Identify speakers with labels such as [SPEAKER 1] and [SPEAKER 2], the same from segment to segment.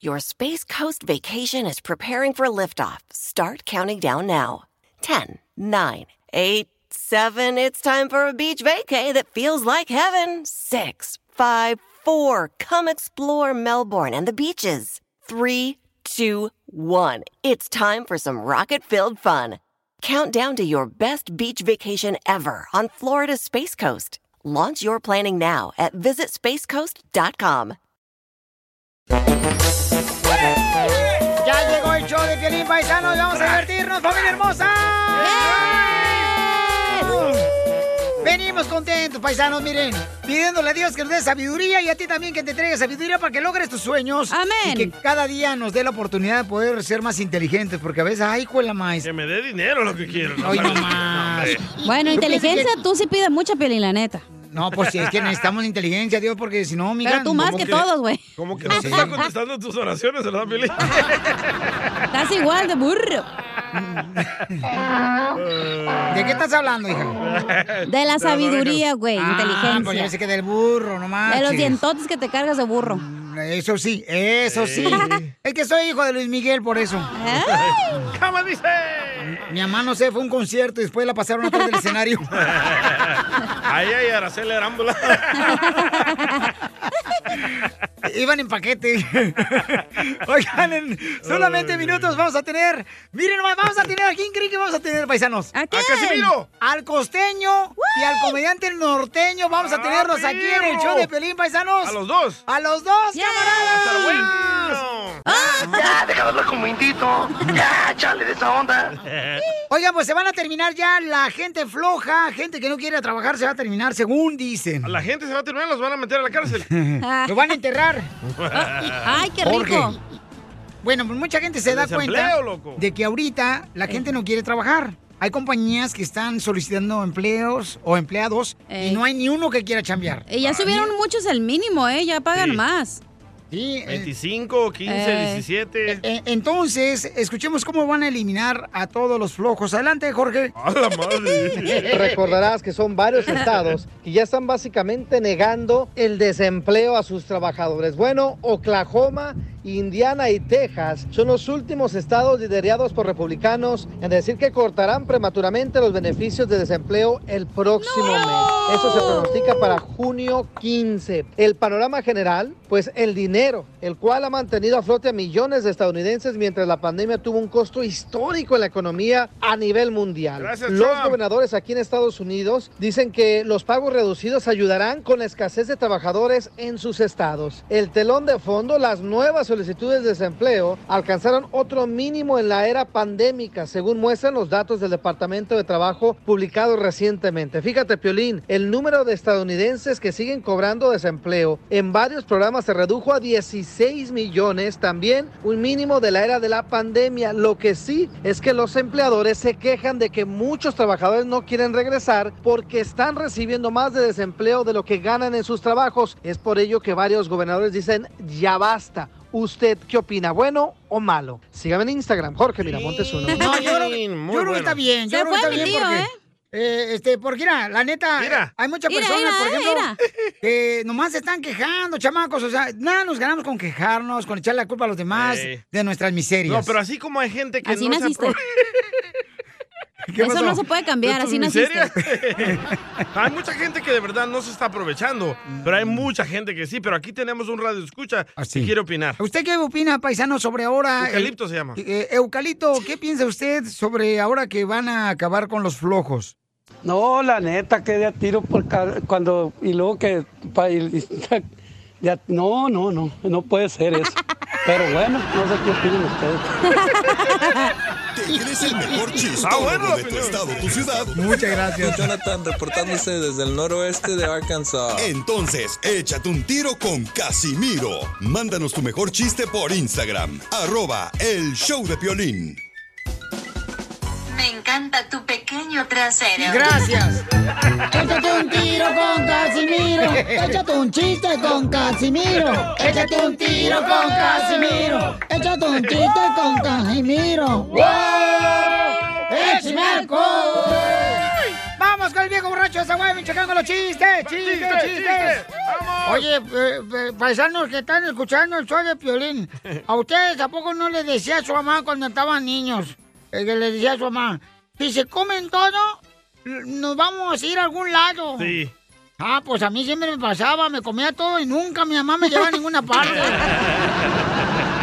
[SPEAKER 1] Your Space Coast vacation is preparing for liftoff. Start counting down now. 10, 9, 8, 7. It's time for a beach vacay that feels like heaven. 6, 5, 4. Come explore Melbourne and the beaches. 3, 2, 1. It's time for some rocket filled fun. Count down to your best beach vacation ever on Florida's Space Coast. Launch your planning now at visitspacecoast.com.
[SPEAKER 2] Ya llegó el show de Piolín Paisanos, vamos a divertirnos, familia hermosa.
[SPEAKER 3] ¡Eh!
[SPEAKER 2] Venimos contentos, paisanos, miren, pidiéndole a Dios que nos dé sabiduría y a ti también que te entregue sabiduría para que logres tus sueños. Amén. Y que cada día nos dé la oportunidad de poder ser más inteligentes, porque a veces, ay, cuela más.
[SPEAKER 4] Que me dé dinero lo que quiero.
[SPEAKER 2] Ay,
[SPEAKER 4] Hombre.
[SPEAKER 2] nomás.
[SPEAKER 4] Hombre.
[SPEAKER 3] Bueno,
[SPEAKER 2] Yo pensé
[SPEAKER 3] inteligencia, tú sí pides mucha Piolín, la neta.
[SPEAKER 2] No, pues sí, es que necesitamos inteligencia, Dios, porque si no, mira.
[SPEAKER 3] Pero tú más
[SPEAKER 2] ¿cómo
[SPEAKER 3] que todos, güey.
[SPEAKER 4] Como que no te está contestando tus oraciones, ¿verdad, Pili?
[SPEAKER 3] Ah, Estás igual de burro.
[SPEAKER 2] ¿De qué estás hablando, hija?
[SPEAKER 3] De la sabiduría, güey,
[SPEAKER 2] Ah, Pues
[SPEAKER 3] inteligencia.
[SPEAKER 2] yo sé que del burro, nomás.
[SPEAKER 3] De los dientotes que te cargas de burro.
[SPEAKER 2] Eso sí, eso sí.
[SPEAKER 3] Sí.
[SPEAKER 2] Es que soy hijo de Luis Miguel, por eso.
[SPEAKER 4] ¿Cómo dice?
[SPEAKER 2] Mi mamá, no sé, fue a un concierto y después la pasaron atrás del escenario.
[SPEAKER 4] Ahí hay Araceli Arámbula.
[SPEAKER 2] Iban en paquete. Oigan, en solamente minutos vamos a tener. Miren, nomás, vamos a tener. ¿A quién creen que vamos a tener, paisanos? ¿A
[SPEAKER 3] quién? Casimiro?
[SPEAKER 2] Al costeño y al comediante norteño. Vamos a tenerlos aquí en el show de Pelín, paisanos.
[SPEAKER 4] Ah, A los dos.
[SPEAKER 2] ¡A los dos,
[SPEAKER 4] Hasta el
[SPEAKER 2] camaradas!
[SPEAKER 4] bueno.
[SPEAKER 5] Ah, Ya, deja de hablar como indito. Ya, chale de esa onda.
[SPEAKER 2] Oigan, pues se van a terminar ya la gente floja, gente que no quiere trabajar, se va a terminar según dicen.
[SPEAKER 4] La gente se va a terminar, los van a meter a la cárcel.
[SPEAKER 2] Lo van a enterrar.
[SPEAKER 4] Ay,
[SPEAKER 2] Jorge. Bueno, pues mucha gente se
[SPEAKER 4] El
[SPEAKER 2] da cuenta
[SPEAKER 4] desempleo, loco.
[SPEAKER 2] de que ahorita la gente no quiere trabajar. Hay compañías que están solicitando empleos o empleados
[SPEAKER 3] Ey.
[SPEAKER 2] y no hay ni uno que quiera chambear.
[SPEAKER 3] Y Eh. ya subieron muchos el mínimo, ¿eh? Ya pagan
[SPEAKER 2] Sí.
[SPEAKER 3] más.
[SPEAKER 2] Sí,
[SPEAKER 4] 25, 15,
[SPEAKER 2] Eh.
[SPEAKER 4] 17.
[SPEAKER 2] Eh, Entonces, escuchemos cómo van a eliminar a todos los flojos. Adelante, Jorge.
[SPEAKER 4] A la madre.
[SPEAKER 6] Recordarás que son varios estados que ya están básicamente negando el desempleo a sus trabajadores. Bueno, Oklahoma, Indiana y Texas son los últimos estados liderados por republicanos en decir que cortarán prematuramente los beneficios de desempleo el próximo mes. Eso se pronostica para junio 15. El panorama general, pues el dinero, el cual ha mantenido a flote a millones de estadounidenses mientras la pandemia tuvo un costo histórico en la economía a nivel mundial.
[SPEAKER 7] Gracias,
[SPEAKER 6] los
[SPEAKER 7] Trump.
[SPEAKER 6] gobernadores gobernadores aquí en Estados Unidos dicen que los pagos reducidos ayudarán con la escasez de trabajadores en sus estados. El telón de fondo, las nuevas solicitudes de desempleo alcanzaron otro mínimo en la era pandémica, según muestran los datos del Departamento de Trabajo publicados recientemente. Fíjate, Piolín, el número de estadounidenses que siguen cobrando desempleo en varios programas se redujo a 16 millones, también un mínimo de la era de la pandemia. Lo que sí es que los empleadores se quejan de que muchos trabajadores no quieren regresar porque están recibiendo más de desempleo de lo que ganan en sus trabajos. Es por ello que varios gobernadores dicen, ya basta. ¿Usted qué opina? ¿Bueno o malo? Sígame en Instagram, Jorge Miramontes uno.
[SPEAKER 2] No, yo creo, que- yo creo que está bien. Yo
[SPEAKER 3] Se
[SPEAKER 2] creo
[SPEAKER 3] fue
[SPEAKER 2] que está
[SPEAKER 3] mi
[SPEAKER 2] bien
[SPEAKER 3] tío,
[SPEAKER 2] porque,
[SPEAKER 3] ¿eh?
[SPEAKER 2] eh, este, porque mira, la neta, eh,
[SPEAKER 3] Mira.
[SPEAKER 2] hay muchas
[SPEAKER 3] Mira,
[SPEAKER 2] personas,
[SPEAKER 3] mira,
[SPEAKER 2] por ejemplo,
[SPEAKER 3] mira.
[SPEAKER 2] que nomás se están quejando, chamacos. O sea, nada nos ganamos con quejarnos, con echar la culpa a los demás
[SPEAKER 4] Ey.
[SPEAKER 2] de nuestras miserias.
[SPEAKER 4] No, pero así como hay gente que
[SPEAKER 3] Así
[SPEAKER 4] no
[SPEAKER 3] naciste.
[SPEAKER 4] se ¿Qué
[SPEAKER 3] Eso
[SPEAKER 4] pasó?
[SPEAKER 3] no se puede cambiar,
[SPEAKER 4] ¿De tus
[SPEAKER 3] así naciste.
[SPEAKER 4] miserias? hay mucha gente que de verdad no se está aprovechando, pero hay mucha gente que sí, pero aquí tenemos un radio escucha
[SPEAKER 2] Ah,
[SPEAKER 4] que quiere opinar.
[SPEAKER 2] ¿Usted qué opina, paisano, sobre ahora?
[SPEAKER 4] Eucalipto se llama.
[SPEAKER 2] Eh, Eucalipto, ¿qué piensa usted sobre ahora que van a acabar con los flojos?
[SPEAKER 8] No, la neta, que de a tiro por ca- cuando. Y luego que. pa- y- y- de a- no, no, no, no puede ser eso.
[SPEAKER 9] Pero bueno, no sé qué opinan ustedes.
[SPEAKER 10] ¿Te crees el mejor
[SPEAKER 9] Ah, bueno,
[SPEAKER 10] chistólogo de tu
[SPEAKER 9] opinión.
[SPEAKER 10] estado, tu ciudad?
[SPEAKER 2] Muchas gracias.
[SPEAKER 10] Jonathan reportándose desde el noroeste de Arkansas. Entonces, échate un tiro con Casimiro. Mándanos tu mejor chiste por Instagram. Arroba el show de Piolín.
[SPEAKER 11] Me encanta tu pequeño trasero.
[SPEAKER 2] Gracias.
[SPEAKER 5] Échate un tiro con Casimiro. Échate un chiste con Casimiro. Échate un tiro con Casimiro. Échate un chiste con Casimiro. ¡Wow! ¡Échame alcohol!
[SPEAKER 2] Vamos con el viejo borracho de Zaguay, Michoacán, con los chistes, chistes,
[SPEAKER 5] chistes,
[SPEAKER 2] chistes.
[SPEAKER 5] chistes.
[SPEAKER 2] Oye, eh, eh, paisanos que están escuchando el show de Piolín, ¿a ustedes a poco no les decía su mamá cuando estaban niños? Eh, que les decía a su mamá, si se comen todo, nos vamos a ir a algún lado.
[SPEAKER 4] Sí.
[SPEAKER 2] Ah, pues a mí siempre me pasaba, me comía todo y nunca mi mamá me llevaba a ninguna parte.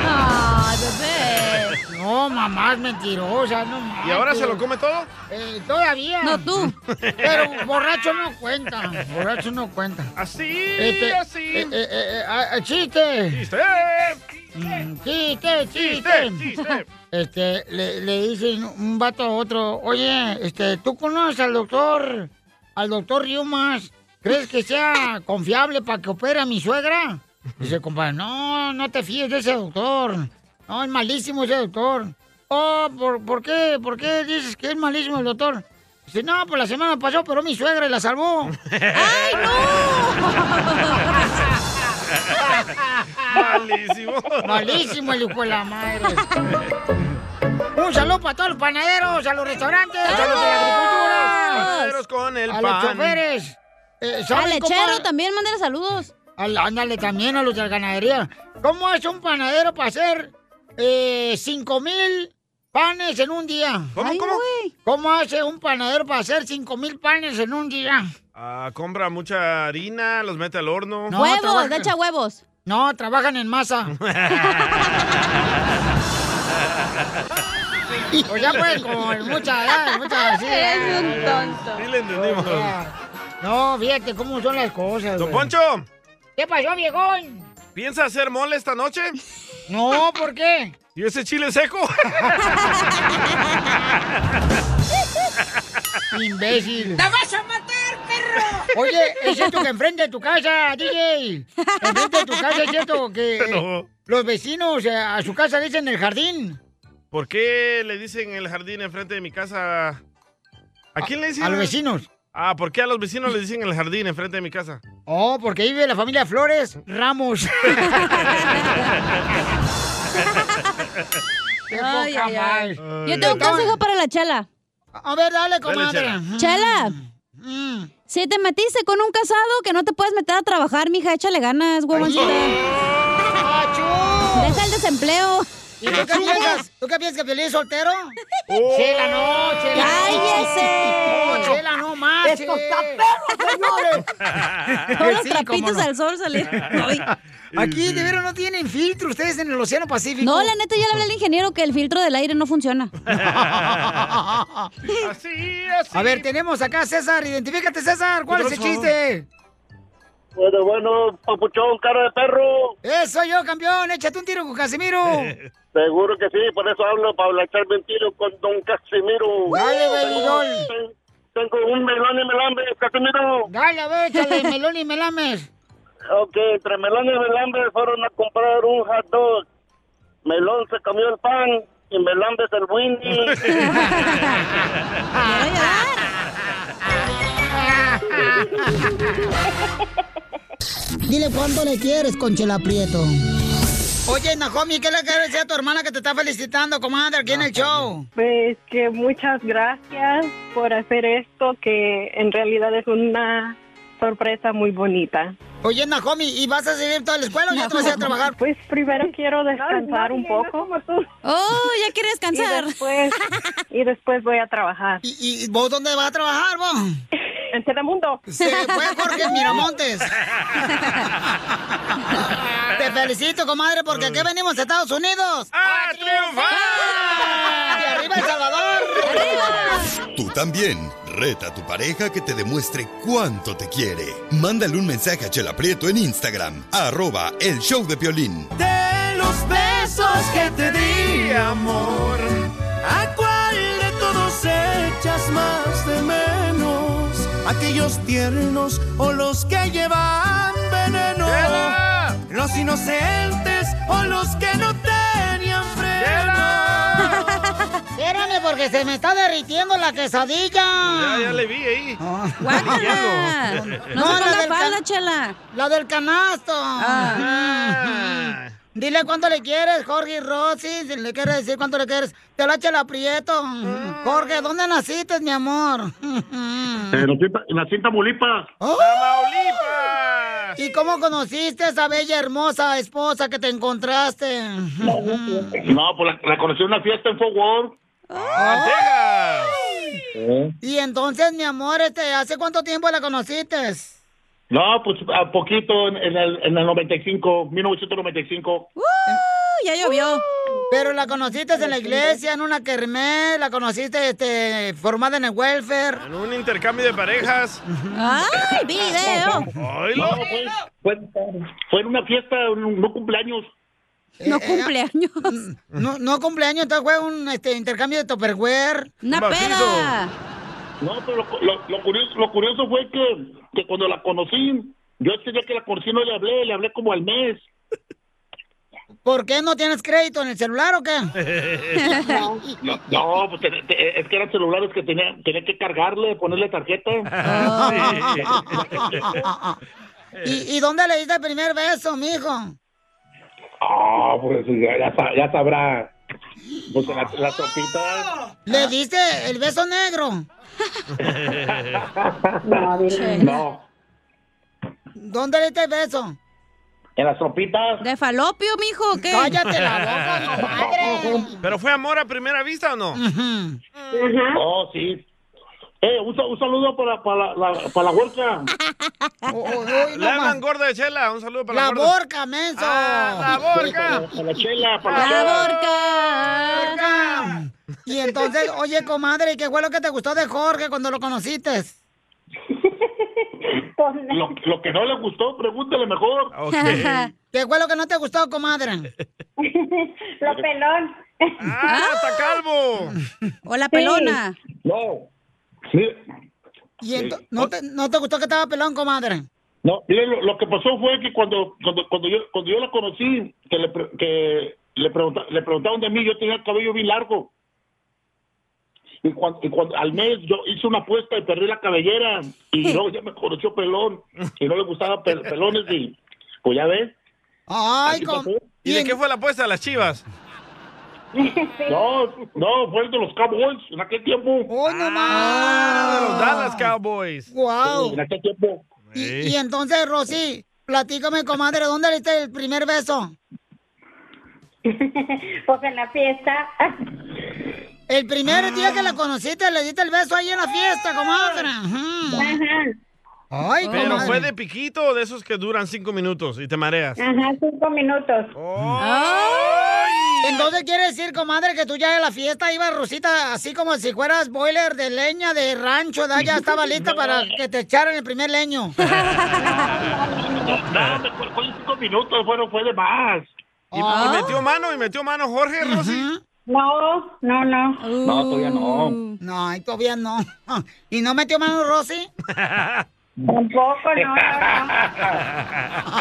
[SPEAKER 5] Ay,
[SPEAKER 2] No, mamás mentirosas, no mames.
[SPEAKER 4] ¿Y ahora se lo come todo?
[SPEAKER 2] Eh, todavía. No, tú. Pero borracho no cuenta. Borracho no cuenta. Así,
[SPEAKER 5] así.
[SPEAKER 2] Eh, eh, eh, ah, ah, chiste. Chiste. Chiste, chiste. Este, le, le dicen un vato a otro, oye, este, ¿tú conoces al doctor, al doctor Riumas? ¿Crees que sea confiable para que opere a mi suegra? Dice, compadre, no, no te fíes de ese doctor. No, es malísimo ese doctor. Oh, ¿por, por qué? ¿Por qué dices que es malísimo el doctor? Dice, no, pues la semana pasó, pero mi suegra y la salvó. ¡Ay,
[SPEAKER 4] Malísimo.
[SPEAKER 2] Malísimo el hijo de la madre. Un saludo para todos los panaderos, a los restaurantes, a los de la agricultura.
[SPEAKER 4] Panaderos con el
[SPEAKER 2] a
[SPEAKER 4] pan.
[SPEAKER 2] los choferes. Eh,
[SPEAKER 3] Al
[SPEAKER 2] ¿saben cómo-
[SPEAKER 3] lechero también, mándale saludos.
[SPEAKER 2] Al- ándale también a los de la ganadería. ¿Cómo hace un panadero para hacer eh, cinco mil panes en un día? ¿Cómo, cómo? ¿Cómo hace un panadero para hacer cinco mil panes en un día?
[SPEAKER 4] Ah, compra mucha harina, los mete al horno.
[SPEAKER 2] huevos. No, trabajan en masa. O ya pues, con mucha edad, mucha así.
[SPEAKER 5] Eres un tonto.
[SPEAKER 4] Sí le entendimos.
[SPEAKER 2] No, fíjate cómo son las cosas.
[SPEAKER 4] Don
[SPEAKER 2] güey.
[SPEAKER 4] Poncho,
[SPEAKER 2] ¿Qué pasó, viejón?
[SPEAKER 4] ¿piensa hacer mole esta noche?
[SPEAKER 2] No, ¿por qué?
[SPEAKER 4] ¿Y ese chile seco?
[SPEAKER 2] Imbécil.
[SPEAKER 5] ¡Te vas a matar, perro!
[SPEAKER 2] Oye, es cierto que enfrente de tu casa, DJ. Enfrente de tu casa es cierto que eh,
[SPEAKER 4] No.
[SPEAKER 2] los vecinos eh, a su casa le dicen el jardín.
[SPEAKER 4] ¿Por qué le dicen el jardín enfrente de mi casa? ¿A quién le dicen?
[SPEAKER 2] a los vecinos.
[SPEAKER 4] Ah, ¿por qué a los vecinos le dicen el jardín enfrente de mi casa?
[SPEAKER 2] Oh, porque ahí vive la familia Flores Ramos. Qué
[SPEAKER 3] Ay,
[SPEAKER 2] poca
[SPEAKER 3] ay, ay.
[SPEAKER 2] madre.
[SPEAKER 3] Yo tengo un consejo para la chala.
[SPEAKER 2] A ver, dale, Mm.
[SPEAKER 5] comadre.
[SPEAKER 3] Chala.
[SPEAKER 5] Dale,
[SPEAKER 3] Si te metiste con un casado que no te puedes meter a trabajar, mija, échale ganas, huevoncita. Deja el desempleo.
[SPEAKER 2] ¿Y tú qué piensas? ¿Tú qué piensas que Piolín es soltero? Chela, no, chela.
[SPEAKER 3] ¡Cállese!
[SPEAKER 2] No, chela, no manches.
[SPEAKER 3] ¡Esto está
[SPEAKER 2] señores!
[SPEAKER 3] Todos los trapitos al sol salieron.
[SPEAKER 2] Aquí de veras no tienen filtro ustedes en el Océano Pacífico.
[SPEAKER 3] No, la neta, ya le hablé al ingeniero que el filtro del aire no funciona.
[SPEAKER 4] Ah, así, así.
[SPEAKER 2] A ver, tenemos acá a César. Identifícate, César. ¿Cuál es el chiste?
[SPEAKER 12] Bueno, bueno, papuchón, cara de perro.
[SPEAKER 2] Eso ¡Eh, yo, campeón. Échate un tiro con Casimiro.
[SPEAKER 12] Seguro que sí, por eso hablo, para hablar mentiras con don Casimiro.
[SPEAKER 2] Dale,
[SPEAKER 12] Tengo-
[SPEAKER 2] Belidol.
[SPEAKER 12] Tengo un melón y melambe, Casimiro.
[SPEAKER 2] Dale, a ver, échale melón y melames.
[SPEAKER 12] Ok, entre melón y melambe fueron a comprar un hot dog. Melón se comió el pan y melambe es el
[SPEAKER 5] Dile cuánto le quieres, Conchela Prieto.
[SPEAKER 2] Oye, Nahomi, ¿qué le quieres decir a tu hermana que te está felicitando, comadre, aquí en el show?
[SPEAKER 13] Pues que muchas gracias por hacer esto, que en realidad es una sorpresa muy bonita.
[SPEAKER 2] Oye, Nahomi, ¿y vas a seguir toda la escuela o ya te vas a ir a trabajar?
[SPEAKER 13] Pues primero quiero descansar un poco.
[SPEAKER 3] Oh, ya quiere descansar.
[SPEAKER 13] Y después, Pues, y después voy a trabajar.
[SPEAKER 2] ¿Y, vos dónde vas a trabajar, vos?
[SPEAKER 13] En Telemundo.
[SPEAKER 2] Se fue Jorge Miramontes. Ah, Te felicito, comadre, porque aquí venimos a Estados Unidos.
[SPEAKER 4] ¡A triunfar!
[SPEAKER 2] ¡Y arriba El Salvador!
[SPEAKER 10] Tú también. Reta a tu pareja que te demuestre cuánto te quiere. Mándale un mensaje a Chela Prieto en Instagram. Arroba el show de Piolín.
[SPEAKER 5] Te los veo.
[SPEAKER 14] besos que te di, amor. ¿A cuál de todos echas más de menos? ¿Aquellos tiernos o los que llevan veneno?
[SPEAKER 15] ¡Chela!
[SPEAKER 14] ¿Los inocentes o los que no tenían freno?
[SPEAKER 2] Espérame, porque se me está derritiendo la quesadilla. Ah.
[SPEAKER 4] Ya, ya le vi ahí.
[SPEAKER 2] No, la del
[SPEAKER 5] falda,
[SPEAKER 2] can- La del canasto.
[SPEAKER 4] Ah.
[SPEAKER 2] Ajá. Dile cuánto le quieres, Jorge y Rosy. Si le quieres decir cuánto le quieres, te la echa el aprieto.
[SPEAKER 4] Ah.
[SPEAKER 2] Jorge, ¿dónde naciste, mi amor?
[SPEAKER 16] En Eh, la cinta mulipa.
[SPEAKER 2] ¡Tamaulipas! ¿Y cómo conociste a esa bella, hermosa esposa que te encontraste?
[SPEAKER 16] No, pues la, la conocí en una fiesta en Fort Worth.
[SPEAKER 2] Ah,
[SPEAKER 16] Eh.
[SPEAKER 2] Y entonces, mi amor, este, ¿hace cuánto tiempo la conociste?
[SPEAKER 16] No, pues a poquito, en, en el, en el 95, 1995.
[SPEAKER 2] ya llovió. Pero la conociste en la iglesia, en una kermés, la conociste este, formada en el welfare.
[SPEAKER 4] En un intercambio de parejas.
[SPEAKER 2] ¡Ay, video!
[SPEAKER 4] ¡Oilo!
[SPEAKER 16] No, fue,
[SPEAKER 4] pues.
[SPEAKER 16] fue- fue en una fiesta, un, un cumpleaños.
[SPEAKER 2] No cumpleaños. Eh, mm, No, no cumpleaños, entonces fue un este, intercambio de topperware.
[SPEAKER 5] ¡Una Un bautizo. peda!
[SPEAKER 16] No, pero lo, lo- lo curioso, lo curioso fue que, que cuando la conocí, yo ese día que la conocí no le hablé, le hablé como al mes.
[SPEAKER 2] ¿Por qué no tienes crédito en el celular o qué?
[SPEAKER 16] No, no, pues te- te- es que eran celulares que tenía, tenía que cargarle, ponerle tarjeta.
[SPEAKER 2] Ah, ¿Y, y dónde le diste el primer beso, mijo?
[SPEAKER 16] Ah, pues ya, ya sa- ya sabrá. Pues la, la sopita.
[SPEAKER 2] ¿Le diste el beso negro?
[SPEAKER 16] no,
[SPEAKER 2] ¿Dónde le diste el beso?
[SPEAKER 16] en las sopitas.
[SPEAKER 5] ¿De falopio, mijo, o qué?
[SPEAKER 2] Cállate la
[SPEAKER 4] ¿Pero fue amor a primera vista o no?
[SPEAKER 16] Oh, sí. Eh, un, sa- un saludo para, para, la, la- para la huerca.
[SPEAKER 2] Oh,
[SPEAKER 4] la Evan gorda de Chela, un saludo para la,
[SPEAKER 2] La
[SPEAKER 4] gorda.
[SPEAKER 2] borca, menso.
[SPEAKER 4] Ah, la borca.
[SPEAKER 16] Para la chela,
[SPEAKER 4] para la chela.
[SPEAKER 2] borca. Y entonces, oye, comadre, ¿qué fue lo que te gustó de Jorge cuando lo conociste?
[SPEAKER 16] Lo, lo que no le gustó, pregúntele mejor.
[SPEAKER 2] ¿Qué fue lo que no te gustó, comadre? lo pelón.
[SPEAKER 4] ¡Ah, está calvo!
[SPEAKER 5] O la pelona.
[SPEAKER 16] No. Sí,
[SPEAKER 2] ¿Y ento- ¿no, te, ¿No te gustó que estaba pelón, comadre?
[SPEAKER 16] No, mire, lo, lo que pasó fue que cuando, cuando, cuando, yo, cuando yo la conocí, que le, pre- que le, pregunta- le preguntaron de mí, yo tenía el cabello bien largo. Y cuando, y cuando- al mes yo hice una apuesta y perdí la cabellera. Y luego ya me conoció pelón. Y no le gustaba pel- pelones. Y pues ya ves.
[SPEAKER 2] Ay,
[SPEAKER 4] com- ¿Y de qué fue la apuesta? ¿Las chivas?
[SPEAKER 16] No, no, fue el de los Cowboys en aquel tiempo.
[SPEAKER 2] ¡Oh, no
[SPEAKER 4] Ah, de los Dallas Cowboys.
[SPEAKER 2] Wow.
[SPEAKER 16] En aquel tiempo.
[SPEAKER 2] Y entonces, Rosy, platícame, comadre, ¿dónde le diste el primer beso? pues en la fiesta. Ah. El primer día que la conociste, le diste el beso ahí en la fiesta, comadre. Ujú. Ay,
[SPEAKER 4] Pero
[SPEAKER 2] comadre.
[SPEAKER 4] fue de piquito o de esos que duran cinco minutos y te mareas.
[SPEAKER 16] Ah,
[SPEAKER 2] Ajá, cinco minutos. Entonces quiere decir, comadre, que tú ya en la fiesta ibas Rosita así como si fueras boiler de leña de rancho, ¿da? ya estaba lista para que te echaran el primer leño.
[SPEAKER 16] No, me fue, fue en cinco minutos, bueno, fue de más.
[SPEAKER 4] ¿Y,
[SPEAKER 2] Ah.
[SPEAKER 4] y metió mano? ¿Y metió mano Jorge, Rosy?
[SPEAKER 2] No, no, no.
[SPEAKER 16] No, todavía no.
[SPEAKER 2] No, ay, todavía no. ¿Y no metió mano Rosy?
[SPEAKER 16] Tampoco,
[SPEAKER 2] no,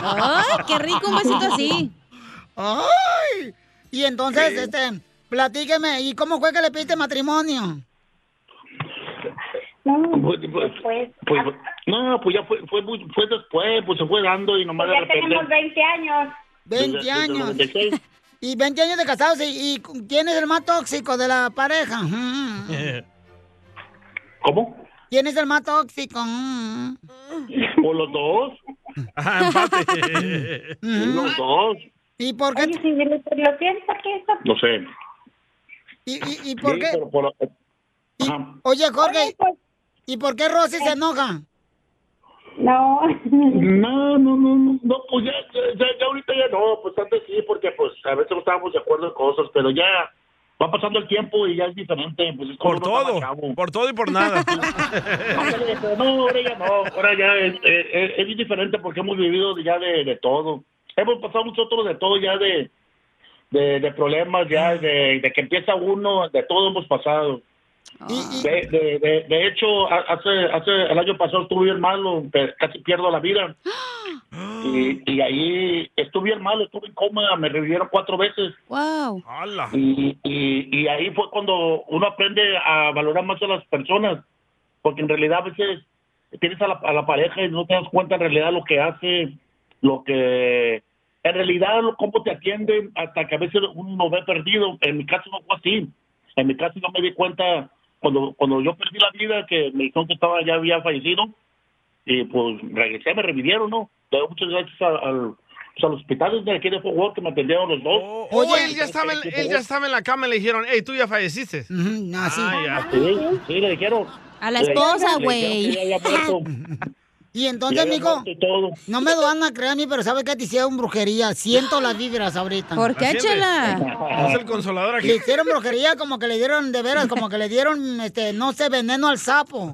[SPEAKER 5] Ay, qué rico un besito así.
[SPEAKER 2] Ay. Y entonces,
[SPEAKER 16] Sí.
[SPEAKER 2] este, platíqueme, ¿y cómo fue que le pediste matrimonio? Mm,
[SPEAKER 16] Pues, pues, pues,
[SPEAKER 2] ah.
[SPEAKER 16] no, pues ya fue, fue, muy- fue después, pues se fue dando y nomás de
[SPEAKER 2] Pues ya
[SPEAKER 16] repente.
[SPEAKER 2] tenemos
[SPEAKER 16] 20 años.
[SPEAKER 2] 20 años. Y 20 años de casados, ¿y, y quién es el más tóxico de la pareja? Mm.
[SPEAKER 16] ¿Cómo?
[SPEAKER 2] ¿Quién es el más tóxico? Mm.
[SPEAKER 16] ¿O los dos?
[SPEAKER 4] Ah,
[SPEAKER 16] empate. los dos,
[SPEAKER 2] ¿Y por qué? pues,
[SPEAKER 17] ¿Lo piensas que eso?
[SPEAKER 16] no sé.
[SPEAKER 2] ¿Y, y, y por
[SPEAKER 16] Sí,
[SPEAKER 2] qué?
[SPEAKER 16] pero por- Ajá.
[SPEAKER 2] Oye, Jorge,
[SPEAKER 3] pues.
[SPEAKER 2] ¿y por qué Rosy
[SPEAKER 3] Eh.
[SPEAKER 2] se enoja?
[SPEAKER 16] No. No, no, no, no, no, pues ya, ya, ya ahorita ya no, pues antes sí, porque pues a veces no estábamos de acuerdo en cosas, pero ya va pasando el tiempo y ya es diferente. Pues, es
[SPEAKER 4] Por
[SPEAKER 16] como uno
[SPEAKER 4] todo,
[SPEAKER 16] estaba chavo.
[SPEAKER 4] por todo y por nada.
[SPEAKER 16] Ándale, pero no, ahora ya no, ahora ya es, eh, es- es diferente porque hemos vivido ya de, de todo. Hemos pasado nosotros de todo ya de, de, de problemas ya, de, de que empieza uno, de todo hemos pasado. De, de- de- de hecho, ha- hace, hace el año pasado estuve bien malo, pe- casi pierdo la vida. Y, y ahí estuve bien malo, estuve en coma, me revivieron cuatro veces.
[SPEAKER 3] Wow.
[SPEAKER 16] Y, y, y ahí fue cuando uno aprende a valorar más a las personas, porque en realidad a veces tienes a la, a la pareja y no te das cuenta en realidad lo que hace, lo que... En realidad, lo- cómo te atienden hasta que a veces uno lo ve perdido. En mi caso no fue así. En mi caso no me di cuenta cuando cuando yo perdí la vida, que me dijeron que estaba ya había fallecido, y pues regresé, me revivieron, ¿no? Le doy muchas gracias a- al, pues, al hospital de aquí de Fort Worth que me atendieron los dos.
[SPEAKER 4] Oh, Oye, él ya, estaba
[SPEAKER 16] Este
[SPEAKER 4] en, él ya estaba en la cama y le dijeron, hey, tú ya falleciste. Ah,
[SPEAKER 18] no,
[SPEAKER 4] sí.
[SPEAKER 16] Sí, sí, le dijeron.
[SPEAKER 4] A
[SPEAKER 2] la
[SPEAKER 4] Le-
[SPEAKER 2] esposa,
[SPEAKER 4] le dijeron
[SPEAKER 2] güey.
[SPEAKER 16] que ella había muerto.
[SPEAKER 2] Y
[SPEAKER 16] Ya
[SPEAKER 2] entonces,
[SPEAKER 16] había
[SPEAKER 2] mijo,
[SPEAKER 16] muerto y todo.
[SPEAKER 2] no me lo van a creer a mí, pero ¿sabe qué? Te hicieron brujería. Siento las vibras ahorita.
[SPEAKER 3] ¿Por qué, ¿La sientes? chela?
[SPEAKER 4] Es el consolador aquí.
[SPEAKER 2] Le hicieron brujería como que le dieron, de veras, como que le dieron, este, no sé, veneno al sapo.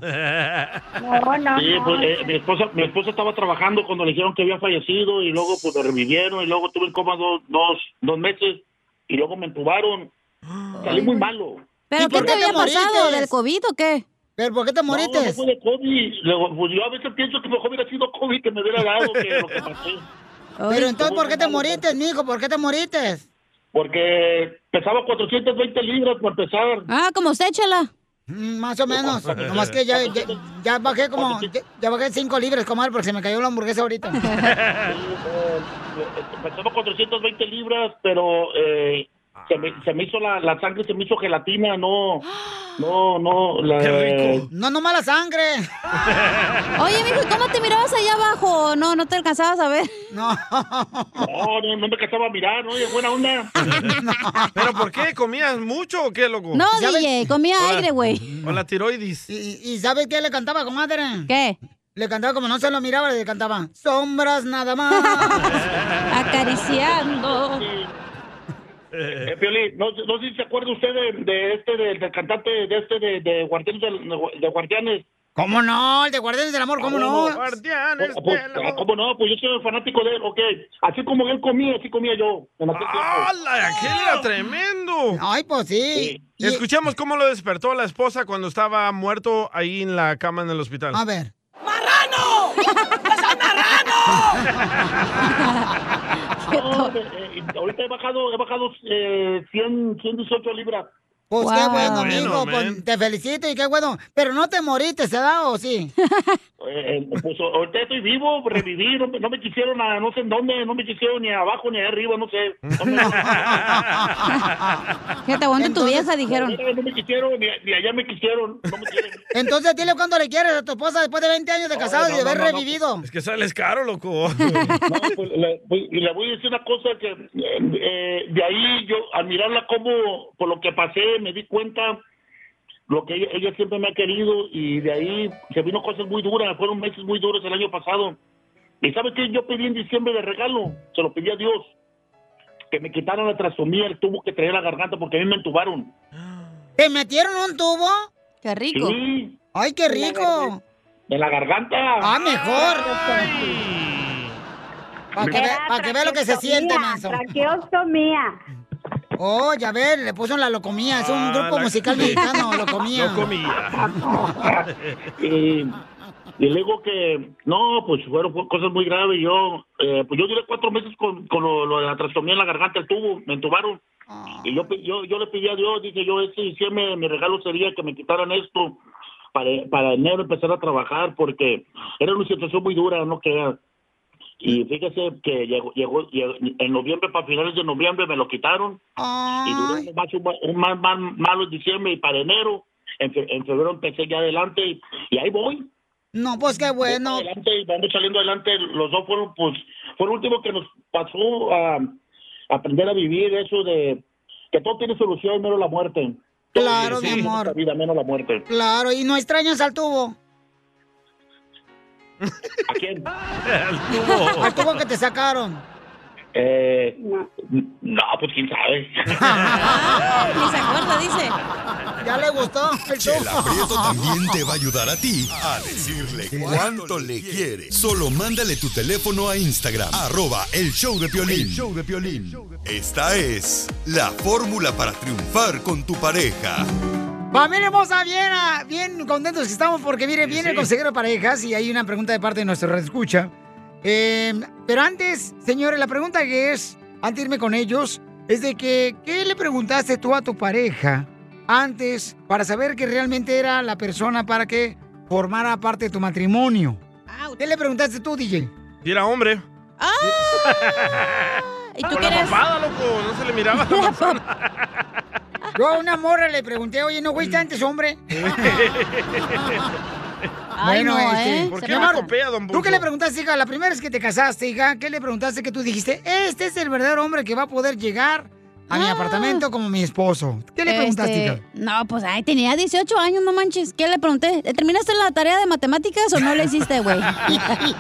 [SPEAKER 16] No,
[SPEAKER 2] no,
[SPEAKER 16] Sí,
[SPEAKER 2] no.
[SPEAKER 16] pues, eh, mi, esposa, mi esposa estaba trabajando cuando le dijeron que había fallecido y luego pues me revivieron y luego tuve en coma dos, dos, dos meses y luego me entubaron. Salí muy malo.
[SPEAKER 3] ¿Pero qué te había pasado? ¿Del COVID o qué?
[SPEAKER 2] ¿Pero por qué te
[SPEAKER 16] moriste? No, no fue de COVID. Luego, pues, yo a veces pienso que mejor hubiera sido COVID que me hubiera dado que lo que pasé.
[SPEAKER 2] Pero entonces, ¿por qué te moriste, mijo? ¿Por qué te moriste?
[SPEAKER 16] Porque pesaba 420 libras por pesar.
[SPEAKER 3] Ah, como usted, chela.
[SPEAKER 2] Mm, Más o menos. Nomás que ya, ya, ya bajé como, ya, ya bajé cinco libras, comadre, porque se me cayó la hamburguesa ahorita.
[SPEAKER 16] Pesaba 420 libras, pero eh, se, me, se me hizo la, la sangre, se me hizo gelatina, no, no, no. La,
[SPEAKER 2] No, no mala sangre.
[SPEAKER 3] Oye, mijo, ¿y ¿cómo te mirabas allá abajo? No, no te alcanzabas a ver.
[SPEAKER 2] No.
[SPEAKER 16] No, no, no me casaba a mirar, ¿no? Oye, buena onda.
[SPEAKER 4] ¿Pero por qué? ¿Comías mucho o qué, loco?
[SPEAKER 3] No, DJ, comía
[SPEAKER 4] Hola.
[SPEAKER 3] aire, güey.
[SPEAKER 4] O la tiroides.
[SPEAKER 2] ¿Y, y sabes qué le cantaba, comadre?
[SPEAKER 3] ¿Qué?
[SPEAKER 2] Le cantaba como no se lo miraba, le cantaba sombras nada más.
[SPEAKER 3] Acariciando.
[SPEAKER 16] Eh, Piolín, no, no sé si se acuerda usted de, de este, de- del cantante de este, de, de Guardianes. del- de Guardianes.
[SPEAKER 2] ¿Cómo no? El de Guardianes del Amor, ¿cómo no?
[SPEAKER 4] Oh,
[SPEAKER 2] Guardianes
[SPEAKER 16] Pues, pues,
[SPEAKER 2] del Amor.
[SPEAKER 16] ¿Cómo no? Pues yo soy fanático de él, ok. Así como él comía, así comía yo. En aquel tiempo.
[SPEAKER 4] ¡Hala! Aquel era tremendo.
[SPEAKER 2] Ay, pues sí.
[SPEAKER 4] Escuchemos cómo lo despertó la esposa cuando estaba muerto ahí en la cama en el hospital.
[SPEAKER 2] A ver.
[SPEAKER 16] No, eh, eh, ahorita he bajado, he bajado eh, 100, 118 libras.
[SPEAKER 2] Pues qué bueno,
[SPEAKER 16] Qué bueno,
[SPEAKER 2] amigo. pues,
[SPEAKER 16] man.
[SPEAKER 2] te felicito y qué bueno. Pero no te moriste, ¿se da o sí?
[SPEAKER 16] Eh, eh, pues ahorita estoy vivo, reviví, no, me- no me quisieron a no sé en dónde, no me quisieron ni abajo ni arriba, no sé. No me-
[SPEAKER 3] Que te aguante tu vieja, dijeron.
[SPEAKER 16] No me quisieron, ni, ni allá me quisieron.
[SPEAKER 2] Entonces dile cuándo le quieres a tu esposa después de 20 años de casado y de haber revivido.
[SPEAKER 16] pues.
[SPEAKER 4] Es que sales caro, loco.
[SPEAKER 16] No, pues, le, voy- y le voy a decir una cosa que eh, eh, de ahí yo al mirarla como por lo que pasé me di cuenta lo que ella, ella siempre me ha querido y de ahí se vino cosas muy duras, fueron meses muy duros el año pasado. ¿Y sabes qué? Yo pedí en diciembre de regalo, se lo pedí a Dios, que me quitaran la trastomía, el tubo que traía la garganta porque a mí me entubaron.
[SPEAKER 2] ¿Te metieron un tubo?
[SPEAKER 3] Qué
[SPEAKER 16] rico. Sí.
[SPEAKER 2] Ay, qué rico.
[SPEAKER 16] De la garganta.
[SPEAKER 2] Ah, mejor. Para que,
[SPEAKER 8] Era
[SPEAKER 2] ve- pa' que vea lo que se siente, manso.
[SPEAKER 8] traqueostomía.
[SPEAKER 2] Oh, ya ver, le puso Ah, la locomía. Es un grupo musical mexicano, locomía.
[SPEAKER 16] y, y le digo que, no, pues fueron fu- cosas muy graves. Yo, eh, pues yo duré cuatro meses con, con lo, lo de la trastomía en la garganta, el tubo, me entubaron. Y yo, pi- yo, yo le pedí a Dios, dije yo, este diciembre mi regalo sería que me quitaran esto para, para enero empezar a trabajar, porque era una situación muy dura, no creas. Y fíjese que llegó, llegó, llegó- en noviembre, para finales de noviembre me lo quitaron. Y duró más un, ma- un mal, mal- malo diciembre y para enero. En, fe- en febrero empecé ya adelante y, y ahí voy.
[SPEAKER 2] No, pues qué bueno.
[SPEAKER 16] Adelante y vamos saliendo adelante. Los dos fueron, pues, fue lo último que nos pasó a aprender a vivir eso de que todo tiene solución menos la muerte. Todo
[SPEAKER 2] Claro,
[SPEAKER 16] tiene
[SPEAKER 2] mi
[SPEAKER 16] solución,
[SPEAKER 2] amor.
[SPEAKER 16] La vida menos la muerte.
[SPEAKER 2] Claro, y no extrañas al tubo.
[SPEAKER 16] ¿A quién?
[SPEAKER 2] Al tubo que te sacaron.
[SPEAKER 16] Eh, no, pues quién sabe.
[SPEAKER 3] Ni se acuerda, dice.
[SPEAKER 5] Ya le gustó. el
[SPEAKER 10] Chela Prieto también te va a ayudar a ti a decirle cuánto le quiere. Solo mándale tu teléfono a Instagram, arroba el show de Piolín.
[SPEAKER 19] El show
[SPEAKER 10] de Esta es la fórmula para triunfar con tu pareja.
[SPEAKER 2] Familia hermosa, bien, ah, bien contentos que estamos porque mire, viene el consejero de parejas y hay una pregunta de parte de nuestro red escucha. pero antes, señores, la pregunta que es, antes de irme con ellos, es de que, ¿qué le preguntaste tú a tu pareja antes para saber que realmente era la persona para que formara parte de tu matrimonio? ¿Qué le preguntaste tú, DJ?
[SPEAKER 4] Y era hombre.
[SPEAKER 3] ¿Y
[SPEAKER 4] Con la papada, loco, no se le miraba. la manzana.
[SPEAKER 2] Yo a una morra le pregunté, oye, ¿no fuiste antes, hombre?
[SPEAKER 4] Ay, no, ¿eh? ¿Por
[SPEAKER 2] mi
[SPEAKER 4] qué me
[SPEAKER 2] amor,
[SPEAKER 4] copia, don
[SPEAKER 2] este, ¿Tú
[SPEAKER 4] Poncho?
[SPEAKER 2] qué le preguntaste, hija? La primera vez que te casaste, hija, ¿qué le preguntaste que tú dijiste? Este es el verdadero hombre que va a poder llegar a
[SPEAKER 4] Ah.
[SPEAKER 2] mi apartamento como mi esposo. ¿Qué le preguntaste,
[SPEAKER 3] Este,
[SPEAKER 2] hija?
[SPEAKER 3] No, pues ay, tenía 18 años, no manches. ¿Qué le pregunté? ¿Terminaste la tarea de matemáticas o no la hiciste, güey?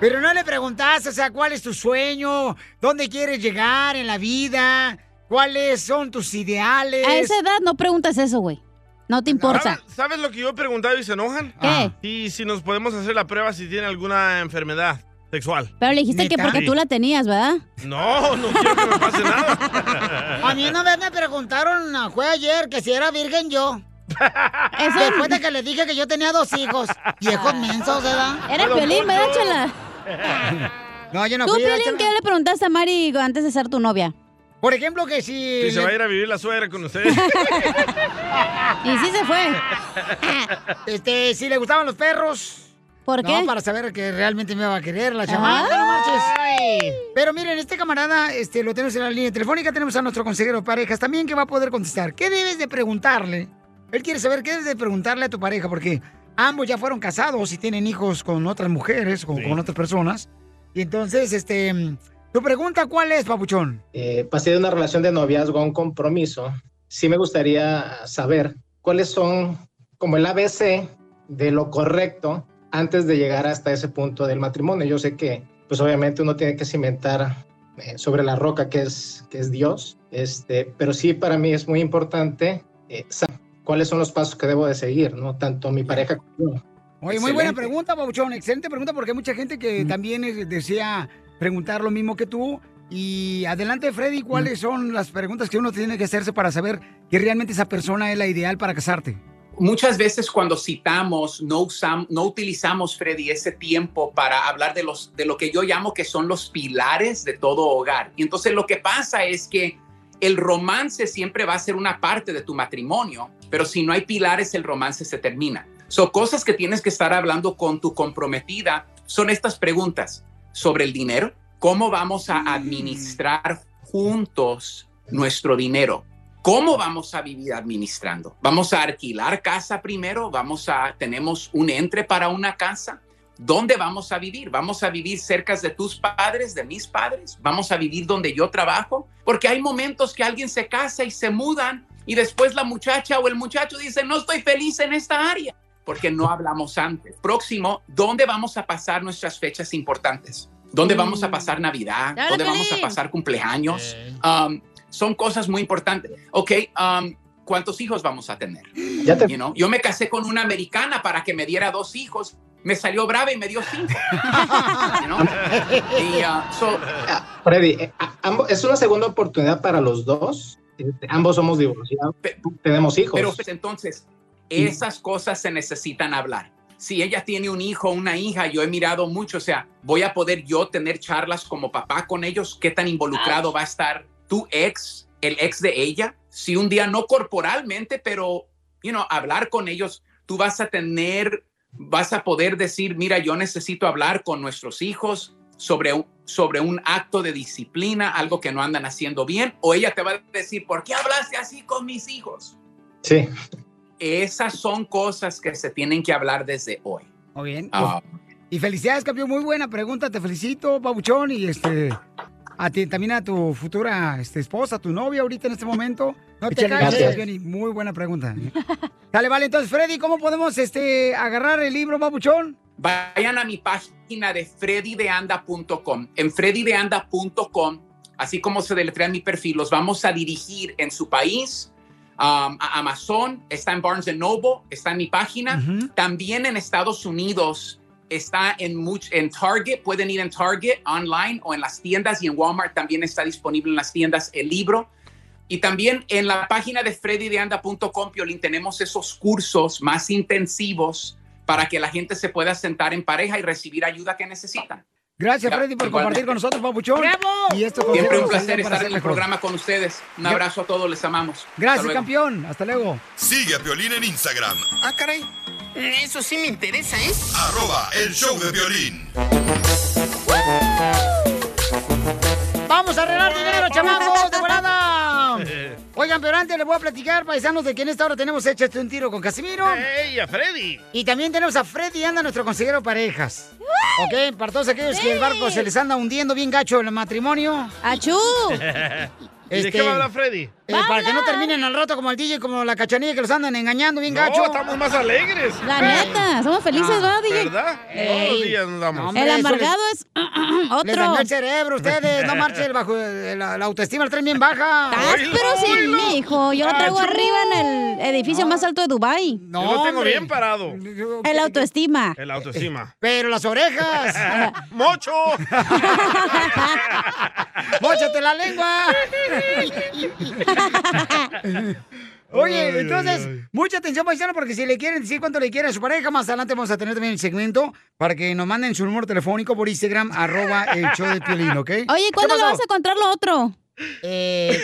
[SPEAKER 2] Pero no le preguntaste, o sea, ¿cuál es tu sueño? ¿Dónde quieres llegar en la vida? ¿Cuáles son tus ideales?
[SPEAKER 4] Ah,
[SPEAKER 3] A esa edad no preguntas eso, güey. No te importa.
[SPEAKER 4] ¿Sabes, sabes lo que yo he preguntado y se enojan?
[SPEAKER 3] ¿Qué?
[SPEAKER 4] Y si nos podemos hacer la prueba si tiene alguna enfermedad sexual.
[SPEAKER 3] Pero le dijiste que porque
[SPEAKER 4] Sí.
[SPEAKER 3] tú la tenías, ¿verdad?
[SPEAKER 4] No, no quiero que me pase nada.
[SPEAKER 5] A mí una vez me preguntaron, ah, fue ayer, que si era virgen yo. Después de que le dije que yo tenía dos hijos. Viejos mensos, ¿verdad?
[SPEAKER 3] Era Don Piolín, ¿verdad, Poncho? Chela?
[SPEAKER 2] No, yo no
[SPEAKER 3] ¿Tú,
[SPEAKER 2] fui, ¿verdad,
[SPEAKER 3] Piolín,
[SPEAKER 2] Chela?
[SPEAKER 3] qué le preguntaste a Mari antes de ser tu novia?
[SPEAKER 2] Por ejemplo, que si...
[SPEAKER 4] Que se va a ir a vivir la suegra con ustedes.
[SPEAKER 3] Y sí se fue.
[SPEAKER 2] Este, si le gustaban los perros.
[SPEAKER 3] ¿Por qué?
[SPEAKER 2] No, para saber que realmente me va a querer la
[SPEAKER 3] Ah.
[SPEAKER 2] chamaca, no marches. Pero miren, este camarada, este, lo tenemos en la línea telefónica, tenemos a nuestro consejero de parejas también que va a poder contestar. ¿Qué debes de preguntarle? Él quiere saber qué debes de preguntarle a tu pareja, porque ambos ya fueron casados y tienen hijos con otras mujeres o con otras personas. Y entonces, este, tu pregunta, ¿cuál es, papuchón?
[SPEAKER 20] eh, pasé de una relación de noviazgo a un compromiso, sí me gustaría saber cuáles son como el ABC de lo correcto antes de llegar hasta ese punto del matrimonio. Yo sé que, pues obviamente uno tiene que cimentar eh, sobre la roca que es, que es Dios, este, pero sí para mí es muy importante eh, saber cuáles son los pasos que debo de seguir, ¿no? Tanto mi pareja como yo.
[SPEAKER 2] Oye, muy buena
[SPEAKER 20] Excelente.
[SPEAKER 2] pregunta, Pabuchón. Excelente pregunta porque hay mucha gente que también eh, desea preguntar lo mismo que tú. Y adelante, Freddy, ¿cuáles son las preguntas que uno tiene que hacerse para saber que realmente esa persona es la ideal para casarte?
[SPEAKER 21] muchas veces cuando citamos, no, usam- no utilizamos, Freddy, ese tiempo para hablar de, los, de lo que yo llamo que son los pilares de todo hogar. Y entonces lo que pasa es que el romance siempre va a ser una parte de tu matrimonio, pero si no hay pilares, el romance se termina. Son cosas que tienes que estar hablando con tu comprometida. Son estas preguntas sobre el dinero. ¿Cómo vamos a administrar juntos nuestro dinero? ¿Cómo vamos a vivir administrando? ¿Vamos a alquilar casa primero? ¿Vamos a tenemos un entre para una casa? ¿Dónde vamos a vivir? ¿Vamos a vivir cerca de tus padres, de mis padres? ¿Vamos a vivir donde yo trabajo? Porque hay momentos que alguien se casa y se mudan y después la muchacha o el muchacho dice, no estoy feliz en esta área, porque no hablamos antes. Próximo, ¿dónde vamos a pasar nuestras fechas importantes? ¿Dónde vamos a pasar Navidad?
[SPEAKER 22] Dale,
[SPEAKER 21] ¿Dónde vamos a
[SPEAKER 22] Piolín.
[SPEAKER 21] pasar cumpleaños? Um, son cosas muy importantes. Ok, um, ¿cuántos hijos vamos a tener?
[SPEAKER 20] Ya te-
[SPEAKER 21] You know, Yo me casé con una americana para que me diera dos hijos. Me salió brava y me dio cinco. You know? Y, ah, so, ah,
[SPEAKER 20] Freddy, eh, a- ambos- es una segunda oportunidad para los dos. Este, ambos somos divorciados, tenemos hijos.
[SPEAKER 21] Pero pues, entonces, esas cosas se necesitan hablar. Si ella tiene un hijo o una hija, yo he mirado mucho, o sea, voy a poder yo tener charlas como papá con ellos, qué tan involucrado va a estar tu ex, el ex de ella, si un día no corporalmente, pero, you know, hablar con ellos, tú vas a tener, vas a poder decir, mira, yo necesito hablar con nuestros hijos sobre un, sobre un acto de disciplina, algo que no andan haciendo bien, o ella te va a decir, ¿por qué hablaste así con mis hijos?
[SPEAKER 20] sí.
[SPEAKER 21] Esas son cosas que se tienen que hablar desde hoy.
[SPEAKER 2] Muy bien.
[SPEAKER 21] Ah.
[SPEAKER 2] Y felicidades, campeón. Muy buena pregunta. Te felicito, Pabuchón. Y este, a ti, también a tu futura este, esposa, tu novia ahorita en este momento. No te
[SPEAKER 5] Échale
[SPEAKER 2] calles,
[SPEAKER 5] ganas.
[SPEAKER 2] campeón, y Muy buena pregunta. ¿eh? Dale, vale. Entonces, Freddy, ¿cómo podemos este, agarrar el libro, Pabuchón?
[SPEAKER 21] Vayan a mi página de freddydeanda.com. En freddydeanda.com, así como se deletrea mi perfil, los vamos a dirigir en su país um, a Amazon, está en Barnes Noble, está en mi página. También en Estados Unidos está en, much- en Target, pueden ir en Target online o en las tiendas y en Walmart también está disponible en las tiendas el libro. Y también en la página de freddydeanda.com, Piolín, tenemos esos cursos más intensivos para que la gente se pueda sentar en pareja y recibir ayuda que necesitan.
[SPEAKER 2] Gracias,
[SPEAKER 21] Ya,
[SPEAKER 2] Freddy, por compartir
[SPEAKER 21] igualmente.
[SPEAKER 2] con nosotros, papuchón. Y esto
[SPEAKER 21] Siempre un placer estar en el programa con ustedes. Un
[SPEAKER 2] Ya.
[SPEAKER 21] abrazo a todos, les amamos. Hasta
[SPEAKER 2] Gracias,
[SPEAKER 21] luego.
[SPEAKER 2] campeón. Hasta luego.
[SPEAKER 10] Sigue a Piolín en Instagram,
[SPEAKER 19] Ah, caray. Eso sí me interesa, ¿eh?
[SPEAKER 10] arroba el show de Piolín.
[SPEAKER 2] ¡Vamos a arreglar dinero, chamacos! ¡De volada!
[SPEAKER 8] Eh,
[SPEAKER 2] Oigan, pero antes les voy a platicar, paisanos, de que en esta hora tenemos Échate un tiro con Casimiro.
[SPEAKER 4] ¡Ey, a Freddy!
[SPEAKER 2] Y también tenemos a Freddy Anda, nuestro consejero de parejas. Ok, para todos aquellos que el barco se les anda hundiendo bien gacho el matrimonio. ¡Achú!
[SPEAKER 4] ¿Y de qué va a hablar Freddy?
[SPEAKER 2] Este, eh, para que no terminen al rato como el DJ, como la cachanilla que los andan engañando bien
[SPEAKER 4] No,
[SPEAKER 2] gacho. Eh.
[SPEAKER 4] estamos más alegres.
[SPEAKER 3] La neta, somos felices, ¿verdad, DJ?
[SPEAKER 4] ¿Verdad? Todos los días nos damos.
[SPEAKER 3] el amargado es otro.
[SPEAKER 2] Les dañó el cerebro a ustedes, no marchen bajo eh, la, la autoestima, el tren bien baja.
[SPEAKER 3] Pero sí, mi hijo, yo lo traigo
[SPEAKER 2] Achú.
[SPEAKER 3] arriba en el edificio más alto de Dubai.
[SPEAKER 2] No, Yo lo tengo hombre. bien
[SPEAKER 4] parado.
[SPEAKER 3] El autoestima.
[SPEAKER 4] El autoestima.
[SPEAKER 2] Pero las orejas.
[SPEAKER 4] ¡Mocho!
[SPEAKER 2] ¡Móchate la lengua!
[SPEAKER 4] Ay,
[SPEAKER 2] Oye,
[SPEAKER 4] ay,
[SPEAKER 2] entonces,
[SPEAKER 4] ay.
[SPEAKER 2] mucha atención, paisano, porque si le quieren decir cuánto le quieren a su pareja, más adelante vamos a tener también el segmento para que nos manden su número telefónico por Instagram, arroba el show de Piolín, ¿ok?
[SPEAKER 3] Oye, ¿cuándo le vas a contar lo otro?
[SPEAKER 2] Eh,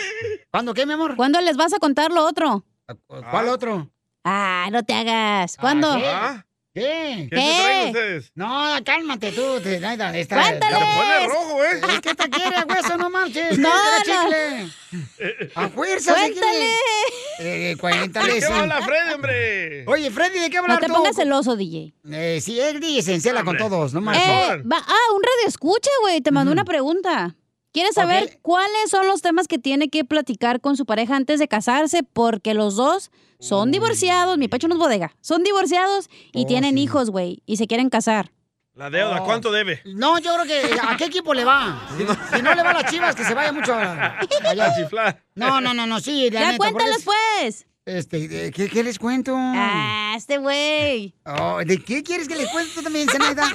[SPEAKER 2] ¿Cuándo qué, mi amor?
[SPEAKER 3] ¿Cuándo les vas a contar lo otro?
[SPEAKER 2] ¿Cuál
[SPEAKER 4] Ah,
[SPEAKER 2] otro?
[SPEAKER 3] Ah, no te hagas. ¿Cuándo?
[SPEAKER 2] Ah, ¿Qué?
[SPEAKER 3] ¿Qué se traen ¿Qué?
[SPEAKER 4] ustedes?
[SPEAKER 2] No, cálmate tú. Te, nada, está,
[SPEAKER 3] ¡Cuántales!
[SPEAKER 4] Se pone rojo, ¿eh?
[SPEAKER 2] Es que te quiere, hueso, no marches.
[SPEAKER 4] No,
[SPEAKER 2] este Era
[SPEAKER 4] no.
[SPEAKER 2] chicle. A fuerza se quiere. Eh, cuéntale.
[SPEAKER 4] ¿De qué
[SPEAKER 2] sí.
[SPEAKER 4] va a hablar Freddy, hombre?
[SPEAKER 2] Oye, Freddy, ¿de qué
[SPEAKER 3] No
[SPEAKER 2] hablar
[SPEAKER 3] te
[SPEAKER 2] tú?
[SPEAKER 3] pongas celoso, DJ.
[SPEAKER 2] Eh, sí, él dice, se encela con todos, no más.
[SPEAKER 3] Eh, va- ah, un radio escucha, güey. Te mandó una pregunta. Quiere saber cuáles son los temas que tiene que platicar con su pareja antes de casarse, porque los dos son divorciados. Mi pecho no es bodega. Son divorciados
[SPEAKER 2] Oh,
[SPEAKER 3] y tienen hijos, güey, y se quieren casar.
[SPEAKER 4] La deuda, ¿cuánto debe?
[SPEAKER 2] No, yo creo que a qué equipo le va. Si, si no le va a las chivas, que se vaya mucho a, allá.
[SPEAKER 4] A chiflar.
[SPEAKER 2] No, no, no, no, sí. La
[SPEAKER 3] Ya
[SPEAKER 2] neta,
[SPEAKER 3] cuéntales,
[SPEAKER 2] pues. Este, eh, ¿qué, qué les cuento?
[SPEAKER 3] Ah, este güey.
[SPEAKER 2] Oh, ¿De qué quieres que le cuente tú también, Zenaida?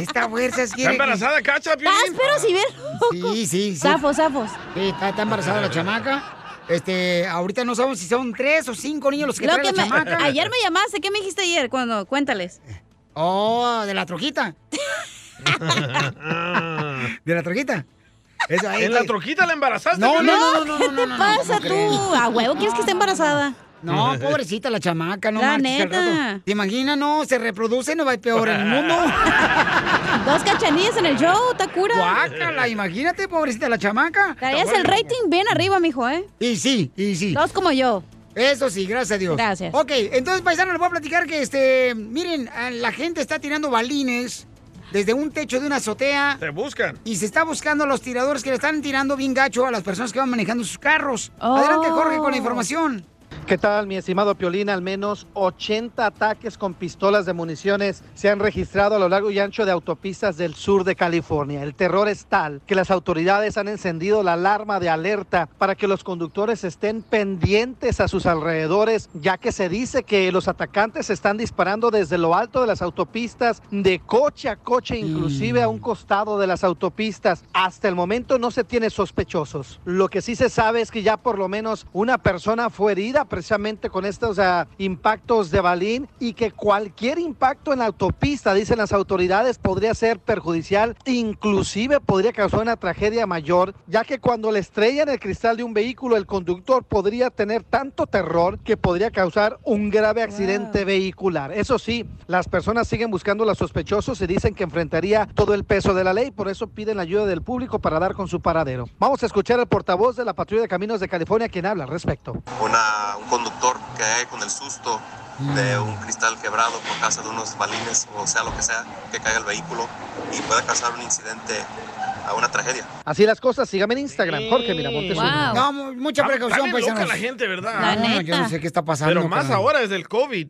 [SPEAKER 2] Esta fuerza es
[SPEAKER 4] ¿Está embarazada, Cacha, Piolín?
[SPEAKER 2] Ah, pero si bien. Sí, sí, sí. Zafos,
[SPEAKER 3] zafos.
[SPEAKER 2] Sí, está, está embarazada la chamaca. Este, ahorita no sabemos si son tres o cinco niños los que
[SPEAKER 3] Lo
[SPEAKER 2] trae
[SPEAKER 3] que
[SPEAKER 2] la
[SPEAKER 3] me-
[SPEAKER 2] chamaca.
[SPEAKER 3] ayer me llamaste, ¿qué me dijiste ayer? Cuando, cuéntales.
[SPEAKER 2] Oh, de la trojita. ¿De la troquita? Eso, ahí,
[SPEAKER 4] ¿En la
[SPEAKER 2] ahí.
[SPEAKER 4] troquita la embarazaste?
[SPEAKER 2] No, no,
[SPEAKER 4] Piolín?
[SPEAKER 2] no, no, no, no,
[SPEAKER 3] ¿Qué
[SPEAKER 2] no,
[SPEAKER 3] te
[SPEAKER 2] no,
[SPEAKER 3] pasa
[SPEAKER 2] no
[SPEAKER 3] tú?
[SPEAKER 2] creo.
[SPEAKER 3] A huevo, ¿quieres que esté embarazada?
[SPEAKER 2] No, pobrecita la chamaca, no
[SPEAKER 3] La
[SPEAKER 2] marches, al
[SPEAKER 3] neta.
[SPEAKER 2] rato. ¿Te imaginas? No, se reproduce, no va a ir peor el mundo.
[SPEAKER 3] Dos cachanillas en el show, Takura.
[SPEAKER 2] Guácala, imagínate, pobrecita la chamaca.
[SPEAKER 3] Traías el rating bien arriba, mijo, ¿eh?
[SPEAKER 2] Y sí, y sí.
[SPEAKER 3] Dos como yo.
[SPEAKER 2] Eso sí, gracias a Dios.
[SPEAKER 3] Gracias.
[SPEAKER 2] Ok, entonces, paisano, les voy a platicar que, este, miren, a la gente está tirando balines desde un techo de una azotea.
[SPEAKER 4] Te buscan.
[SPEAKER 2] Y se está buscando a los tiradores que le están tirando bien gacho a las personas que van manejando sus carros. Adelante,
[SPEAKER 3] Oh.
[SPEAKER 2] Jorge, con la información.
[SPEAKER 6] ¿Qué tal, mi estimado Piolín? Al menos 80 ataques con pistolas de municiones se han registrado a lo largo y ancho de autopistas del sur de California. El terror es tal que las autoridades han encendido la alarma de alerta para que los conductores estén pendientes a sus alrededores, ya que se dice que los atacantes están disparando desde lo alto de las autopistas, de coche a coche, inclusive a un costado de las autopistas. Hasta el momento no se tiene sospechosos. Lo que sí se sabe es que ya por lo menos una persona fue herida precisamente con estos ah, impactos de balín y que cualquier impacto en la autopista, dicen las autoridades, podría ser perjudicial, inclusive podría causar una tragedia mayor, ya que cuando le estrellan el cristal de un vehículo, el conductor podría tener tanto terror que podría causar un grave accidente vehicular. Eso sí, las personas siguen buscando a los sospechosos y dicen que enfrentaría todo el peso de la ley, por eso piden la ayuda del público para dar con su paradero. Vamos a escuchar al portavoz de la Patrulla de Caminos de California quien habla al respecto.
[SPEAKER 22] una- un conductor que cae con el susto de un cristal quebrado por causa de unos balines o sea lo que sea que caiga el vehículo y pueda causar un incidente a una tragedia.
[SPEAKER 6] Así las cosas, sígame en Instagram, Jorge Miramontes. uno.
[SPEAKER 2] No, mu- mucha
[SPEAKER 4] Está- está
[SPEAKER 2] precaución,
[SPEAKER 4] bien loca
[SPEAKER 6] pues,
[SPEAKER 2] paisanos.
[SPEAKER 4] la gente, ¿verdad?
[SPEAKER 2] La No, neta. yo no sé qué está pasando,
[SPEAKER 4] Pero más
[SPEAKER 2] carnal.
[SPEAKER 4] ahora desde el COVID.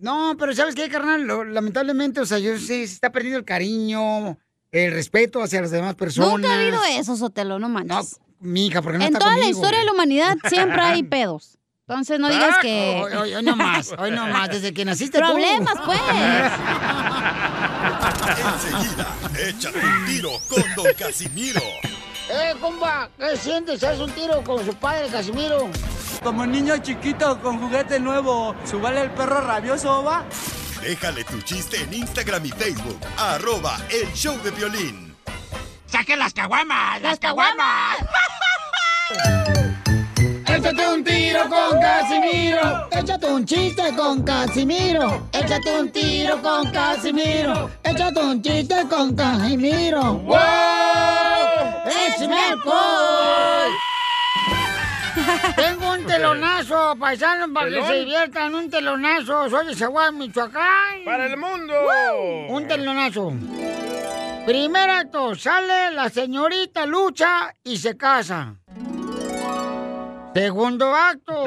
[SPEAKER 2] No, pero ¿sabes qué, carnal? Lo- lamentablemente, o sea, yo sé, se está perdiendo el cariño, el respeto hacia las demás personas.
[SPEAKER 3] Nunca ha habido eso, Sotelo, no manches.
[SPEAKER 2] Mija, porque no
[SPEAKER 3] en
[SPEAKER 2] está
[SPEAKER 3] toda la
[SPEAKER 2] conmigo.
[SPEAKER 3] historia de la humanidad siempre hay pedos.
[SPEAKER 5] Entonces no digas
[SPEAKER 2] Ah,
[SPEAKER 5] que.
[SPEAKER 2] hoy- hoy- hoy no más, hoy no más, desde que naciste tú.
[SPEAKER 5] Problemas, pues.
[SPEAKER 10] Enseguida, échate un tiro con Don Casimiro.
[SPEAKER 2] ¡Eh, comba! ¿Qué sientes? ¿Haz un tiro con su padre, Casimiro?
[SPEAKER 23] Como niño chiquito con juguete nuevo, ¿subale el perro rabioso va?
[SPEAKER 10] Déjale tu chiste en Instagram y Facebook. Arroba el show de violín.
[SPEAKER 8] ¡Saque las caguamas! ¡Las caguamas!
[SPEAKER 2] Échate un tiro con Casimiro. Échate un chiste con Casimiro. Échate un tiro con Casimiro. Échate un chiste con Casimiro. ¡Wow! ¡Échame alcohol! Tengo un telonazo, paisanos, para que
[SPEAKER 8] ¿Telón?
[SPEAKER 2] se diviertan. Un telonazo. Soy de Zaguán, Michoacán. ¡Para el mundo! Un telonazo. Primer acto, sale la señorita Lucha y se casa. Segundo acto,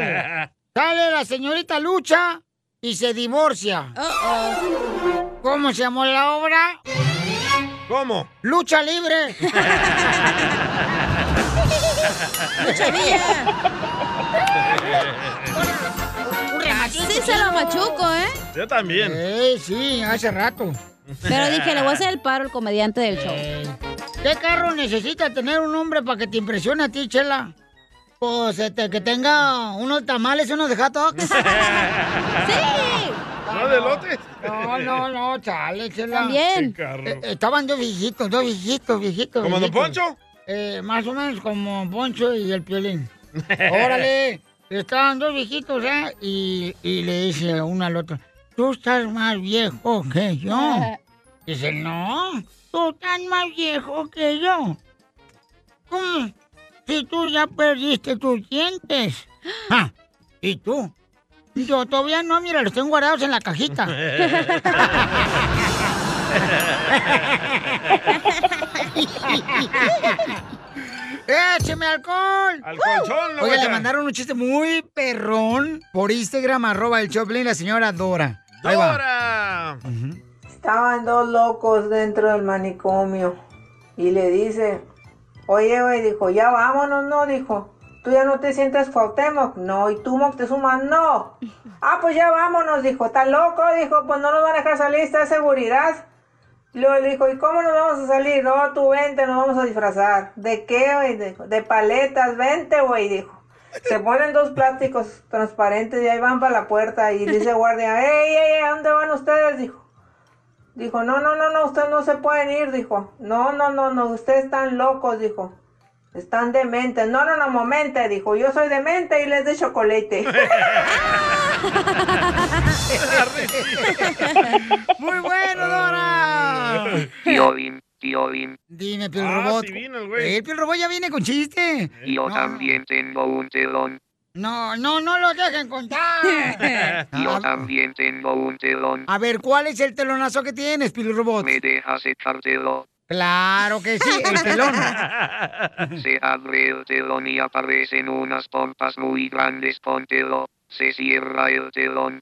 [SPEAKER 2] sale la señorita Lucha y se divorcia. ¿Cómo se llamó la obra? ¿Cómo? Lucha libre.
[SPEAKER 5] Sí se lo machuco, ¿eh?
[SPEAKER 4] Yo también.
[SPEAKER 2] Eh, sí, hace rato. Eh,
[SPEAKER 5] Pero dije, le voy a hacer el paro al comediante del show.
[SPEAKER 2] ¿Qué carro necesita tener un hombre para que te impresione a ti, Chela? Pues este, que tenga unos tamales, unos de hot dogs.
[SPEAKER 8] ¡Sí!
[SPEAKER 2] ¿No de lotes? No, no, no, chale, Chela.
[SPEAKER 8] También. Qué carro.
[SPEAKER 2] Eh, estaban dos viejitos, dos viejitos, viejitos.
[SPEAKER 8] ¿Como Don
[SPEAKER 2] viejitos.
[SPEAKER 8] Poncho?
[SPEAKER 2] Eh, más o menos como Poncho y el Piolín. Órale, estaban dos viejitos, ¿eh? Y, y le dice uno al otro, tú estás más viejo que yo. Dice, no, tú estás más viejo que yo. ¿Cómo? Si tú ya perdiste tus dientes. Ah, ¿y tú? Yo todavía no, mira, los tengo guardados en la cajita. ¡Écheme alcohol!
[SPEAKER 8] Al colchón, lo
[SPEAKER 2] Oiga,
[SPEAKER 8] voy a-
[SPEAKER 2] le mandaron un chiste muy perrón por Instagram, arroba el Choplin, la señora Dora. Ahí va.
[SPEAKER 4] Ah,
[SPEAKER 24] Estaban dos locos dentro del manicomio y le dice, oye, güey, dijo, ya vámonos, no, dijo, tú ya no te sientes Cuauhtémoc, no, y tú Moctezuma, no. Ah, pues ya vámonos, dijo, está loco, dijo, pues no nos van a dejar salir, está de seguridad. Y Luego le dijo, ¿y cómo nos vamos a salir? No, tú vente, nos vamos a disfrazar. ¿De qué, güey? Dijo, De paletas, vente, güey, dijo. Se ponen dos plásticos transparentes y ahí van para la puerta y dice el guardia, ¡Ey, ey, ey! ¿A dónde van ustedes? Dijo. Dijo, no, no, no, no, ustedes no se pueden ir, dijo. No, no, no, no, ustedes están locos, dijo. Están dementes. No, no, no, momente, dijo. Yo soy demente y les de chocolate.
[SPEAKER 2] ¡Muy bueno, Dora!
[SPEAKER 25] Tío Bim, tío Bim,
[SPEAKER 2] Dime, Piel
[SPEAKER 25] Ah,
[SPEAKER 2] Robot.
[SPEAKER 25] sí vino el güey.
[SPEAKER 2] Eh, Piel Robot ya viene con chiste.
[SPEAKER 25] yo también tengo un telón.
[SPEAKER 2] No, no, no lo dejen contar.
[SPEAKER 25] Yo también tengo un telón.
[SPEAKER 2] A ver, ¿cuál es el telonazo que tienes, Piel Robot?
[SPEAKER 25] ¿Me dejas echártelo?
[SPEAKER 2] Claro que sí, el telón.
[SPEAKER 25] Se abre el telón y aparecen unas pompas muy grandes. Póntelo. Se cierra el telón.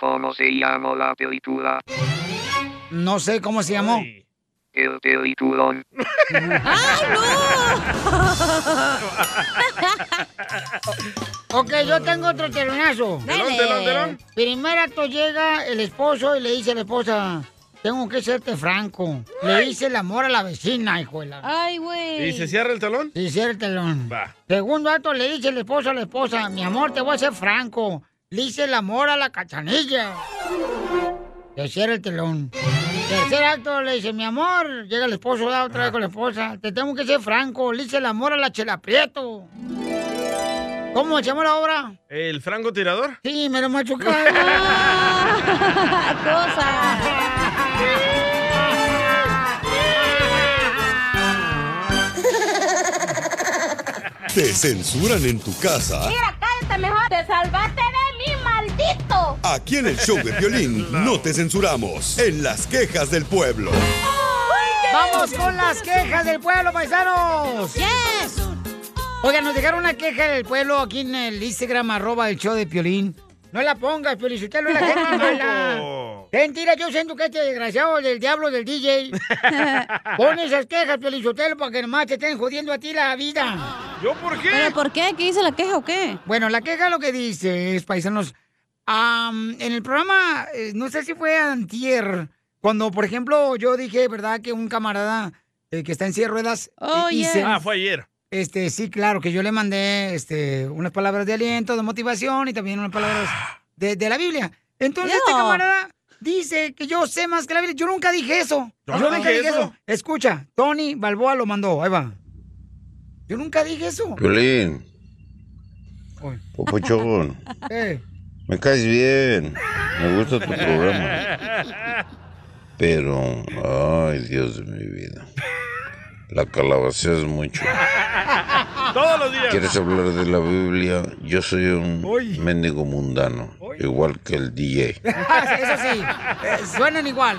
[SPEAKER 25] ¿Cómo se llama la película?
[SPEAKER 2] No sé cómo se llamó.
[SPEAKER 25] El peliculón.
[SPEAKER 2] Ok, yo tengo otro telonazo.
[SPEAKER 8] Telón, telón, telón.
[SPEAKER 2] Primer acto llega el esposo y le dice a la esposa, tengo que serte franco. Le hice el amor a la vecina, hijuela.
[SPEAKER 5] Ay, güey.
[SPEAKER 4] ¿Y se cierra el telón?
[SPEAKER 2] Sí, cierra el telón.
[SPEAKER 4] Va.
[SPEAKER 2] Segundo acto le dice el esposo a la esposa, mi amor, te voy a ser franco. Le hice el amor a la cachanilla. Se cierra el telón. Tercer acto le dice, mi amor, llega el esposo, da otra vez con la esposa. Te tengo que ser franco, le hice el amor a la chela prieto. ¿Cómo se llama la obra?
[SPEAKER 4] ¿El franco tirador?
[SPEAKER 2] Sí, me lo machucaron.
[SPEAKER 10] Te censuran en tu casa.
[SPEAKER 3] Mira, cállate mejor. Te salvaste de mí, maldito.
[SPEAKER 10] Aquí en el show de violín no te censuramos. En las quejas del pueblo.
[SPEAKER 2] Vamos con las quejas del pueblo, paisanos. Oigan, nos dejaron una queja del pueblo aquí en el Instagram, arroba el show de Piolín. No la pongas, felicitarlo a la gente mala. Mentira, yo siento que este desgraciado del diablo del DJ pone esas quejas, Felizotelo, para que nomás te estén jodiendo a ti la vida.
[SPEAKER 4] ¿Yo por qué?
[SPEAKER 3] ¿Pero por qué? ¿Qué dice la queja o qué?
[SPEAKER 2] Bueno, la queja lo que dice es, paisanos, am, en el programa, eh, no sé si fue antier, cuando, por ejemplo, yo dije, ¿verdad?, que un camarada eh, que está en silla de ruedas... eh,
[SPEAKER 3] Oh,
[SPEAKER 2] hice-
[SPEAKER 4] Ah, fue ayer.
[SPEAKER 2] este, sí, claro, que yo le mandé este, unas palabras de aliento, de motivación y también unas palabras de, de la Biblia. Entonces, este
[SPEAKER 5] Ew.
[SPEAKER 2] camarada dice que yo sé más que la Biblia. Yo nunca dije eso.
[SPEAKER 5] Yo
[SPEAKER 2] Yo,
[SPEAKER 5] no
[SPEAKER 2] nunca
[SPEAKER 5] dije
[SPEAKER 2] dije
[SPEAKER 5] eso.
[SPEAKER 2] eso. Escucha, Tony Balboa lo mandó. Ahí va. Yo nunca dije eso.
[SPEAKER 26] Piolín.
[SPEAKER 2] Uy.
[SPEAKER 26] Popochón.
[SPEAKER 2] Eh,
[SPEAKER 26] Me caes bien. Me gusta tu programa. Pero, ay, Dios de mi vida. La calabaceas mucho.
[SPEAKER 4] Todos los días.
[SPEAKER 26] ¿Quieres hablar de la Biblia? Yo soy un mendigo mundano, igual que el DJ.
[SPEAKER 2] eso sí, eh, suenan igual.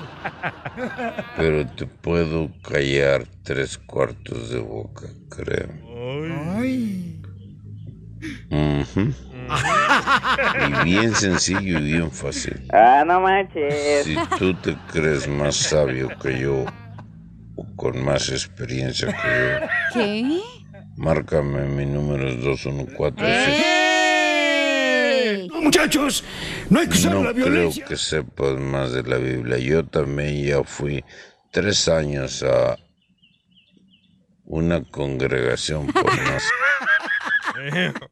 [SPEAKER 26] Pero te puedo callar tres cuartos de boca, créeme.
[SPEAKER 2] Ay.
[SPEAKER 26] Ujú. Y bien sencillo y bien fácil.
[SPEAKER 27] Ah, no
[SPEAKER 8] Pues.
[SPEAKER 27] manches.
[SPEAKER 26] Si tú te crees más sabio que yo o con más experiencia que yo,
[SPEAKER 3] ¿Qué?
[SPEAKER 26] márcame mi número es 2147.
[SPEAKER 14] Eh. Muchachos, no hay que usar
[SPEAKER 26] No
[SPEAKER 14] la
[SPEAKER 26] creo
[SPEAKER 14] violencia.
[SPEAKER 26] que sepas más de la Biblia. Yo también ya fui tres años a una congregación por más.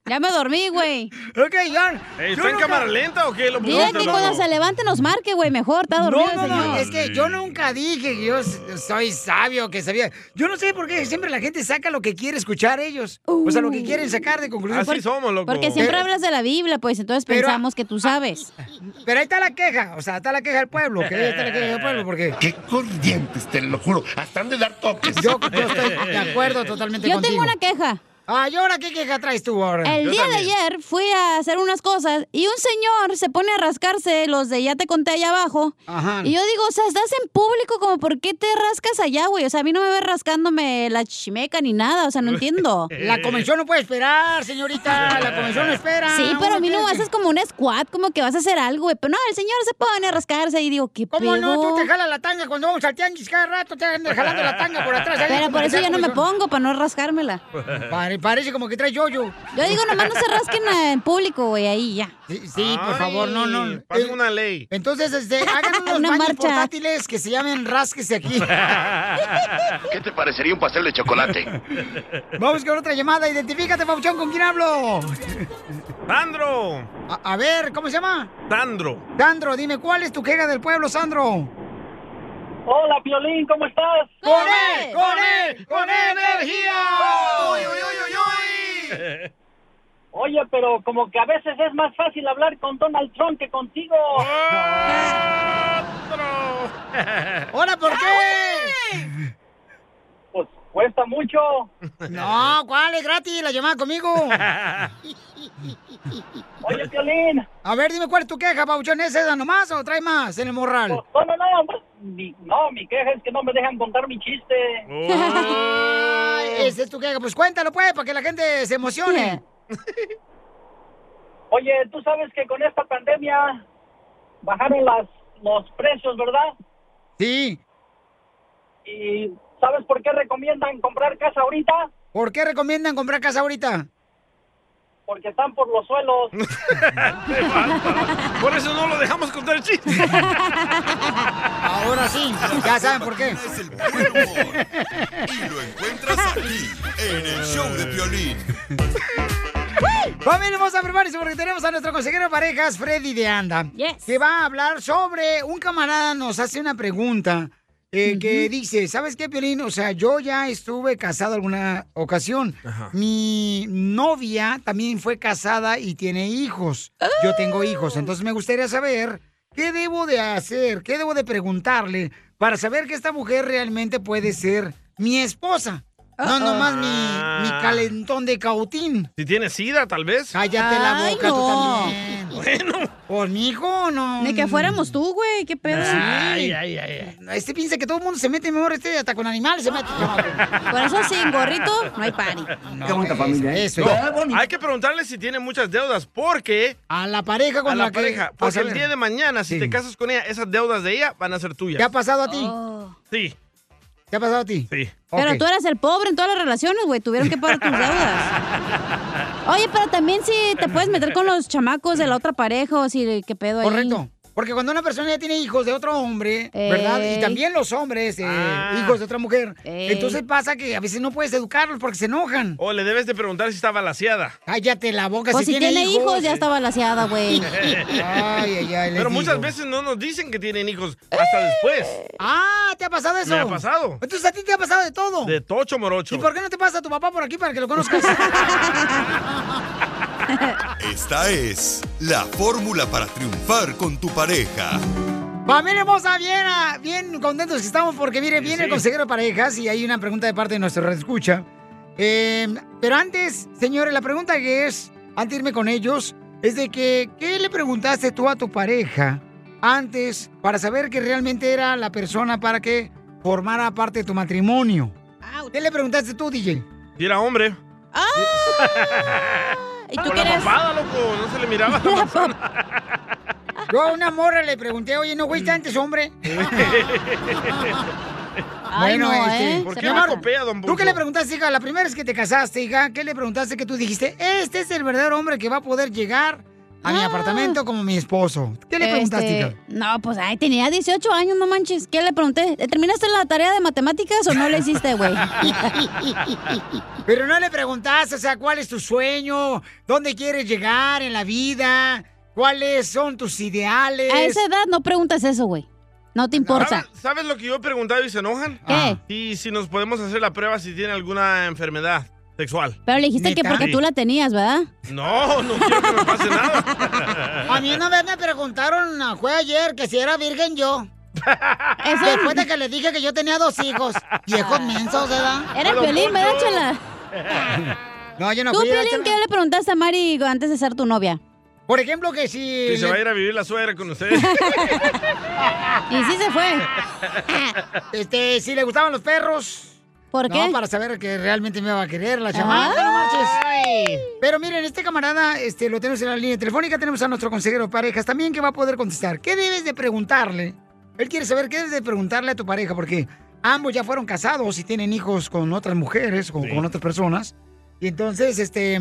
[SPEAKER 3] Ya me dormí, güey.
[SPEAKER 2] Ok, ya.
[SPEAKER 4] Ey, ¿Está en cámara lenta o qué? Lo
[SPEAKER 3] Dile
[SPEAKER 4] pusiste,
[SPEAKER 3] que
[SPEAKER 4] loco?
[SPEAKER 3] cuando se levante nos marque, güey. Mejor, está
[SPEAKER 2] No,
[SPEAKER 3] dormido el
[SPEAKER 2] no, no,
[SPEAKER 3] señor.
[SPEAKER 2] es que yo nunca dije que yo s- soy sabio, que sabía. Yo no sé por qué siempre la gente saca lo que quiere escuchar ellos. O sea, lo que quieren sacar de Eh, conclusión.
[SPEAKER 3] Por- Porque siempre hablas de la Biblia, pues entonces
[SPEAKER 2] Pero- ah,
[SPEAKER 3] pensamos que tú sabes.
[SPEAKER 2] Pero ahí está la queja, o sea, está la queja del pueblo, que ahí está la queja del pueblo, porque...
[SPEAKER 14] Qué corrientes, te lo juro. Hasta han de dar toques.
[SPEAKER 2] Yo, yo estoy de acuerdo totalmente
[SPEAKER 3] Yo
[SPEAKER 2] contigo.
[SPEAKER 3] tengo una queja.
[SPEAKER 2] Ah, ¿y ahora qué queja traes tú ahora?
[SPEAKER 3] El día de ayer fui a hacer unas cosas y un señor se pone a rascarse los de ya te conté allá abajo.
[SPEAKER 2] Ajá.
[SPEAKER 3] Y yo digo, o sea, estás en público, como por qué te rascas allá, güey. O sea, a mí no me ves rascándome la chimeca ni nada, o sea, no entiendo.
[SPEAKER 2] La convención no puede esperar, señorita, la convención no espera.
[SPEAKER 3] Sí, pero a mí
[SPEAKER 2] Uno
[SPEAKER 3] no
[SPEAKER 2] tiene
[SPEAKER 3] haces como un squat, como que vas a hacer algo, güey. Pero no, el señor se pone a rascarse y digo, ¿qué
[SPEAKER 2] que- ¿Cómo no?
[SPEAKER 3] pedo?
[SPEAKER 2] Tú te jalas la tanga cuando vamos al tianguis cada rato, te andas eh, jalando la tanga por atrás. ahí
[SPEAKER 3] Pero
[SPEAKER 2] como
[SPEAKER 3] por eso
[SPEAKER 2] sea,
[SPEAKER 3] ya no me
[SPEAKER 2] como yo.
[SPEAKER 3] pongo, para no rascármela.
[SPEAKER 2] Pare- parece como que trae yo-yo.
[SPEAKER 3] Yo digo, nomás no se rasquen eh, en público, güey, ahí ya.
[SPEAKER 2] Sí, sí, por favor, no, no.
[SPEAKER 4] Pasen una ley.
[SPEAKER 2] Entonces, este, hagan unos
[SPEAKER 3] Una
[SPEAKER 2] baños
[SPEAKER 3] marcha.
[SPEAKER 2] portátiles que se llamen Rásquese aquí.
[SPEAKER 10] ¿Qué te parecería un pastel de chocolate?
[SPEAKER 2] Vamos con otra llamada. Identifícate, Pauchón, ¿con quién hablo?
[SPEAKER 4] Sandro.
[SPEAKER 2] A, a ver, ¿cómo se llama?
[SPEAKER 4] Sandro.
[SPEAKER 2] Sandro, dime, ¿cuál es tu queja del pueblo, Sandro?
[SPEAKER 8] Hola, Piolín, ¿cómo estás?
[SPEAKER 2] ¡Con él! ¡Con él! ¡Con energía!
[SPEAKER 8] Oye, pero como que a veces es más fácil hablar con Donald Trump que contigo.
[SPEAKER 2] ¡Hola, ¿por qué?
[SPEAKER 8] Pues cuesta mucho.
[SPEAKER 2] No, ¿cuál es gratis la llamada conmigo?
[SPEAKER 8] Oye, Piolín.
[SPEAKER 2] A ver, dime, ¿cuál es tu queja, Pauchón? ¿Es esa nomás o trae más en el morral?
[SPEAKER 8] No, no, no. pues, mi, no, mi queja es que no me dejan contar mi chiste.
[SPEAKER 2] Ay, esa es tu queja. Pues cuéntalo, pues, para que la gente se emocione.
[SPEAKER 8] Oye, tú sabes que con esta pandemia bajaron las los precios, ¿verdad?
[SPEAKER 2] Sí.
[SPEAKER 8] ¿Y sabes por qué recomiendan comprar casa ahorita?
[SPEAKER 2] ¿Por qué recomiendan comprar casa ahorita?
[SPEAKER 8] Porque están por los suelos.
[SPEAKER 4] Por eso no lo dejamos contar el chiste.
[SPEAKER 2] Ahora sí, ya saben por qué.
[SPEAKER 28] Y lo encuentras aquí, en el show de Piolín.
[SPEAKER 2] Familia hermosa, prepárense porque tenemos a nuestro consejero de parejas, Freddy de Anda, que va a hablar sobre un camarada nos hace una pregunta eh, que dice, ¿sabes qué, Piolín? O sea, yo ya estuve casado alguna ocasión. Mi novia también fue casada y tiene hijos. Yo tengo hijos, entonces me gustaría saber qué debo de hacer, qué debo de preguntarle para saber que esta mujer realmente puede ser mi esposa. No, nomás mi, mi calentón de cautín.
[SPEAKER 4] Si tienes sida, tal vez.
[SPEAKER 2] Cállate la
[SPEAKER 4] Ay,
[SPEAKER 2] boca
[SPEAKER 4] no.
[SPEAKER 2] tú también. Bueno. Conmigo, no.
[SPEAKER 3] Ni que fuéramos tú, güey. Qué pedo.
[SPEAKER 2] Ay, ay, ay, ay. Este piensa que todo el mundo se mete mejor, este hasta con animales se mete.
[SPEAKER 3] Por eso sin gorrito no hay party.
[SPEAKER 4] Qué bonita
[SPEAKER 2] familia, ¿eh?
[SPEAKER 4] Eso,
[SPEAKER 2] No,
[SPEAKER 4] hay que preguntarle si tiene muchas deudas, porque...
[SPEAKER 2] A la pareja con
[SPEAKER 4] a la,
[SPEAKER 2] la que-
[SPEAKER 4] pareja.
[SPEAKER 2] vas
[SPEAKER 4] Porque
[SPEAKER 2] a
[SPEAKER 4] el
[SPEAKER 2] ver.
[SPEAKER 4] día de mañana, si te casas con ella, esas deudas de ella van a ser tuyas. Oh.
[SPEAKER 2] ¿Te ha pasado a ti?
[SPEAKER 4] Sí.
[SPEAKER 2] ¿Te ha pasado a ti?
[SPEAKER 4] Sí.
[SPEAKER 3] Pero tú eras el pobre en todas las relaciones, güey. Tuvieron que pagar tus deudas. Oye, pero también si te puedes meter con los chamacos de la otra pareja o si qué pedo ahí.
[SPEAKER 2] Correcto. Porque cuando una persona ya tiene hijos de otro hombre, ¿verdad?
[SPEAKER 3] Ey.
[SPEAKER 2] Y también los hombres, eh,
[SPEAKER 4] Ah.
[SPEAKER 2] hijos de otra mujer.
[SPEAKER 4] Ey.
[SPEAKER 2] Entonces pasa que a veces no puedes educarlos porque se enojan.
[SPEAKER 4] O Oh, le debes de preguntar si está balaseada.
[SPEAKER 2] Cállate la boca,
[SPEAKER 3] Pues si, tiene, hijos,
[SPEAKER 2] eh.
[SPEAKER 3] ya está balaseada, güey. les
[SPEAKER 4] Pero muchas
[SPEAKER 3] digo.
[SPEAKER 4] veces no nos dicen que tienen hijos hasta después.
[SPEAKER 2] Ah, ¿te ha pasado eso?
[SPEAKER 4] Me ha pasado.
[SPEAKER 2] Entonces a ti te ha pasado de todo.
[SPEAKER 4] De tocho morocho.
[SPEAKER 2] ¿Y por qué no te pasa a tu papá por aquí para que lo conozcas?
[SPEAKER 10] Esta es la fórmula para triunfar con tu pareja.
[SPEAKER 2] Familia hermosa, bien, ah, bien contentos que estamos porque, mire, viene el consejero de parejas y hay una pregunta de parte de nuestro red escucha. pero antes, señores, la pregunta que es, antes de irme con ellos, es de que, ¿qué le preguntaste tú a tu pareja antes para saber que realmente era la persona para que formara parte de tu matrimonio? ¿Qué le preguntaste tú, DJ?
[SPEAKER 4] Si era hombre.
[SPEAKER 3] ¡Ah!
[SPEAKER 2] ¿Y tú
[SPEAKER 4] Con la
[SPEAKER 2] qué eres?
[SPEAKER 4] papada, loco. No se le miraba la manzana.
[SPEAKER 2] Yo a una morra le pregunté, oye, ¿no fuiste antes, hombre?
[SPEAKER 4] no,
[SPEAKER 2] este,
[SPEAKER 4] ¿eh?
[SPEAKER 2] ¿por
[SPEAKER 4] Se
[SPEAKER 2] qué
[SPEAKER 4] pasa.
[SPEAKER 2] no?
[SPEAKER 4] copia, don
[SPEAKER 2] ¿Tú
[SPEAKER 4] Poncho?
[SPEAKER 2] qué le preguntaste, hija? La primera vez que te casaste, hija, ¿qué le preguntaste que tú dijiste? Este es el verdadero hombre que va a poder llegar a
[SPEAKER 4] Ah.
[SPEAKER 2] mi apartamento como mi esposo. ¿Qué le preguntaste,
[SPEAKER 3] Este,
[SPEAKER 2] hija?
[SPEAKER 3] No, pues ay, tenía 18 años, no manches. ¿Qué le pregunté? ¿Eh, ¿Terminaste la tarea de matemáticas o no la hiciste, güey?
[SPEAKER 2] Pero no le preguntaste, o sea, ¿cuál es tu sueño? ¿Dónde quieres llegar en la vida? ¿Cuáles son tus ideales?
[SPEAKER 3] A esa edad no preguntas eso, güey. No te importa.
[SPEAKER 4] ¿Sabes, sabes lo que yo he preguntado y se enojan? Ah.
[SPEAKER 3] ¿Qué?
[SPEAKER 4] Y si nos podemos hacer la prueba si tiene alguna enfermedad sexual.
[SPEAKER 3] Pero le dijiste que porque
[SPEAKER 4] Sí.
[SPEAKER 3] tú la tenías, ¿verdad?
[SPEAKER 4] No, no quiero que me pase
[SPEAKER 2] A
[SPEAKER 4] nada.
[SPEAKER 2] mí una vez me preguntaron, ah, fue ayer, que si era virgen yo. Después de que le dije que yo tenía dos hijos. Viejos mensos, ¿verdad?
[SPEAKER 3] Era el Piolín, ¿verdad, Chela?
[SPEAKER 2] No, yo no
[SPEAKER 3] ¿Tú,
[SPEAKER 2] fui, ¿verdad,
[SPEAKER 3] Piolín,
[SPEAKER 2] Chela?
[SPEAKER 3] qué le preguntaste a Mari antes de ser tu novia?
[SPEAKER 2] Por ejemplo, que si...
[SPEAKER 4] Y se va a ir a vivir la suegra con ustedes.
[SPEAKER 3] Y sí se fue.
[SPEAKER 2] Este, si le gustaban los perros.
[SPEAKER 3] ¿Por
[SPEAKER 2] No,
[SPEAKER 3] qué?
[SPEAKER 2] para saber que realmente me va a querer la chamaca, no marches. Pero miren, este camarada, este, lo tenemos en la línea telefónica, tenemos a nuestro consejero de parejas también que va a poder contestar. ¿Qué debes de preguntarle? Él quiere saber qué debes de preguntarle a tu pareja, porque ambos ya fueron casados y tienen hijos con otras mujeres, con, con otras personas. Y entonces, este,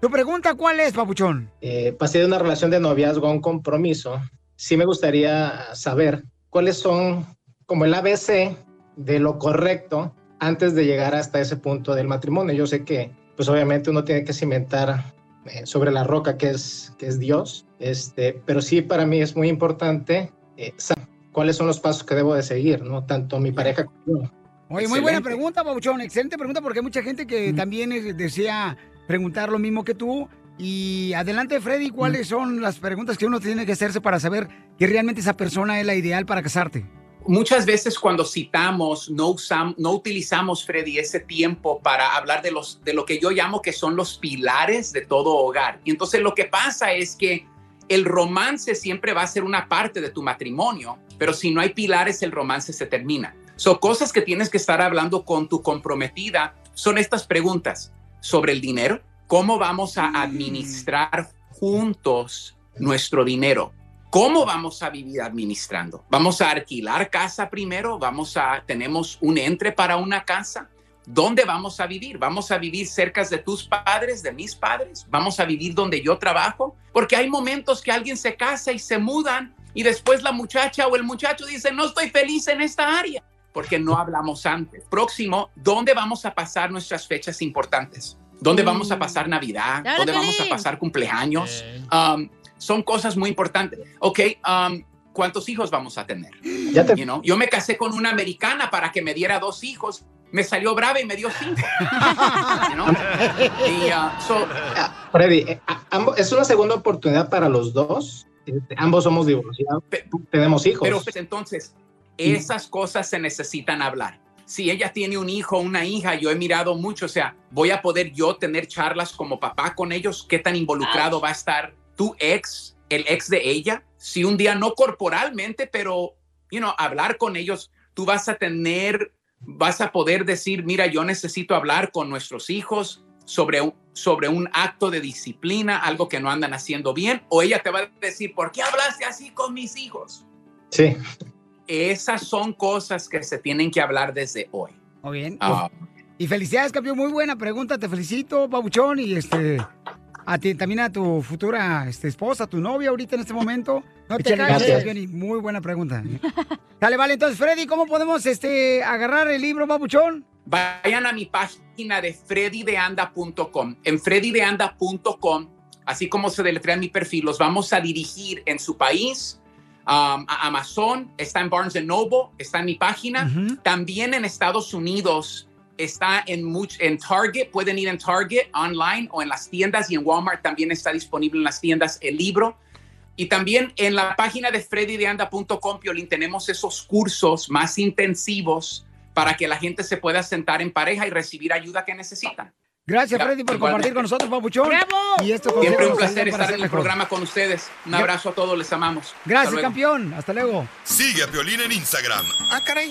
[SPEAKER 2] tu pregunta, ¿cuál es, papuchón?
[SPEAKER 20] Eh, pasé de una relación de noviazgo a un compromiso. Sí me gustaría saber cuáles son como el ABC de lo correcto antes de llegar hasta ese punto del matrimonio. Yo sé que, pues obviamente uno tiene que cimentar eh, sobre la roca que es, que es Dios, este, pero sí para mí es muy importante eh, saber cuáles son los pasos que debo de seguir, ¿no? Tanto mi pareja como yo.
[SPEAKER 2] Oye, muy buena
[SPEAKER 20] Excelente.
[SPEAKER 2] pregunta, Pabuchón. Excelente pregunta porque hay mucha gente que también eh, desea preguntar lo mismo que tú. Y adelante, Freddy, ¿cuáles son las preguntas que uno tiene que hacerse para saber que realmente esa persona es la ideal para casarte?
[SPEAKER 21] muchas veces cuando citamos, no, usam- no utilizamos, Freddy, ese tiempo para hablar de, los, de lo que yo llamo que son los pilares de todo hogar. Y entonces lo que pasa es que el romance siempre va a ser una parte de tu matrimonio, pero si no hay pilares, el romance se termina. Son cosas que tienes que estar hablando con tu comprometida. Son estas preguntas sobre el dinero. ¿Cómo vamos a administrar juntos nuestro dinero? ¿Cómo vamos a vivir administrando? ¿Vamos a alquilar casa primero? ¿Vamos a tenemos un entre para una casa? ¿Dónde vamos a vivir? ¿Vamos a vivir cerca de tus padres, de mis padres? ¿Vamos a vivir donde yo trabajo? Porque hay momentos que alguien se casa y se mudan y después la muchacha o el muchacho dice, no estoy feliz en esta área, porque no hablamos antes. Próximo, ¿dónde vamos a pasar nuestras fechas importantes? ¿Dónde vamos a pasar Navidad?
[SPEAKER 29] Dale,
[SPEAKER 21] ¿Dónde vamos a
[SPEAKER 29] Pelín.
[SPEAKER 21] pasar cumpleaños? Um, son cosas muy importantes. Ok, um, ¿cuántos hijos vamos a tener?
[SPEAKER 20] Ya te-
[SPEAKER 21] You know, Yo me casé con una americana para que me diera dos hijos. Me salió brava y me dio cinco. You know? Y, uh, so,
[SPEAKER 20] Freddy, eh, a- ambos- es una segunda oportunidad para los dos. Este, ambos somos divorciados, tenemos hijos.
[SPEAKER 21] Pero pues, entonces, esas cosas se necesitan hablar. si ella tiene un hijo o una hija, yo he mirado mucho, o sea, voy a poder yo tener charlas como papá con ellos, qué tan involucrado va a estar tu ex, el ex de ella, si un día no corporalmente, pero, you know, hablar con ellos, tú vas a tener, vas a poder decir, mira, yo necesito hablar con nuestros hijos sobre un, sobre un acto de disciplina, algo que no andan haciendo bien, o ella te va a decir, ¿por qué hablaste así con mis hijos?
[SPEAKER 20] Sí.
[SPEAKER 21] Esas son cosas que se tienen que hablar desde hoy.
[SPEAKER 2] Muy bien.
[SPEAKER 21] Ah.
[SPEAKER 2] Pues, Y felicidades, campeón. Muy buena pregunta. Te felicito, Pabuchón. Y este. A ti, también a tu futura este, esposa, tu novia ahorita en este momento. No te
[SPEAKER 5] Échale
[SPEAKER 2] calles,
[SPEAKER 5] ganas.
[SPEAKER 2] Johnny. Muy buena pregunta. Dale, vale. Entonces, Freddy, ¿cómo podemos este, agarrar el libro, Pabuchón?
[SPEAKER 21] vayan a mi página de freddydeanda.com. En freddydeanda.com, así como se deletrea en mi perfil, los vamos a dirigir en su país, um, a Amazon, está en Barnes Noble, está en mi página. También en Estados Unidos está en, much- en Target, pueden ir en Target online o en las tiendas y en Walmart también está disponible en las tiendas el libro. Y también en la página de freddydeanda.com, Piolín, tenemos esos cursos más intensivos para que la gente se pueda sentar en pareja y recibir ayuda que necesitan.
[SPEAKER 2] Gracias,
[SPEAKER 21] Ya,
[SPEAKER 2] Freddy, por
[SPEAKER 21] igualmente.
[SPEAKER 2] compartir con nosotros, Pabuchón. Y esto
[SPEAKER 21] Siempre un placer estar en el programa con ustedes. Un
[SPEAKER 2] Ya.
[SPEAKER 21] abrazo a todos, les amamos. Hasta
[SPEAKER 2] Gracias,
[SPEAKER 21] luego.
[SPEAKER 2] campeón. Hasta luego.
[SPEAKER 10] Sigue a Violín en Instagram,
[SPEAKER 19] Ah, caray.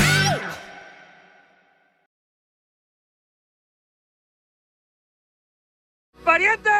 [SPEAKER 5] ¡Pariente!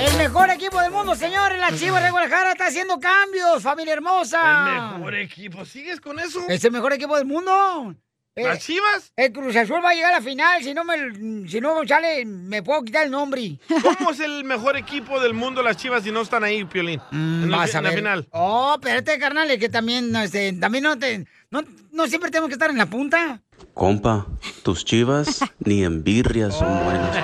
[SPEAKER 2] El mejor equipo del mundo, señores. La Chivas de Guadalajara está haciendo cambios, familia hermosa.
[SPEAKER 4] El mejor equipo. ¿Sigues con eso?
[SPEAKER 2] Es el mejor equipo del mundo.
[SPEAKER 4] ¿Las
[SPEAKER 2] Chivas? El Cruz Azul va a llegar a la final. Si no me, si no sale, me puedo quitar el nombre.
[SPEAKER 4] ¿Cómo es el mejor equipo del mundo las Chivas si no están ahí, Piolín? en la,
[SPEAKER 2] Mm, Vas
[SPEAKER 4] fi-
[SPEAKER 2] a
[SPEAKER 4] en la
[SPEAKER 2] ver.
[SPEAKER 4] final.
[SPEAKER 2] Oh, espérate, carnal, es que también, no, este, también no, te- no, no siempre tenemos que estar en la punta.
[SPEAKER 13] Compa, tus chivas ni en birria son buenas.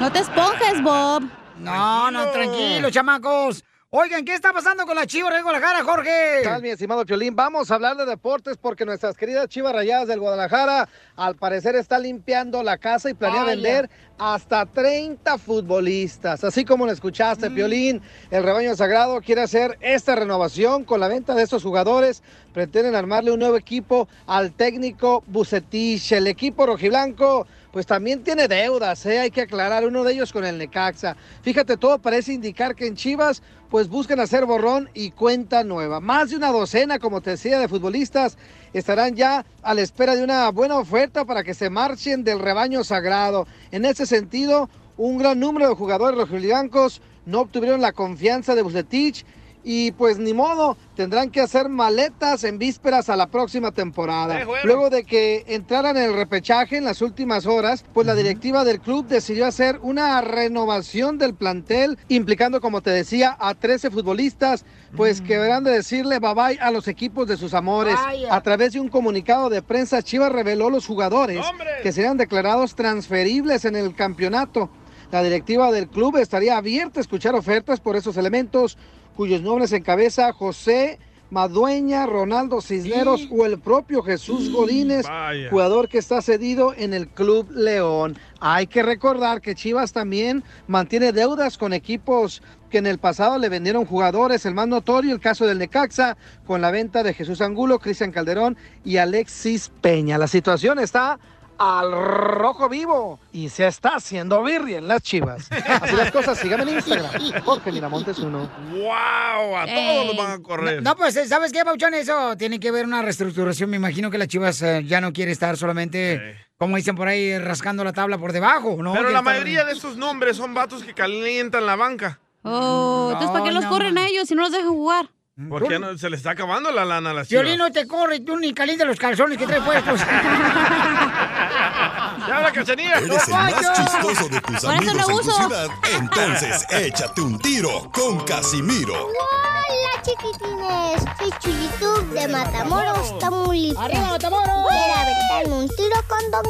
[SPEAKER 2] No te esponjes, Bob. No, no, tranquilo, chamacos. Oigan, ¿qué está pasando con la Chivas de Guadalajara, Jorge?
[SPEAKER 6] ¿Qué tal, mi estimado Piolín? Vamos a hablar de deportes porque nuestras queridas chivas rayadas del Guadalajara al parecer está limpiando la casa y
[SPEAKER 2] Ah,
[SPEAKER 6] planea
[SPEAKER 20] Vaya.
[SPEAKER 6] vender hasta 30 futbolistas. Así como lo escuchaste, Piolín, el rebaño sagrado quiere hacer esta renovación con la venta de estos jugadores. Pretenden armarle un nuevo equipo al técnico Bucetich. El equipo rojiblanco pues también tiene deudas, ¿eh? hay que aclarar, uno de ellos con el Necaxa. Fíjate, todo parece indicar que en Chivas pues buscan hacer borrón y cuenta nueva. Más de una docena, como te decía, de futbolistas estarán ya a la espera de una buena oferta para que se marchen del rebaño sagrado. En ese sentido, un gran número de jugadores rojiblancos no obtuvieron la confianza de Bucetich y pues ni modo, tendrán que hacer maletas en vísperas a la próxima temporada.
[SPEAKER 20] Eh, bueno.
[SPEAKER 6] Luego de que entraran en el repechaje en las últimas horas, pues la directiva del club decidió hacer una renovación del plantel, implicando, como te decía, a 13 futbolistas, pues que deberán de decirle bye bye a los equipos de sus amores.
[SPEAKER 20] Vaya.
[SPEAKER 6] A través de un comunicado de prensa, Chivas reveló los jugadores que serán declarados transferibles en el campeonato. La directiva del club estaría abierta a escuchar ofertas por esos elementos cuyos nombres encabeza José Madueña, Ronaldo Cisneros o el propio Jesús Godínez,
[SPEAKER 20] Vaya.
[SPEAKER 6] jugador que está cedido en el Club León. Hay que recordar que Chivas también mantiene deudas con equipos que en el pasado le vendieron jugadores, el más notorio el caso del Necaxa, con la venta de Jesús Angulo, Cristian Calderón y Alexis Peña. La situación está al rojo vivo y se está haciendo birria en las chivas. Así las cosas, síganme en Instagram, Jorge Miramontes uno.
[SPEAKER 4] ¡Wow! A todos los van a correr.
[SPEAKER 2] No, no, pues, ¿sabes qué, Pauchón? Eso tiene que ver una reestructuración. Me imagino que la Chivas eh, ya no quiere estar solamente, como dicen por ahí, rascando la tabla por debajo,
[SPEAKER 4] Pero
[SPEAKER 2] ¿no? Quiere
[SPEAKER 4] la
[SPEAKER 2] estar-
[SPEAKER 4] mayoría de esos nombres son vatos que calientan la banca.
[SPEAKER 3] Oh, entonces, ¿para qué los corren a ellos si no los dejan jugar?
[SPEAKER 4] Porque ya no- se les está acabando la lana a las chivas.
[SPEAKER 2] Violín no te corre, tú ni caliente los calzones que traes puestos.
[SPEAKER 4] ¡Ya la cachanilla!
[SPEAKER 10] Eres el más chistoso de
[SPEAKER 4] Por
[SPEAKER 10] tus
[SPEAKER 4] eso
[SPEAKER 10] amigos
[SPEAKER 4] lo
[SPEAKER 10] en tu
[SPEAKER 4] uso.
[SPEAKER 10] ciudad. Entonces, échate un tiro con Casimiro.
[SPEAKER 11] Hola chiquitines, soy Chuyitub de Matamoros, Tamaulipas. ¡Arriba Matamoros! Quiero aventarme un tiro con Don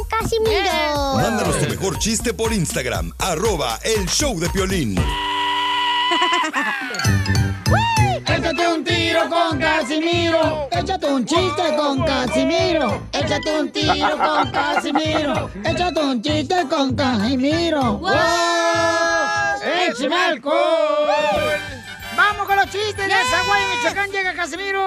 [SPEAKER 11] Casimiro.
[SPEAKER 10] Mándanos tu mejor chiste por Instagram, arroba el show de Piolín.
[SPEAKER 5] Échate un tiro con Casimiro. Échate un chiste con Casimiro. Échate un tiro con Casimiro. Échate un chiste con Casimiro. ¡Wow!
[SPEAKER 2] ¡Échame
[SPEAKER 5] ¡Échame alcohol!
[SPEAKER 2] alcohol! ¡Vamos con los chistes de Zaguay, Michoacán! ¡Llega Casimiro!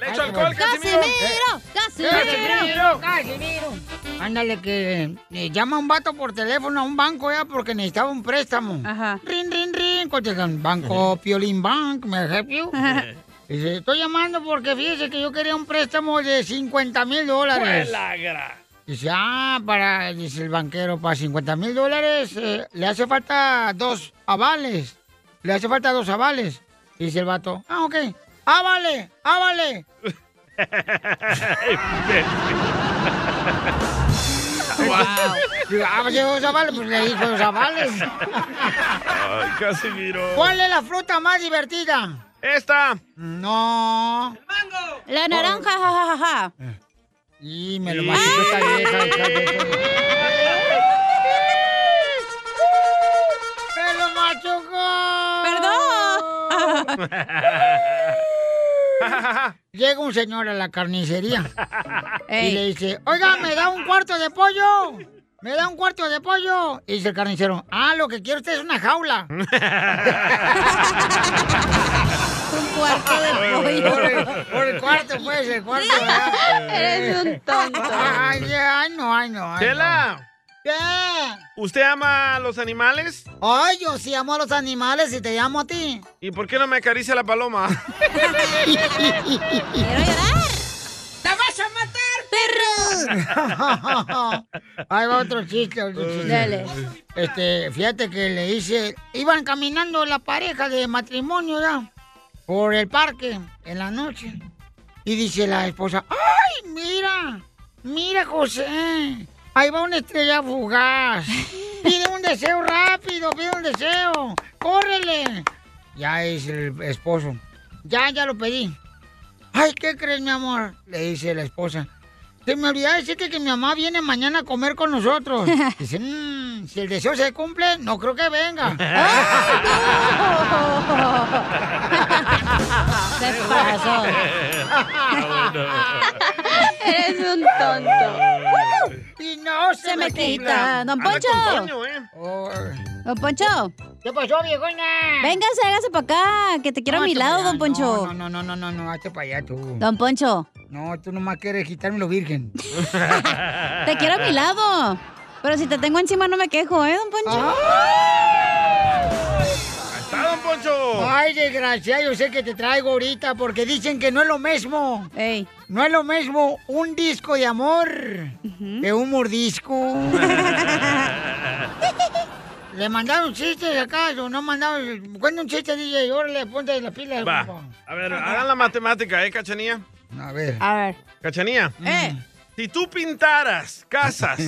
[SPEAKER 5] ¡Le echo alcohol, Casimiro! Eh,
[SPEAKER 2] ¡Casimiro!
[SPEAKER 5] ¡Casimiro!
[SPEAKER 2] ¡Casimiro! Ándale, que eh, llama un vato por teléfono a un banco ya porque necesitaba un préstamo. Ajá. Rin, rin, rin. Contestan, banco Piolín Bank, ¿me help you? Dice, estoy llamando porque fíjese que yo quería un préstamo de 50
[SPEAKER 8] Pues,
[SPEAKER 2] mil
[SPEAKER 5] Pues
[SPEAKER 2] dólares. Dice, ah, para, dice el banquero, para 50 mil dólares eh, le hace falta dos avales. Le hace falta dos avales. Dice el vato, ah, ok. Ah, vale, ah, vale. Digo, ah, pues llevo dos avales, pues le hizo dos avales.
[SPEAKER 4] Ay, Casimiro.
[SPEAKER 2] ¿Cuál es la fruta más divertida?
[SPEAKER 4] Esta.
[SPEAKER 2] No. El mango.
[SPEAKER 3] La naranja, jajaja.
[SPEAKER 2] Y me lo machucó esta vieja. hija de- ¡Me lo machucó! ¡Perdón! Llega un señor a la carnicería y
[SPEAKER 5] Ey.
[SPEAKER 2] le dice, oiga, ¿me da un cuarto de pollo? ¿Me da un cuarto de pollo? Y dice el carnicero, ah, lo que quiere usted es una jaula. un cuarto de pollo. Por el, por el cuarto, pues, el cuarto.
[SPEAKER 5] Eres
[SPEAKER 2] un tonto. Ay, ay, no, ay, no. ay,
[SPEAKER 4] Chela.
[SPEAKER 2] ¿Qué?
[SPEAKER 4] ¿Usted ama a los animales?
[SPEAKER 2] Ay, yo sí amo a los animales y te llamo a ti.
[SPEAKER 4] ¿Y por qué no me acaricia la paloma?
[SPEAKER 5] ¡Te vas a matar,
[SPEAKER 2] Ahí va otro chiste, otro chiste.
[SPEAKER 5] Dale.
[SPEAKER 2] Este, fíjate que le hice. Iban caminando la pareja de matrimonio ya por el parque en la noche. Y dice la esposa, ¡ay, mira! Mira, José. Ahí va una estrella fugaz. Pide un deseo rápido, pide un deseo. ¡Córrele! Ya es el esposo. Ya, ya lo pedí. Ay, ¿qué crees, mi amor? Le dice la esposa. Se me olvidaba decirte que mi mamá viene mañana a comer con nosotros. Dice, "Mm, si el deseo se cumple, no creo que venga.
[SPEAKER 5] Se pasó.
[SPEAKER 3] Eres un tonto.
[SPEAKER 2] Y no se,
[SPEAKER 3] me
[SPEAKER 5] cumpla.
[SPEAKER 3] quita. Don
[SPEAKER 5] Anda
[SPEAKER 3] Poncho.
[SPEAKER 5] con ¿eh? Toño,
[SPEAKER 3] Don Poncho.
[SPEAKER 2] ¿Qué pasó, viejona?
[SPEAKER 3] Véngase, hágase para acá, que te quiero a mi
[SPEAKER 2] hazte
[SPEAKER 3] lado,
[SPEAKER 2] para
[SPEAKER 3] don
[SPEAKER 2] allá.
[SPEAKER 3] Poncho.
[SPEAKER 2] No, no, no, no, no, no, hazte para allá tú.
[SPEAKER 3] Don Poncho.
[SPEAKER 2] No, tú nomás quieres quitarme lo virgen.
[SPEAKER 3] Te quiero
[SPEAKER 2] Ah.
[SPEAKER 3] a mi lado. Pero si te tengo encima no me quejo, ¿eh, don Poncho?
[SPEAKER 4] ¡Está, don Poncho!
[SPEAKER 2] Ay, desgraciado, yo sé que te traigo ahorita porque dicen que no es lo mismo. No es lo mismo un disco de amor que un mordisco. ¿Le mandaron chistes acaso? ¿No mandaron? Cuenta un chiste, DJ, órale, ponte las pilas.
[SPEAKER 4] Va.
[SPEAKER 2] compa.
[SPEAKER 4] A ver, hagan la matemática, ¿eh, Cachanía?
[SPEAKER 2] A ver.
[SPEAKER 4] A ver. Cachanía. Si tú pintaras casas,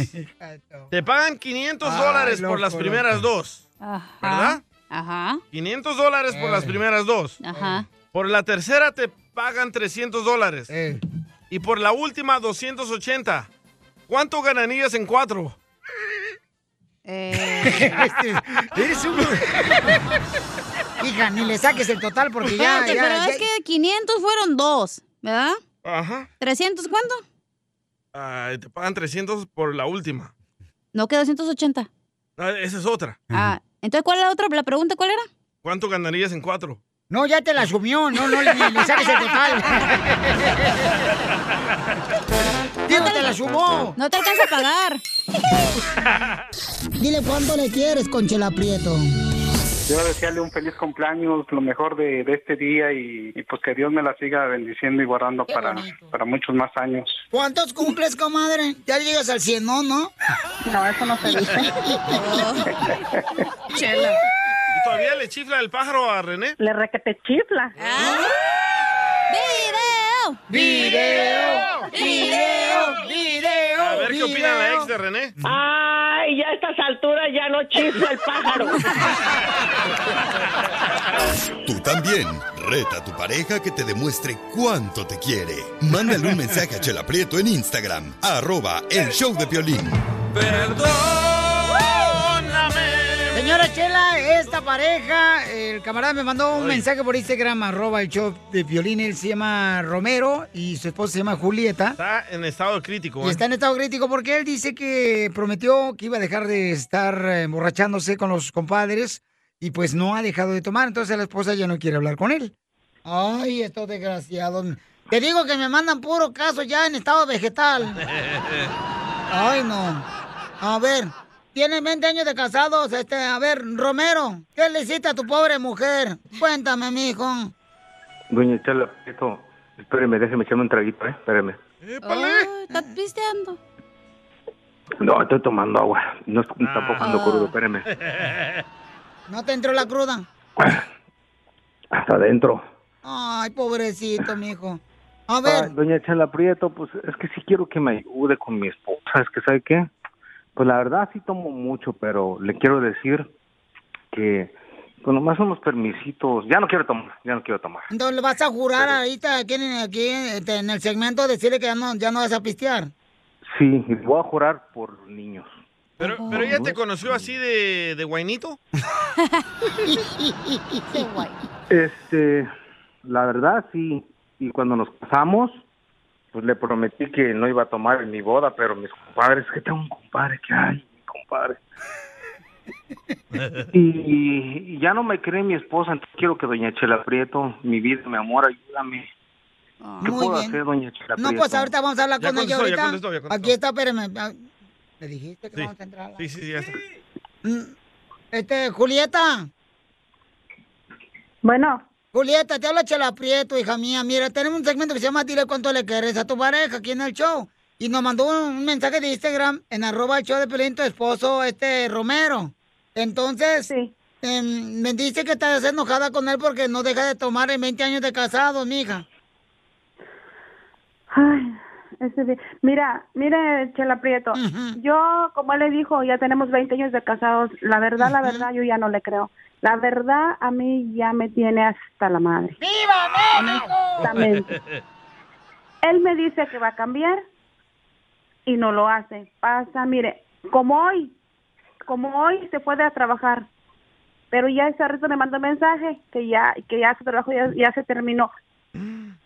[SPEAKER 4] te pagan 500
[SPEAKER 3] Ah,
[SPEAKER 4] dólares por
[SPEAKER 3] loco,
[SPEAKER 4] las
[SPEAKER 3] loco.
[SPEAKER 4] primeras dos.
[SPEAKER 3] Ajá.
[SPEAKER 4] ¿Verdad?
[SPEAKER 3] Ajá.
[SPEAKER 4] 500 dólares por
[SPEAKER 2] Eh.
[SPEAKER 4] las primeras dos.
[SPEAKER 3] Ajá.
[SPEAKER 4] Por la tercera te pagan 300 dólares.
[SPEAKER 2] Eh.
[SPEAKER 4] Y por la última, 280. ¿Cuánto ganarías en cuatro?
[SPEAKER 2] eres un... Ah. Hija, ni le saques el total porque ya...
[SPEAKER 3] Espérate,
[SPEAKER 2] ya-
[SPEAKER 3] pero
[SPEAKER 2] ya-
[SPEAKER 3] es que 500 fueron dos, ¿verdad?
[SPEAKER 4] Ajá.
[SPEAKER 3] ¿300 cuánto?
[SPEAKER 4] Ay, te pagan 300 por la última.
[SPEAKER 3] No, que 280.
[SPEAKER 4] Ah, Esa es otra.
[SPEAKER 3] Ah, entonces, ¿cuál era la otra? ¿La pregunta cuál era?
[SPEAKER 4] ¿Cuánto ganarías en cuatro?
[SPEAKER 2] No, ya te la asumió, no, no, ni le saques el total. Digo, te la
[SPEAKER 5] la sumó.
[SPEAKER 3] No te alcanza a pagar.
[SPEAKER 2] Dile cuánto le quieres, Conchela Prieto.
[SPEAKER 30] Quiero desearle un feliz cumpleaños, lo mejor de, de este día y, y pues que Dios me la siga bendiciendo y guardando para, para muchos más años.
[SPEAKER 2] ¿Cuántos cumples, comadre? Ya llegas al 100, ¿no? No, no eso no se dice.
[SPEAKER 4] Chela. ¿Y todavía le chifla el pájaro a René?
[SPEAKER 31] Le requete chifla.
[SPEAKER 3] ¡Video!
[SPEAKER 4] ¡Video!
[SPEAKER 31] ¡Video! ¡Video!
[SPEAKER 4] A ver qué opina la ex de René.
[SPEAKER 31] Ay, ya a estas alturas ya no chifla el pájaro.
[SPEAKER 10] Tú también. Reta a tu pareja que te demuestre cuánto te quiere. Mándale un mensaje a Chela Prieto en Instagram, arroba el show de Piolín.
[SPEAKER 5] Señora Chela, esta pareja, el camarada me mandó un mensaje por Instagram, arroba el show de Piolín, él se llama Romero y su esposa se llama Julieta.
[SPEAKER 4] Está en estado crítico.
[SPEAKER 5] Y
[SPEAKER 4] ¿eh?
[SPEAKER 5] está en estado crítico porque él dice que prometió que iba a dejar de estar eh, emborrachándose con los compadres y pues no ha dejado de tomar, entonces la esposa ya no quiere hablar con él.
[SPEAKER 2] Ay, estos desgraciados. Te digo que me mandan puro caso ya en estado vegetal. Ay, no. A ver, tienen 20 años de casados. Este, a ver, Romero, ¿qué le hiciste a tu pobre mujer? Cuéntame, mijo.
[SPEAKER 22] Doña Chela, esto, espéreme, déjeme echarme un traguito, ¿eh? Espéreme.
[SPEAKER 3] Ay, estás pisteando.
[SPEAKER 22] No, estoy tomando agua. No, es- tampoco ando crudo, espéreme.
[SPEAKER 2] ¿No te entró la cruda?
[SPEAKER 22] Hasta adentro.
[SPEAKER 2] Ay, pobrecito, mijo. A ver,
[SPEAKER 22] Ay, doña Chela Prieto, pues es que sí quiero que me ayude con mi esposa. Es que, ¿sabe qué? Pues la verdad sí tomo mucho, pero le quiero decir que, pues nomás somos permisitos. Ya no quiero tomar, ya no quiero tomar.
[SPEAKER 2] entonces le vas a jurar ahorita aquí, en- aquí este, en el segmento decirle que ya no, ya no vas a pistear.
[SPEAKER 22] Sí, y voy a jurar por los niños.
[SPEAKER 4] Pero, pero ella te conoció así de, de guainito.
[SPEAKER 22] Este, la verdad sí. Y cuando nos casamos, pues le prometí que no iba a tomar en mi boda, pero mis compadres, que tengo un compadre que hay, mi compadre. Y, y ya no me cree mi esposa, entonces quiero que doña Chela Prieto, mi vida, mi amor, ayúdame.
[SPEAKER 2] Muy
[SPEAKER 22] ¿Qué puedo
[SPEAKER 2] bien.
[SPEAKER 22] hacer, doña Chela
[SPEAKER 2] No,
[SPEAKER 22] Prieto?
[SPEAKER 2] pues ahorita vamos a hablar
[SPEAKER 22] Ya
[SPEAKER 2] con ella
[SPEAKER 22] contestó,
[SPEAKER 2] ahorita.
[SPEAKER 22] ya contestó, ya contestó.
[SPEAKER 2] Aquí está, espérame. Ah, ¿Me dijiste que
[SPEAKER 4] Sí.
[SPEAKER 2] vamos a entrar?
[SPEAKER 4] Sí, sí, sí, ya está.
[SPEAKER 2] Mm, Este, Julieta.
[SPEAKER 31] Bueno.
[SPEAKER 2] Julieta, te habla Chela Prieto, hija mía. Mira, tenemos un segmento que se llama Dile cuánto le quieres a tu pareja aquí en el show. Y nos mandó un un mensaje de Instagram en arroba el show de Pelín, tu esposo, este Romero. Entonces, em, me dice que estás enojada con él porque no deja de tomar en 20 años de casado, mija.
[SPEAKER 31] Ay, ese día- Mira, mire, Chela Prieto, yo, como él le dijo, ya tenemos 20 años de casados. La verdad, la verdad, yo ya no le creo. La verdad, a mí ya me tiene hasta la madre. ¡Viva México! Él me dice que va a cambiar y no lo hace. Pasa, mire, como hoy, como hoy se fue de a trabajar, pero ya ese rato me mandó mensaje que ya que ya su trabajo ya, ya se terminó,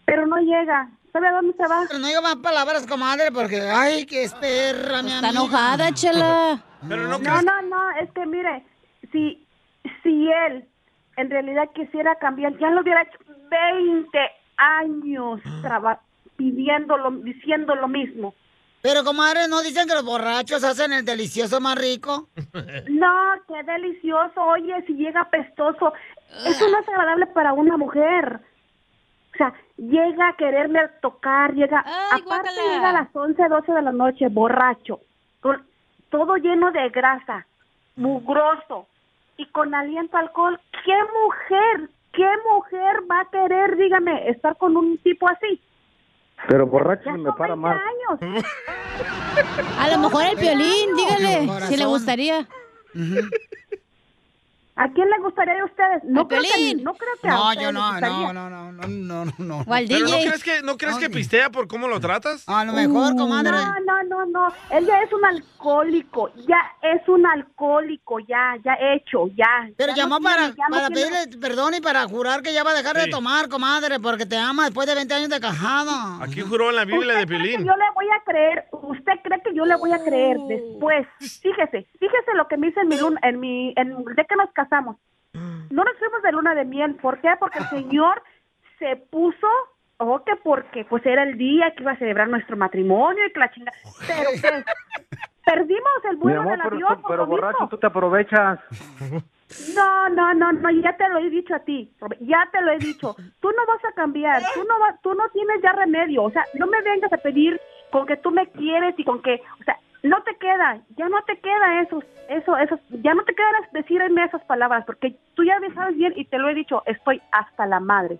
[SPEAKER 31] pero no llega. ¿Sabe a dónde se va?
[SPEAKER 2] Pero no digo más palabras, comadre, porque, ay, que es perra, mi amiga.
[SPEAKER 31] enojada, chela.
[SPEAKER 2] no
[SPEAKER 31] no,
[SPEAKER 2] crees-
[SPEAKER 31] no, no, es que mire, si, si él en realidad quisiera cambiar, ya lo hubiera hecho 20 años traba- pidiéndolo, diciendo lo mismo.
[SPEAKER 2] Pero, comadre, ¿no dicen que los borrachos hacen el delicioso más rico?
[SPEAKER 31] No, qué delicioso. Oye, si llega apestoso, eso no es agradable para una mujer. O sea, llega a quererme al tocar, llega. aparte, llega a las 11, 12 de la noche, borracho, con todo lleno de grasa, mugroso y con aliento a alcohol. ¿Qué mujer, qué mujer va a querer, dígame, estar con un tipo así?
[SPEAKER 22] Pero borracho se me para más.
[SPEAKER 31] Años.
[SPEAKER 3] A lo mejor el violín, dígale, si le gustaría.
[SPEAKER 31] ¿A quién le gustaría de ustedes? No
[SPEAKER 3] Al
[SPEAKER 31] creo que,
[SPEAKER 3] Piolín.
[SPEAKER 31] no creo que a
[SPEAKER 5] No,
[SPEAKER 31] ustedes les
[SPEAKER 5] yo no,
[SPEAKER 31] gustaría.
[SPEAKER 5] no, no, no, no, no, no, no.
[SPEAKER 4] Pero no crees que, no crees que pistea por cómo lo tratas.
[SPEAKER 2] Ah, A lo
[SPEAKER 31] Uh, No, no, no, no. Él ya es un alcohólico. Ya es un alcohólico. Ya, ya hecho, ya.
[SPEAKER 2] Pero
[SPEAKER 31] Ya
[SPEAKER 2] llamó
[SPEAKER 31] no
[SPEAKER 2] para,
[SPEAKER 31] tiene, ya no
[SPEAKER 2] para
[SPEAKER 31] tiene-
[SPEAKER 2] pedirle perdón y para jurar que ya va a dejar de
[SPEAKER 4] Sí.
[SPEAKER 2] tomar, comadre, porque te ama después de 20 años de cajado.
[SPEAKER 4] Aquí juró en la Biblia de Pilín.
[SPEAKER 31] Yo le voy a creer. ¿Usted cree que yo le voy a creer después? Fíjese, fíjese lo que me hice en mi luna, en mi, en, de que nos casamos. No nos fuimos de luna de miel. ¿Por qué? Porque el señor se puso Oh, que porque pues era el día que iba a celebrar nuestro matrimonio y que la chinga. Pero que perdimos el
[SPEAKER 22] Mi
[SPEAKER 31] vuelo
[SPEAKER 22] amor,
[SPEAKER 31] del
[SPEAKER 22] pero,
[SPEAKER 31] avión.
[SPEAKER 22] tú- pero
[SPEAKER 31] Rocco,
[SPEAKER 22] borracho, tú te aprovechas.
[SPEAKER 31] No, no, no, no, ya te lo he dicho a ti, Robert, ya te lo he dicho. Tú no vas a cambiar, tú no vas, tú no tienes ya remedio, o sea, no me vengas a pedir con que tú me quieres y con que, o sea, no te queda, ya no te queda eso, eso, eso, ya no te queda decirme esas palabras, porque tú ya me sabes bien y te lo he dicho, estoy hasta la madre.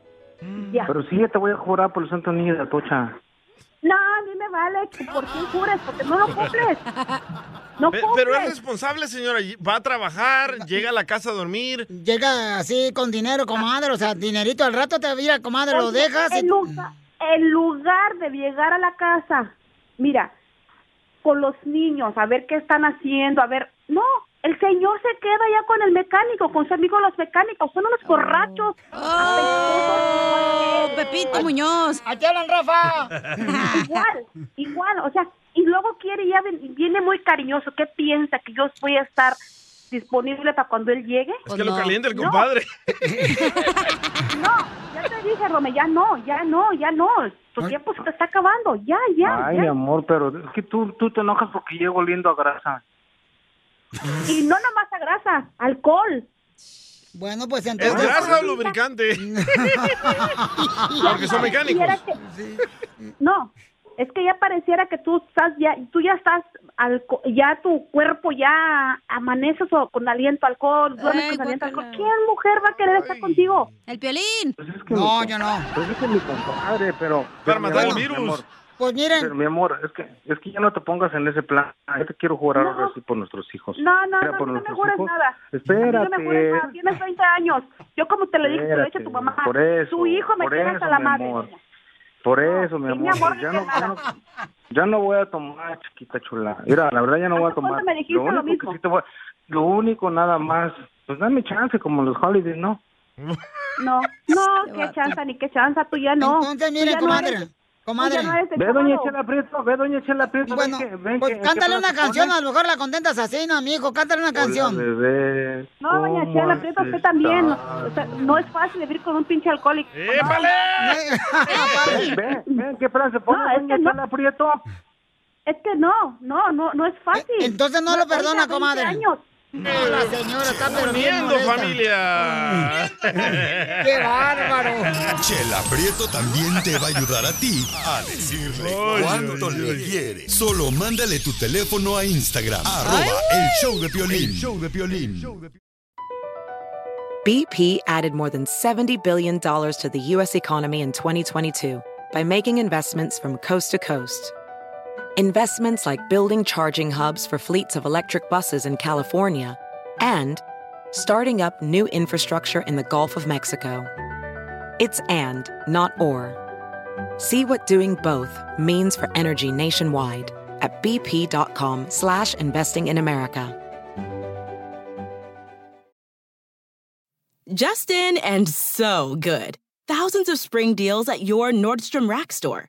[SPEAKER 31] Ya.
[SPEAKER 22] Pero sí, te voy a jurar por el santo niño de Atocha.
[SPEAKER 31] No, a mí me vale, que ¿por qué jures? Porque no lo cumples.
[SPEAKER 4] Pe- Pero es responsable, señora. Y- Va a trabajar, llega a la casa a dormir.
[SPEAKER 5] Llega así con dinero, comadre, o sea, dinerito al rato te mira, comadre, lo
[SPEAKER 31] Oye,
[SPEAKER 5] dejas. y-
[SPEAKER 31] En lugar, en lugar de llegar a la casa, mira, con los niños, a ver qué están haciendo, a ver, no, el señor se queda ya con el mecánico, con su amigo los mecánicos, son unos borrachos. Pepito Muñoz.
[SPEAKER 5] ¡Aquí hablan, Rafa!
[SPEAKER 31] igual, igual, o sea, y luego quiere ya, ven- viene muy cariñoso, ¿qué piensa? ¿Que yo voy a estar disponible para cuando él llegue?
[SPEAKER 4] Es que
[SPEAKER 5] Pues
[SPEAKER 4] lo calienta el
[SPEAKER 31] Pues No.
[SPEAKER 4] compadre.
[SPEAKER 31] Ya te dije, Rome, ya no, ya no, ya no. Tu tiempo se te está acabando, ya, ya,
[SPEAKER 22] Ay,
[SPEAKER 31] ya.
[SPEAKER 22] amor, pero es que tú, tú te enojas porque llego oliendo a grasa.
[SPEAKER 31] Y no nomás a grasa, alcohol.
[SPEAKER 5] Bueno, pues
[SPEAKER 4] ¿Es
[SPEAKER 5] entonces.
[SPEAKER 4] grasa o lubricante? Ah, Porque son mecánicos.
[SPEAKER 31] Pareciera que- No, es que ya pareciera que tú estás ya, tú ya estás, alco- ya tu cuerpo ya amaneces o con aliento a alcohol, duermes
[SPEAKER 3] Ay,
[SPEAKER 31] con aliento a alcohol. ¿Quién mujer va a querer estar contigo?
[SPEAKER 3] El piolín.
[SPEAKER 22] No, yo no. Pues es que mi compadre, pero... Para
[SPEAKER 4] matar el virus.
[SPEAKER 5] Pues miren.
[SPEAKER 22] Pero mi amor, es que, es que ya no te pongas en ese plan. Yo te quiero jurar ahora sí por nuestros hijos.
[SPEAKER 31] No, no,
[SPEAKER 22] Mira,
[SPEAKER 31] no,
[SPEAKER 22] por
[SPEAKER 31] no me
[SPEAKER 22] nuestros
[SPEAKER 31] juras
[SPEAKER 22] hijos.
[SPEAKER 31] nada.
[SPEAKER 22] Espérate.
[SPEAKER 31] No me juras nada, tienes 20 años. Yo como te lo dije, te lo he dicho a tu
[SPEAKER 22] Espérate,
[SPEAKER 31] mamá.
[SPEAKER 22] por eso,
[SPEAKER 31] tu hijo me
[SPEAKER 22] por
[SPEAKER 31] tiene
[SPEAKER 22] eso,
[SPEAKER 31] hasta la
[SPEAKER 22] mi
[SPEAKER 31] madre.
[SPEAKER 22] amor. Por eso, mi
[SPEAKER 31] Y mi
[SPEAKER 22] amor,
[SPEAKER 31] amor,
[SPEAKER 22] pues ya
[SPEAKER 31] ni
[SPEAKER 22] no,
[SPEAKER 31] que
[SPEAKER 22] ya,
[SPEAKER 31] nada.
[SPEAKER 22] no, ya no voy a tomar, chiquita chula. Mira, la verdad ya no voy a tomar.
[SPEAKER 31] me dijiste lo
[SPEAKER 22] único que
[SPEAKER 31] mismo?
[SPEAKER 22] sí te voy a- lo único nada más, pues dame chance como los holidays, ¿no?
[SPEAKER 31] No, no, qué chanza, ni qué chanza, tú ya no.
[SPEAKER 5] Este Entonces,
[SPEAKER 31] Tú
[SPEAKER 5] mire,
[SPEAKER 31] ya no
[SPEAKER 5] comadre,
[SPEAKER 31] eres- tú
[SPEAKER 5] comadre.
[SPEAKER 31] ya no eres
[SPEAKER 22] Ve, doña
[SPEAKER 31] depravado.
[SPEAKER 22] Chela Prieto, ve, doña Chela Prieto.
[SPEAKER 5] Bueno,
[SPEAKER 22] ven que, ven
[SPEAKER 5] pues
[SPEAKER 22] que-
[SPEAKER 5] cántale
[SPEAKER 22] que
[SPEAKER 5] una
[SPEAKER 22] se
[SPEAKER 5] canción,
[SPEAKER 22] pone.
[SPEAKER 5] a lo mejor la contentas así, ¿no, mijo? Cántale una
[SPEAKER 22] Hola,
[SPEAKER 5] canción.
[SPEAKER 22] bebé,
[SPEAKER 31] No, doña
[SPEAKER 22] ¿cómo
[SPEAKER 31] Chela
[SPEAKER 22] has
[SPEAKER 31] Prieto, usted también.
[SPEAKER 22] estado?
[SPEAKER 31] O sea, no es fácil vivir con un pinche alcohólico.
[SPEAKER 22] ¡Épale! Ven, ven, ven, ¿qué plan se pone,
[SPEAKER 31] No, es
[SPEAKER 22] doña
[SPEAKER 31] que no.
[SPEAKER 22] Chela Prieto?
[SPEAKER 31] Es que no, no, no, no es fácil.
[SPEAKER 5] Entonces no lo perdona,
[SPEAKER 31] oiga, 20
[SPEAKER 5] comadre.
[SPEAKER 31] años.
[SPEAKER 5] No, la señora está pero bien
[SPEAKER 4] Poniendo
[SPEAKER 5] molesta.
[SPEAKER 4] familia.
[SPEAKER 5] ¡Qué bárbaro!
[SPEAKER 10] Chela Prieto también te va a ayudar a ti a decirle cuánto le quieres. Solo mándale tu teléfono a Instagram, arroba el show de Piolín. El show de Piolín.
[SPEAKER 29] BP added more than $70 billion to the U.S. economy in 2022 by making investments from coast to coast. Investments like building charging hubs for fleets of electric buses in California and starting up new infrastructure in the Gulf of Mexico. It's and, not or. See what doing both means for energy nationwide at bp.com slash investing in America.
[SPEAKER 32] Justin and so good. Thousands of spring deals at your Nordstrom Rack store.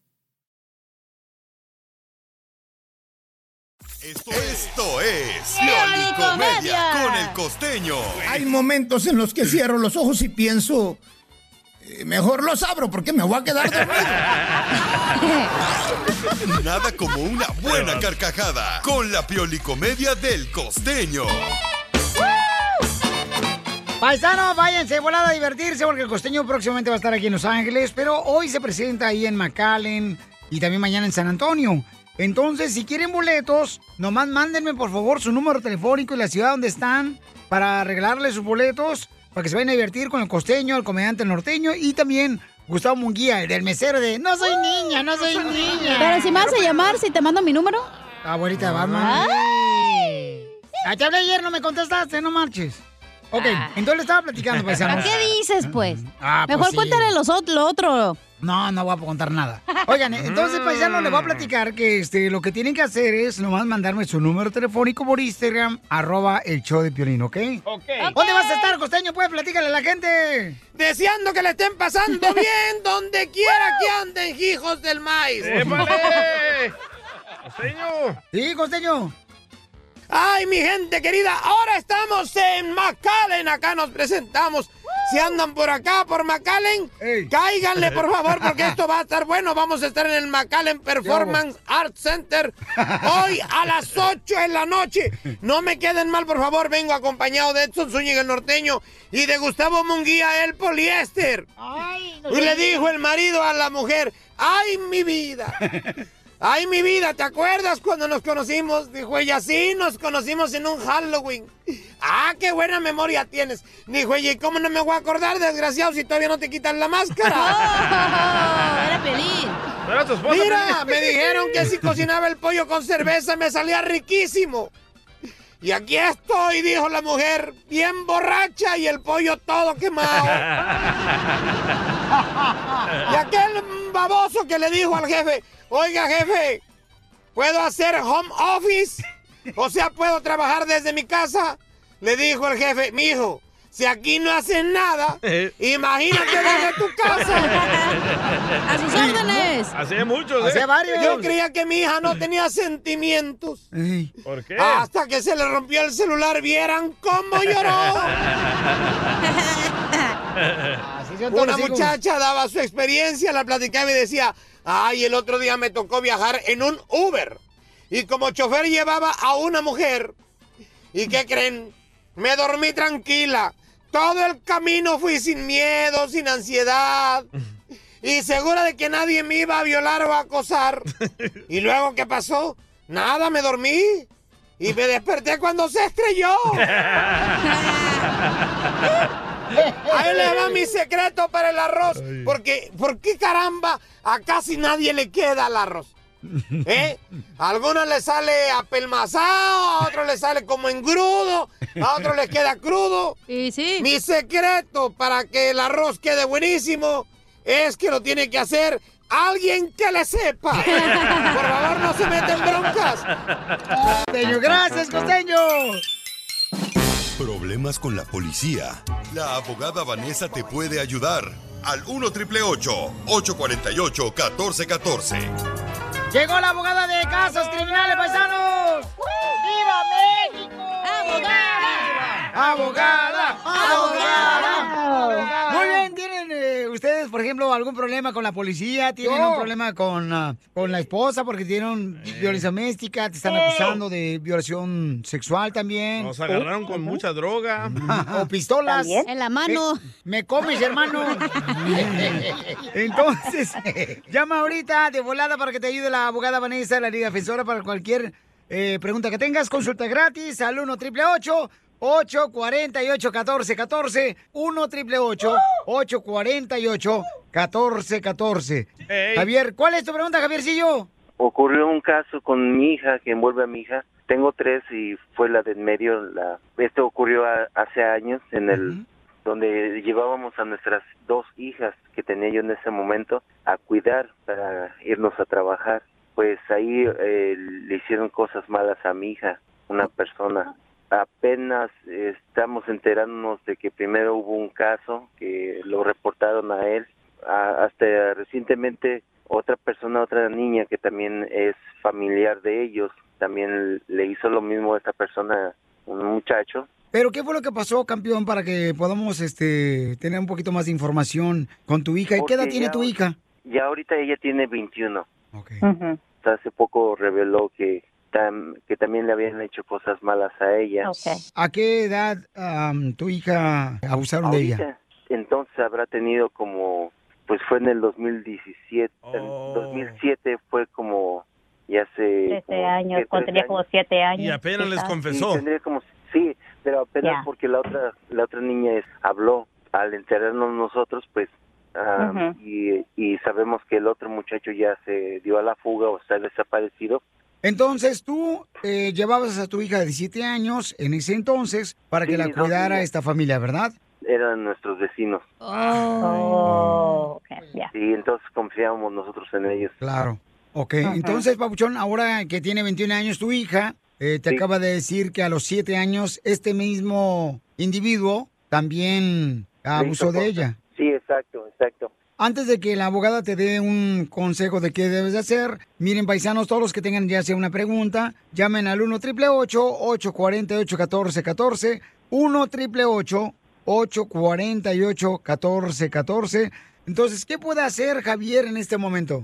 [SPEAKER 10] Esto es
[SPEAKER 32] Pioli
[SPEAKER 10] Pioli Comedia
[SPEAKER 32] Comedia.
[SPEAKER 10] con el costeño.
[SPEAKER 33] Hay momentos en los que cierro los ojos y pienso, eh, mejor los abro porque me voy a quedar dormido.
[SPEAKER 10] Nada como una buena carcajada con la Pioli Comedia del costeño.
[SPEAKER 5] Paisano, váyanse volada a divertirse porque el costeño próximamente va a estar aquí en Los Ángeles, pero hoy se presenta ahí en McAllen y también mañana en San Antonio. Entonces, si quieren boletos, nomás mándenme por favor su número telefónico y la ciudad donde están para regalarles sus boletos para que se vayan a divertir con el costeño, el comediante norteño y también Gustavo Munguía, el del mesero de No soy niña, no soy niña.
[SPEAKER 3] Pero si me vas a llamar, si te mando mi número. Ah.
[SPEAKER 5] Abuelita de Batman. Ay, Te hablé ayer, no me contestaste, no marches.
[SPEAKER 2] Ok, entonces le estaba platicando,
[SPEAKER 3] ¿Pero
[SPEAKER 2] paisanos.
[SPEAKER 3] Ah, qué dices, pues?
[SPEAKER 2] Ah, pues
[SPEAKER 3] Mejor
[SPEAKER 2] sí.
[SPEAKER 3] cuéntale los ot- lo otro.
[SPEAKER 2] No, no voy a contar nada. Oigan, eh, entonces, paisano, le voy a platicar que este, lo que tienen que hacer es nomás mandarme su número telefónico por Instagram, arroba el show de Piolín, ¿ok? ¿Dónde vas a estar, costeño? Pues platícale a la gente.
[SPEAKER 14] Deseando que le estén pasando bien donde quiera que anden, hijos del maíz.
[SPEAKER 4] ¡Épale! ¡Costeño!
[SPEAKER 2] Sí, costeño.
[SPEAKER 14] Ay, mi gente querida, ahora estamos en McAllen. Acá nos presentamos. Si andan por acá, por McAllen, cáiganle, por favor, porque esto va a estar bueno. Vamos a estar en el McAllen Performance Art Center hoy a las 8 en la noche. No me queden mal, por favor. Vengo acompañado de Edson Zúñiga, el norteño, y de Gustavo Munguía, el poliéster. Y le dijo el marido a la mujer, ay, mi vida. Ay, mi vida, ¿te acuerdas cuando nos conocimos? Dijo ella, sí, nos conocimos en un Halloween. Ah, qué buena memoria tienes. Dijo ella, ¿y cómo no me voy a acordar, desgraciado, si todavía no te quitan la máscara? era
[SPEAKER 4] Era tu esposa,
[SPEAKER 14] Mira,
[SPEAKER 4] Pelín.
[SPEAKER 14] me dijeron que si cocinaba el pollo con cerveza me salía riquísimo. Y aquí estoy, dijo la mujer, bien borracha y el pollo todo quemado. Y aquel baboso que le dijo al jefe, oiga jefe, ¿puedo hacer home office? O sea, ¿puedo trabajar desde mi casa? Le dijo el jefe, mijo, si aquí no haces nada, imagínate desde tu casa.
[SPEAKER 4] A sus órdenes. Hacía muchos, ¿eh? Hacía varios.
[SPEAKER 14] Yo creía que mi hija no tenía sentimientos.
[SPEAKER 4] ¿Por qué?
[SPEAKER 14] Hasta que se le rompió el celular, vieran cómo lloró.
[SPEAKER 2] son todos
[SPEAKER 14] Una
[SPEAKER 2] los hijos.
[SPEAKER 14] muchacha daba su experiencia, la platicaba y decía, ay, el otro día me tocó viajar en un Uber. Y como chofer llevaba a una mujer. ¿Y qué creen? Me dormí tranquila. Todo el camino fui sin miedo, sin ansiedad. Y segura de que nadie me iba a violar o a acosar. ¿Y luego qué pasó? Nada, me dormí. Y me desperté cuando se estrelló. Ahí le va mi secreto para el arroz. Porque, ¿por qué caramba a casi nadie le queda el arroz? ¿Eh? A algunos le sale apelmazado, a otros le sale como engrudo, a otros les queda crudo. Y sí. Mi secreto para que el arroz quede buenísimo es que lo tiene que hacer alguien que le sepa. Por favor, no se meten broncas.
[SPEAKER 2] Costeño, gracias, costeño.
[SPEAKER 10] Problemas con la policía. La abogada Vanessa te puede ayudar. Al 1 triple 848 1414.
[SPEAKER 2] Llegó la abogada de casos criminales, paisanos. ¡Viva México! ¡Abogada! ¡Abogada! ¡Abogada! Muy bien, ¿tienen eh, ustedes, por ejemplo, algún problema con la policía? ¿Tienen
[SPEAKER 5] Yo.
[SPEAKER 2] un problema con, ah, con la esposa porque tienen violencia doméstica? ¿Te están acusando de violación sexual también?
[SPEAKER 4] Nos agarraron con mucha droga.
[SPEAKER 2] O pistolas.
[SPEAKER 4] También. En la
[SPEAKER 3] mano.
[SPEAKER 2] Eh, me comes, hermano. Entonces, llama ahorita de volada para que te ayude la abogada Vanessa, la Liga Defensora, para cualquier eh, pregunta que tengas. Consulta gratis al 1 888 848 1414 1 888 848 1414 Javier, ¿cuál es tu pregunta, Javiercillo?
[SPEAKER 34] Ocurrió un caso con mi hija que envuelve a mi hija. Tengo tres y fue la del medio. La... Esto ocurrió a- hace años en el donde llevábamos a nuestras dos hijas que tenía yo en ese momento a cuidar para irnos a trabajar. Pues ahí eh, le hicieron cosas malas a mi hija, una persona. Apenas eh, estamos enterándonos de que primero hubo un caso que lo reportaron a él. A- hasta recientemente otra persona, otra niña que también es familiar de ellos, también le hizo lo mismo a esta persona, un muchacho.
[SPEAKER 2] ¿Pero qué fue lo que pasó, campeón, para que podamos este, tener un poquito más de información con tu hija? ¿Y qué edad
[SPEAKER 34] Porque
[SPEAKER 2] tiene
[SPEAKER 34] ya-
[SPEAKER 2] tu hija?
[SPEAKER 34] Ya ahorita ella tiene 21. Hasta hace poco reveló que, tam- que también le habían hecho cosas malas a ella.
[SPEAKER 2] ¿A qué edad am, tu hija abusaron de
[SPEAKER 34] Ahorita,
[SPEAKER 2] ella?
[SPEAKER 34] entonces habrá tenido como, pues fue en el 2017, en 2007 fue como, ya hace...
[SPEAKER 8] Trece
[SPEAKER 34] como
[SPEAKER 8] años,
[SPEAKER 34] siete,
[SPEAKER 8] cuando
[SPEAKER 34] trece
[SPEAKER 8] tenía como siete años.
[SPEAKER 34] Sí,
[SPEAKER 8] quizás.
[SPEAKER 34] tendría como- sí, pero apenas
[SPEAKER 8] Ya.
[SPEAKER 34] porque la otra, la otra niña es- habló al enterarnos nosotros, pues, ah,
[SPEAKER 8] Ujú.
[SPEAKER 34] y, y sabemos que el otro muchacho ya se dio a la fuga o está desaparecido,
[SPEAKER 2] Entonces tú eh, llevabas a tu hija de 17 años en ese entonces para que
[SPEAKER 34] Sí,
[SPEAKER 2] la
[SPEAKER 34] dos
[SPEAKER 2] cuidara
[SPEAKER 34] niñas.
[SPEAKER 2] esta familia, ¿verdad?
[SPEAKER 34] Eran nuestros vecinos.
[SPEAKER 2] Oh.
[SPEAKER 34] Y entonces confiábamos nosotros en ellos.
[SPEAKER 2] Claro. Ok, entonces, Papuchón, ahora que tiene 21 años tu hija, eh, te acaba de decir que a los 7 años este mismo individuo también abusó Ah, de ella.
[SPEAKER 34] Sí, exacto, exacto.
[SPEAKER 2] Antes de que la abogada te dé un consejo de qué debes de hacer, miren, paisanos, todos los que tengan ya sea una pregunta, llamen al 1 888 848 1414 1 888 848 1414 Entonces, ¿qué puede hacer Javier en este momento?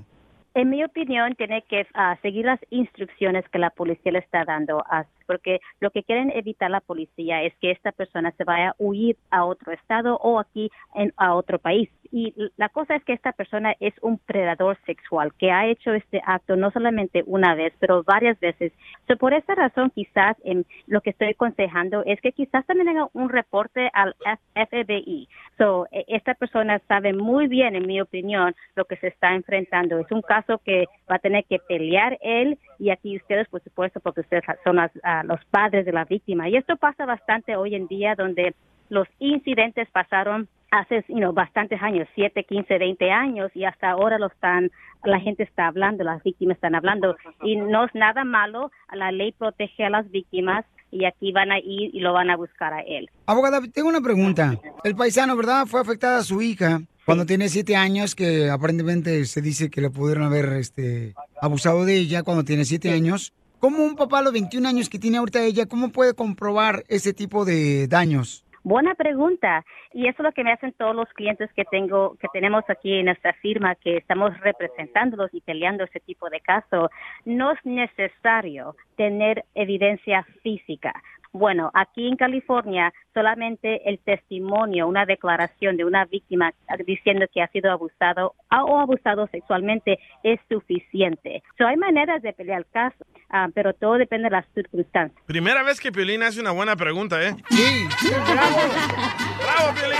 [SPEAKER 19] En mi opinión, tiene que ah, seguir las instrucciones que la policía le está dando, ah, porque lo que quieren evitar la policía es que esta persona se vaya a huir a otro estado o aquí en, a otro país. Y la cosa es que esta persona es un predador sexual que ha hecho este acto no solamente una vez, pero varias veces. So, por esa razón, quizás em, lo que estoy aconsejando es que quizás también haga un reporte al F- FBI. So, e- esta persona sabe muy bien, en mi opinión, lo que se está enfrentando. Es un caso que va a tener que pelear él y aquí ustedes, por supuesto, porque ustedes son las- ah, los padres de la víctima. Y esto pasa bastante hoy en día donde los incidentes pasaron hace you know, bastantes años, 7, 15, 20 años y hasta ahora lo están, la gente está hablando, las víctimas están hablando y no es nada malo, la ley protege a las víctimas y aquí van a ir y lo van a buscar a él.
[SPEAKER 2] Abogada, tengo una pregunta. El paisano, ¿verdad? Fue afectada a su hija cuando tiene siete años, que aparentemente se dice que le pudieron haber este, abusado de ella cuando tiene siete años. ¿Cómo un papá a los 21 años que tiene ahorita ella, cómo puede comprobar ese tipo de daños?
[SPEAKER 19] Buena pregunta. Y eso es lo que me hacen todos los clientes que tengo, que tenemos aquí en nuestra firma, que estamos representándolos y peleando ese tipo de caso. No es necesario tener evidencia física. Bueno, aquí en California solamente el testimonio, una declaración de una víctima diciendo que ha sido abusado a- o abusado sexualmente es suficiente. So, hay maneras de pelear el caso, ah, pero todo depende de las circunstancias.
[SPEAKER 4] Primera vez que Piolín hace una buena pregunta, ¿eh?
[SPEAKER 2] Sí.
[SPEAKER 4] ¡Bravo, Piolín!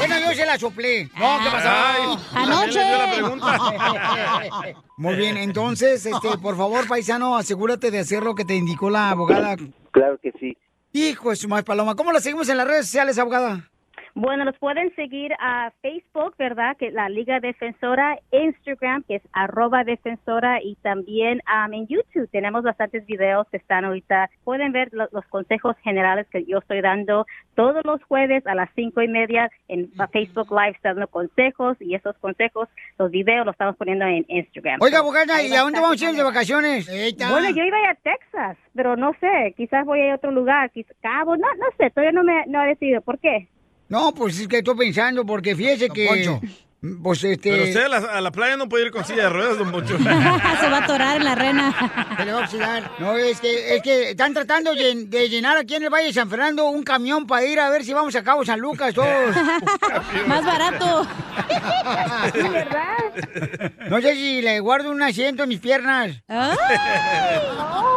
[SPEAKER 2] Bueno, yo se la soplé.
[SPEAKER 8] Oh,
[SPEAKER 4] No, ¿qué pasó?
[SPEAKER 2] Ay,
[SPEAKER 4] Anoche.
[SPEAKER 2] Muy bien, entonces, este, por favor, paisano, asegúrate de hacer lo que te indicó la abogada.
[SPEAKER 34] Claro que sí.
[SPEAKER 2] Hijo de su madre paloma, ¿cómo la seguimos en las redes sociales, abogada?
[SPEAKER 19] Bueno, los pueden seguir a Facebook, ¿verdad? Que es la Liga Defensora, Instagram, que es arroba defensora, y también am, en YouTube. Tenemos bastantes videos que están ahorita. Pueden ver lo- los consejos generales que yo estoy dando todos los jueves a las cinco y media en Facebook Live, está dando consejos y esos consejos, los videos los estamos poniendo en Instagram.
[SPEAKER 2] Oiga,
[SPEAKER 19] So,
[SPEAKER 2] abogada,
[SPEAKER 19] hay
[SPEAKER 2] ¿y a dónde
[SPEAKER 19] bastantes
[SPEAKER 2] vamos a ir de
[SPEAKER 19] maneras.
[SPEAKER 2] vacaciones?
[SPEAKER 19] Bueno, yo iba a ir a Texas, pero no sé, quizás voy a ir a otro lugar, quizás Cabo, no, no sé, todavía no me no he decidido. ¿Por qué?
[SPEAKER 2] No, pues es que estoy pensando, porque fíjese que... Pues este...
[SPEAKER 4] Pero usted a la, a la playa no puede ir con silla de ruedas, don Poncho.
[SPEAKER 2] Se va a atorar en la rena. Se le va a oxidar. No, es que, es que están tratando llen- de llenar aquí en el Valle de San Fernando un camión para ir a ver si vamos a Cabo San Lucas todos. Más barato. No sé si le guardo un asiento en mis piernas.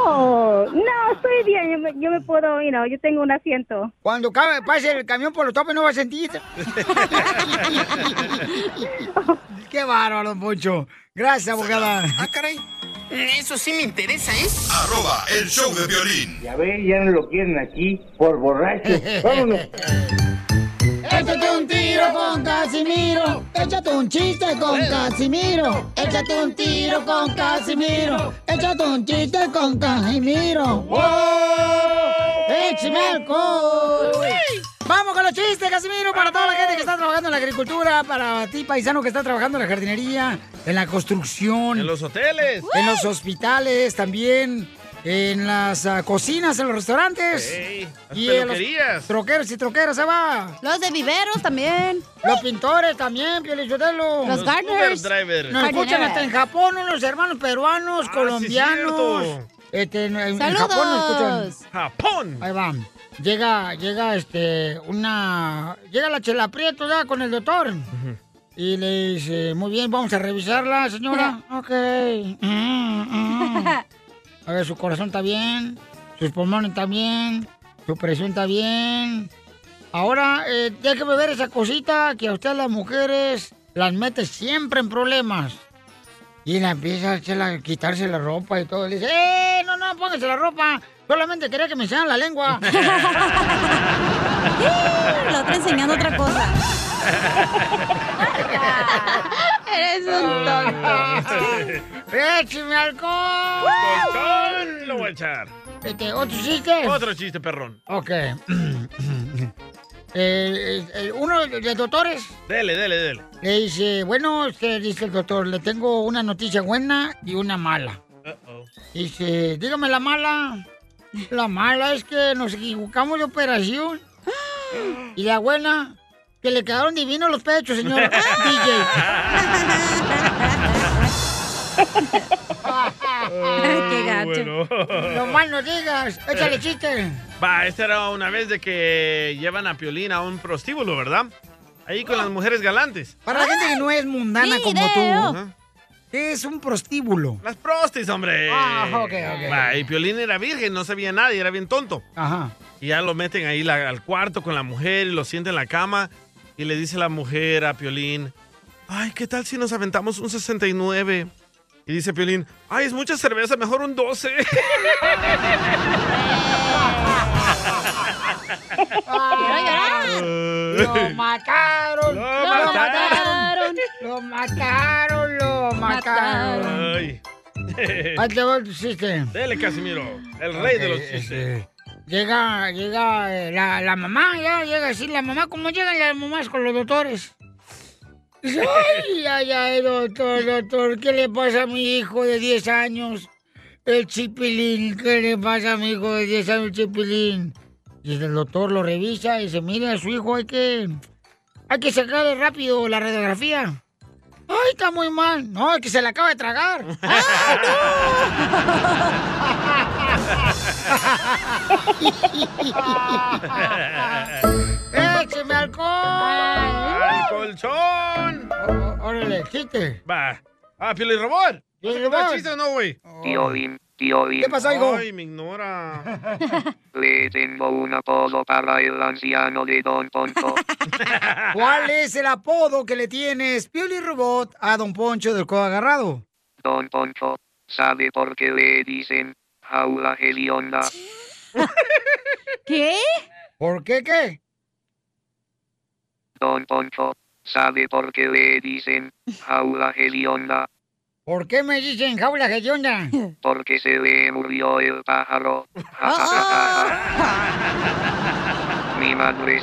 [SPEAKER 19] Oh, no, estoy bien, yo me, yo me puedo, you know, yo tengo un asiento.
[SPEAKER 2] Cuando ca- pase el camión por los topes no va a sentir. Qué bárbaro, don Poncho. Gracias, abogada. Ah, caray.
[SPEAKER 21] Eso sí me interesa,
[SPEAKER 2] ¿eh?
[SPEAKER 21] ¿es?
[SPEAKER 10] Arroba el show de violín.
[SPEAKER 8] Ya ven, ya no lo quieren aquí por borracho. Vámonos.
[SPEAKER 5] Échate un tiro con Casimiro. Échate un chiste con Casimiro. Échate un tiro con Casimiro. Échate un chiste con Casimiro. ¡Wow! ¡Échame alcohol!
[SPEAKER 2] Vamos con los chistes, Casimiro, para toda la gente que está trabajando en la agricultura, para ti, paisano que está trabajando en la jardinería, en la construcción.
[SPEAKER 4] En los hoteles.
[SPEAKER 2] En los hospitales también, en las ah, cocinas, en los restaurantes.
[SPEAKER 4] Ey, las
[SPEAKER 2] en los
[SPEAKER 4] peluquerías.
[SPEAKER 2] troqueros y troqueras, se va. Los de viveros también. Los pintores también, Pielichotelo.
[SPEAKER 4] Los Los gardeners. Uber drivers.
[SPEAKER 2] Nos escuchan
[SPEAKER 4] Jardineras.
[SPEAKER 2] hasta en Japón, unos hermanos peruanos, colombianos.
[SPEAKER 4] cierto.
[SPEAKER 2] Este, en, en
[SPEAKER 4] ¡Saludos!
[SPEAKER 2] Japón nos escuchan. Japón. Ahí va. Llega, llega este, una, llega la chela Prieto ya con el doctor. Y le dice, muy bien, vamos a revisarla, señora. ok. Mm, mm. A ver, su corazón está bien, sus pulmones están bien, su presión está bien. Ahora, eh, déjeme ver esa cosita que a usted las mujeres las mete siempre en problemas. Y la empieza a hacerla- a quitarse la ropa y todo. Le dice, ¡eh! No, no, póngase la ropa. Solamente quería que me enseñaran la lengua.
[SPEAKER 3] La otra enseñando otra cosa.
[SPEAKER 2] Eres un ¡Écheme alcohol!
[SPEAKER 4] ¡Colchón! Lo voy a echar.
[SPEAKER 2] Este, ¿Otro chiste?
[SPEAKER 4] Otro chiste, perrón.
[SPEAKER 2] Ok. Eh, eh, eh, uno de de doctores
[SPEAKER 4] Dele, dele, dele.
[SPEAKER 2] le dice, bueno, este, dice el doctor, le tengo una noticia buena y una mala. Dice, dígame la mala. La mala es que nos equivocamos de operación. Y la buena, que le quedaron divinos los pechos, Este señor DJ.
[SPEAKER 3] Qué gacho.
[SPEAKER 2] No mal no digas, échale chiste.
[SPEAKER 4] Va, esta era una vez de que llevan a Piolín a un prostíbulo, ¿verdad? Ahí con las mujeres galantes.
[SPEAKER 2] Para la gente que no es mundana como tú, ¿qué es un prostíbulo?
[SPEAKER 4] Las prostis, hombre.
[SPEAKER 2] Ah, ok, ok.
[SPEAKER 4] Va, y Piolín era virgen, no sabía nada y era bien tonto.
[SPEAKER 2] Ajá.
[SPEAKER 4] Y ya lo meten ahí la- al cuarto con la mujer y lo sienten en la cama. Y le dice la mujer a Piolín, ay, ¿qué tal si nos aventamos un 69? Y dice Piolín, ay, es mucha cerveza, mejor un 12.
[SPEAKER 2] Lo mataron, lo, mataron, lo mataron, lo mataron.
[SPEAKER 4] Ay.
[SPEAKER 2] Ahí te va el chiste.
[SPEAKER 4] Dele, Casimiro, el rey de los
[SPEAKER 2] Ok, este,
[SPEAKER 4] chistes.
[SPEAKER 2] Llega, llega eh, la, la mamá, ya llega así la mamá, ¿cómo llegan las mamás con los doctores? Dice, ay, ay, ay, doctor, doctor, ¿qué le pasa a mi hijo de 10 años? El chipilín, ¿qué le pasa a mi hijo de 10 años, el chipilín? Y el doctor lo revisa y dice, mire, a su hijo hay que, hay que sacarle rápido la radiografía. Ay, está muy mal. No, es que se la acaba de tragar. ¡Ay, ¡Écheme alcohol!
[SPEAKER 4] ¡Al colchón!
[SPEAKER 2] ¡Órale, chiste!
[SPEAKER 4] Va. Ah, Piolín Robot. ¿Vas a
[SPEAKER 2] Robot.
[SPEAKER 4] contar chiste o no, güey?
[SPEAKER 2] Oh.
[SPEAKER 12] Tío Bim, tío Bim.
[SPEAKER 4] Ay, me ignora.
[SPEAKER 12] Le tengo un apodo para el anciano de Don Poncho.
[SPEAKER 2] ¿Cuál es el apodo que le tienes, Pioli Robot, a Don Poncho del Codo Agarrado?
[SPEAKER 12] Don Poncho, ¿sabe por qué le dicen jaula hedionda?
[SPEAKER 2] ¿Qué? ¿Por qué qué?
[SPEAKER 12] Don Poncho, ¿sabe por qué le dicen jaula hedionda?
[SPEAKER 2] ¿Por qué me dicen jaula onda?
[SPEAKER 12] Porque se le murió el pájaro. Ja, ja, ja, ja, ja. Mi madre,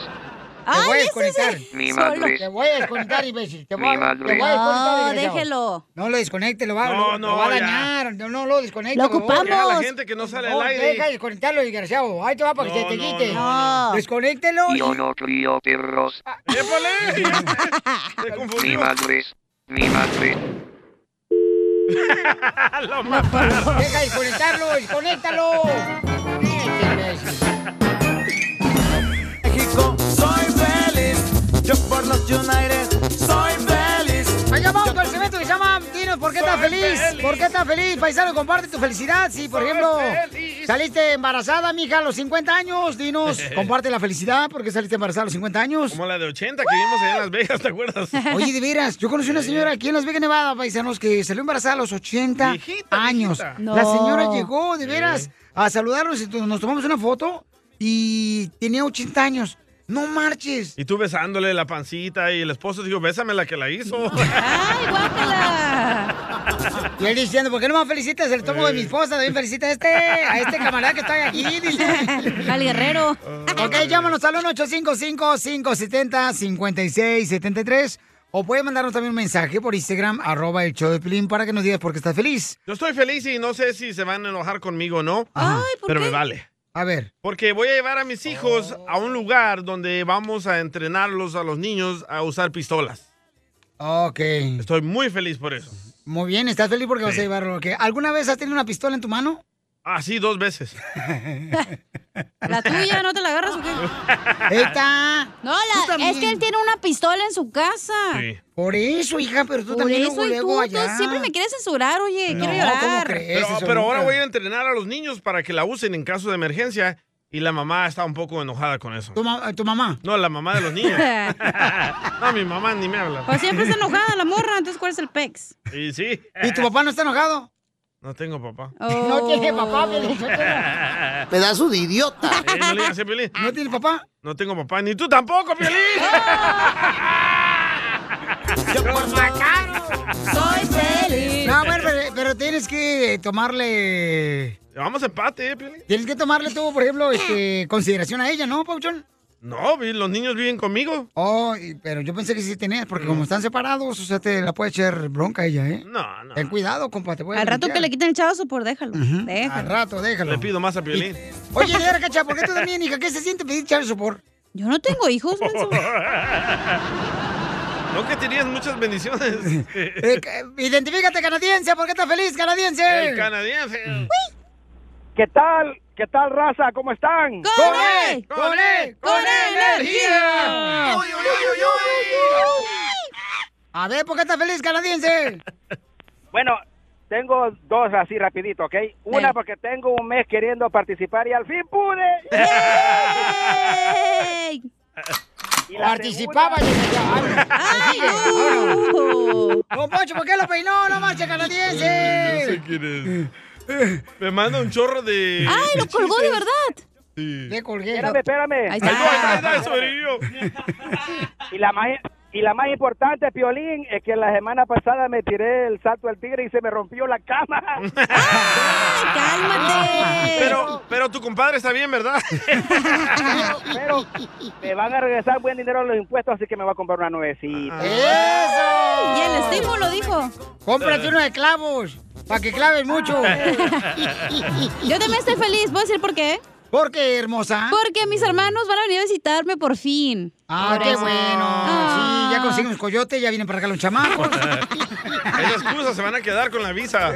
[SPEAKER 2] Te voy a desconectar.
[SPEAKER 12] Mi madre.
[SPEAKER 2] Te voy a desconectar, imbécil. Te voy,
[SPEAKER 12] Mi
[SPEAKER 2] a- te
[SPEAKER 12] madre.
[SPEAKER 2] voy a desconectar.
[SPEAKER 3] No,
[SPEAKER 2] desgraciado.
[SPEAKER 3] Oh, déjelo.
[SPEAKER 2] No lo desconecte, lo va,
[SPEAKER 4] No,
[SPEAKER 2] lo- lo
[SPEAKER 4] no,
[SPEAKER 2] va a
[SPEAKER 4] ya.
[SPEAKER 2] dañar. No, no lo desconecte.
[SPEAKER 4] Lo
[SPEAKER 2] por favor.
[SPEAKER 4] ocupamos. Deja a la gente que no sale al aire.
[SPEAKER 2] Deja de desconectarlo, desgraciado. Ahí te va para que
[SPEAKER 12] No,
[SPEAKER 2] se te
[SPEAKER 12] no,
[SPEAKER 2] quite.
[SPEAKER 12] no, no.
[SPEAKER 2] Desconéctelo. y-
[SPEAKER 12] yo no crío perros. Mi madre, mi madre.
[SPEAKER 2] Deja de desconectarlo, desconéctalo. Este imbécil.
[SPEAKER 13] México, soy feliz. Yo por los United soy feliz.
[SPEAKER 2] Allá vamos con el segmento que se llama Dinos, ¿por qué estás
[SPEAKER 13] Soy
[SPEAKER 2] feliz?
[SPEAKER 13] feliz.
[SPEAKER 2] ¿Por qué estás feliz? Paisano, comparte tu felicidad. Si, por
[SPEAKER 13] Soy
[SPEAKER 2] ejemplo,
[SPEAKER 13] feliz.
[SPEAKER 2] saliste embarazada, mija, a los 50 años, dinos, comparte la felicidad. ¿Por qué saliste embarazada a los 50 años?
[SPEAKER 4] Como la de 80 que vimos allá en Las Vegas, ¿te acuerdas?
[SPEAKER 2] Oye, de veras, yo conocí una señora aquí en Las Vegas, Nevada, paisanos, que salió embarazada a los 80 años.
[SPEAKER 3] No.
[SPEAKER 2] La señora llegó, de veras, a saludarnos y tu- nos tomamos una foto y tenía 80 años. No marches.
[SPEAKER 4] Y tú besándole la pancita y el esposo dijo, bésame la que la hizo.
[SPEAKER 2] Y él diciendo, ¿por qué no me felicitas el tomo de mi esposa? También felicita a este, a este camarada que está aquí, dice.
[SPEAKER 3] Al guerrero.
[SPEAKER 2] Ok, llámanos al 1-855-570-5673. O puede mandarnos también un mensaje por Instagram, arroba el show de Pilín, para que nos digas por qué estás feliz.
[SPEAKER 4] Yo estoy feliz y no sé si se van a enojar conmigo o no. Pero me vale.
[SPEAKER 2] A ver.
[SPEAKER 4] Porque voy a llevar a mis hijos a un lugar donde vamos a entrenarlos a los niños a usar pistolas.
[SPEAKER 2] Ok.
[SPEAKER 4] Estoy muy feliz por eso.
[SPEAKER 2] Muy bien, estás feliz porque vas a llevarlo. ¿ok? ¿Alguna vez has tenido una pistola en tu mano?
[SPEAKER 4] Ah, sí, dos veces.
[SPEAKER 3] ¿La tuya no te la agarras o qué?
[SPEAKER 2] Esta.
[SPEAKER 3] No, la, es que él tiene una pistola en su casa.
[SPEAKER 2] Por eso, hija, pero tú
[SPEAKER 3] Por
[SPEAKER 2] también
[SPEAKER 3] eso,
[SPEAKER 2] luego,
[SPEAKER 3] y
[SPEAKER 2] luego
[SPEAKER 3] tú,
[SPEAKER 2] allá.
[SPEAKER 3] tú siempre me quieres censurar, oye,
[SPEAKER 4] No,
[SPEAKER 3] quiero
[SPEAKER 4] ¿cómo
[SPEAKER 3] llorar.
[SPEAKER 4] Pero, pero ahora voy a entrenar a los niños para que la usen en caso de emergencia Y la mamá está un poco enojada con eso.
[SPEAKER 2] ¿Tu, ma- eh, tu mamá?
[SPEAKER 4] No, la mamá de los niños. no, mi mamá ni me habla.
[SPEAKER 3] Pues siempre está enojada la morra, entonces ¿cuál es el pex?
[SPEAKER 4] Y sí.
[SPEAKER 2] ¿Y tu papá no está enojado?
[SPEAKER 4] No tengo papá.
[SPEAKER 3] No
[SPEAKER 2] tiene papá, Piolín
[SPEAKER 4] Pedazo de idiota. Eh, no, le digas así, Piolín.
[SPEAKER 2] ¿No tienes papá?
[SPEAKER 4] No tengo papá, ni tú tampoco, Piolín.
[SPEAKER 2] Yo por Soy feliz. No, bueno, pero, pero tienes que tomarle.
[SPEAKER 4] Vamos a empate, ¿eh, Piolín?
[SPEAKER 2] Tienes que tomarle tú, por ejemplo, este, consideración a ella, ¿no, Pauchón?
[SPEAKER 4] No, los niños viven conmigo.
[SPEAKER 2] Oh, y- pero yo pensé que sí tenías, porque como están separados, o sea, te la puede echar bronca a ella, ¿eh?
[SPEAKER 4] No, no.
[SPEAKER 2] Ten cuidado, compa, te puede
[SPEAKER 3] Al rato que
[SPEAKER 2] limpiar.
[SPEAKER 3] le quiten el chavazo, por déjalo. déjalo.
[SPEAKER 2] Al rato, déjalo.
[SPEAKER 4] Le pido más a Piolín.
[SPEAKER 2] Oye, señora Cacha, ¿por qué tú también, hija? ¿Qué se siente pedir chavo sopor?
[SPEAKER 3] Yo no tengo hijos, menso.
[SPEAKER 4] No que tenías muchas bendiciones.
[SPEAKER 2] eh,
[SPEAKER 3] Eh,
[SPEAKER 2] Identifícate, canadiense, ¿por qué estás feliz, canadiense?
[SPEAKER 4] El canadiense.
[SPEAKER 6] ¿Qué tal? ¿Qué tal, raza? ¿Cómo están? ¡Con E.
[SPEAKER 2] él! E, ¡Con él! ¡Con energía!
[SPEAKER 6] ¡Uy,
[SPEAKER 2] A ver, ¿por qué estás feliz, canadiense?
[SPEAKER 6] Bueno, tengo dos así rapidito, ¿ok? Una
[SPEAKER 2] Ey.
[SPEAKER 6] porque tengo un mes queriendo participar y al fin pude.
[SPEAKER 2] Participaba y ¡Ay, no! Don Poncho, ¿por qué lo peinó? ¡No marcha,
[SPEAKER 4] No
[SPEAKER 2] canadiense!
[SPEAKER 4] sé quién es. Me manda un chorro de.
[SPEAKER 3] Eh. ¡Ay, lo colgó de verdad!
[SPEAKER 2] Le colgué.
[SPEAKER 6] Espérame, espérame.
[SPEAKER 3] Ahí está. Ahí va, ahí
[SPEAKER 4] está, sobrevivió.
[SPEAKER 6] y la más... Y la más importante, Piolín, es que la semana pasada me tiré el salto al tigre y se me rompió la cama.
[SPEAKER 3] ¡Cálmate!
[SPEAKER 4] Pero, pero tu compadre está bien, ¿verdad?
[SPEAKER 6] Pero me van a regresar buen dinero a los impuestos, así que me voy a comprar una nuevecita.
[SPEAKER 3] Ah.
[SPEAKER 2] ¡Eso!
[SPEAKER 3] Y el estímulo dijo.
[SPEAKER 6] Cómprate uno
[SPEAKER 3] Ah.
[SPEAKER 2] de clavos, para que claves mucho.
[SPEAKER 3] Yo también estoy feliz, ¿puedo decir por qué?
[SPEAKER 2] ¿Por qué, hermosa?
[SPEAKER 3] Porque mis hermanos van a venir a visitarme por fin.
[SPEAKER 2] ¡Ah,
[SPEAKER 3] Por
[SPEAKER 2] qué
[SPEAKER 3] eso.
[SPEAKER 2] bueno!
[SPEAKER 3] Ah.
[SPEAKER 2] Sí, ya conseguimos coyote, ya vienen para acá los chamacos.
[SPEAKER 4] Hay excusas, se van a quedar con la visa.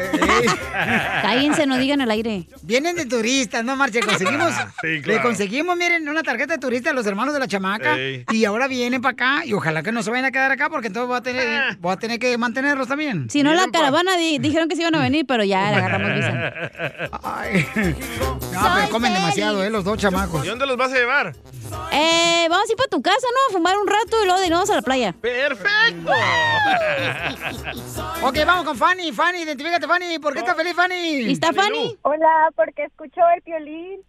[SPEAKER 3] Cállense, no digan al aire.
[SPEAKER 2] Vienen de turistas, no marche, conseguimos.
[SPEAKER 4] Ah, Sí,
[SPEAKER 2] Le
[SPEAKER 4] claro.
[SPEAKER 2] conseguimos, miren, una tarjeta de turista a los hermanos de la chamaca.
[SPEAKER 4] Ey.
[SPEAKER 2] Y ahora vienen para acá y ojalá que no se vayan a quedar acá porque entonces voy a
[SPEAKER 6] Ah.
[SPEAKER 2] tener, voy a tener que mantenerlos también.
[SPEAKER 3] Si no, la caravana di- dijeron que se iban a venir, pero ya la agarramos visa.
[SPEAKER 2] Ay. No, pero comen demasiado, ¿eh? Los dos chamacos.
[SPEAKER 4] ¿Y dónde los vas a llevar?
[SPEAKER 3] Eh, vamos a ir para tu casa, ¿no? A fumar un rato y luego de nuevo a la playa.
[SPEAKER 4] ¡Perfecto!
[SPEAKER 2] Ok, vamos con Fanny. Fanny, identifícate, Fanny. ¿Por qué está feliz, Fanny? ¿Y
[SPEAKER 3] está Fanny?
[SPEAKER 26] Hola, porque escuchó el violín.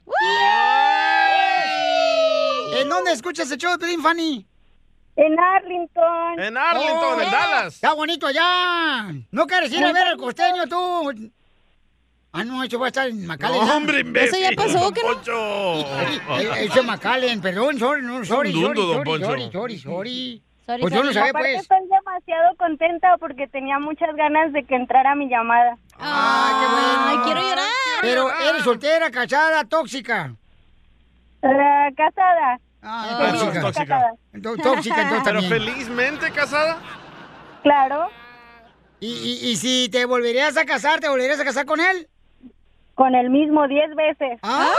[SPEAKER 2] ¿En dónde escuchas el show de Pelín, Fanny? Oh,
[SPEAKER 26] En Arlington.
[SPEAKER 4] En Arlington, en Dallas.
[SPEAKER 2] Está bonito allá. ¿No quieres ir a ver al costeño tú? Ah, no, eso va a estar en McAllen.
[SPEAKER 4] No, hombre, imbécil.
[SPEAKER 2] Eso ya pasó, ¿qué no?
[SPEAKER 4] Poncho.
[SPEAKER 2] Eh, Eso es McAllen, perdón, sorry, no,
[SPEAKER 4] Un
[SPEAKER 2] sorry, sorry,
[SPEAKER 4] dundo, don
[SPEAKER 2] sorry,
[SPEAKER 4] Poncho.
[SPEAKER 2] sorry, sorry, sorry. Pues yo no sabía,
[SPEAKER 26] Aparte,
[SPEAKER 2] pues.
[SPEAKER 26] estoy demasiado contenta porque tenía muchas ganas de que entrara mi llamada.
[SPEAKER 2] Ah, qué bueno.
[SPEAKER 26] Ay, quiero llorar.
[SPEAKER 2] Pero eres soltera, casada, tóxica.
[SPEAKER 26] Eh, casada.
[SPEAKER 2] Ah,
[SPEAKER 26] Feliz,
[SPEAKER 2] tóxica.
[SPEAKER 26] casada.
[SPEAKER 2] Tó- Tóxica, entonces
[SPEAKER 4] ¿Pero
[SPEAKER 2] también.
[SPEAKER 4] felizmente casada?
[SPEAKER 26] Claro.
[SPEAKER 2] ¿Y, y, y si te volverías a casar, te volverías a casar con él?
[SPEAKER 26] Con el mismo, diez veces.
[SPEAKER 2] ¡Ah!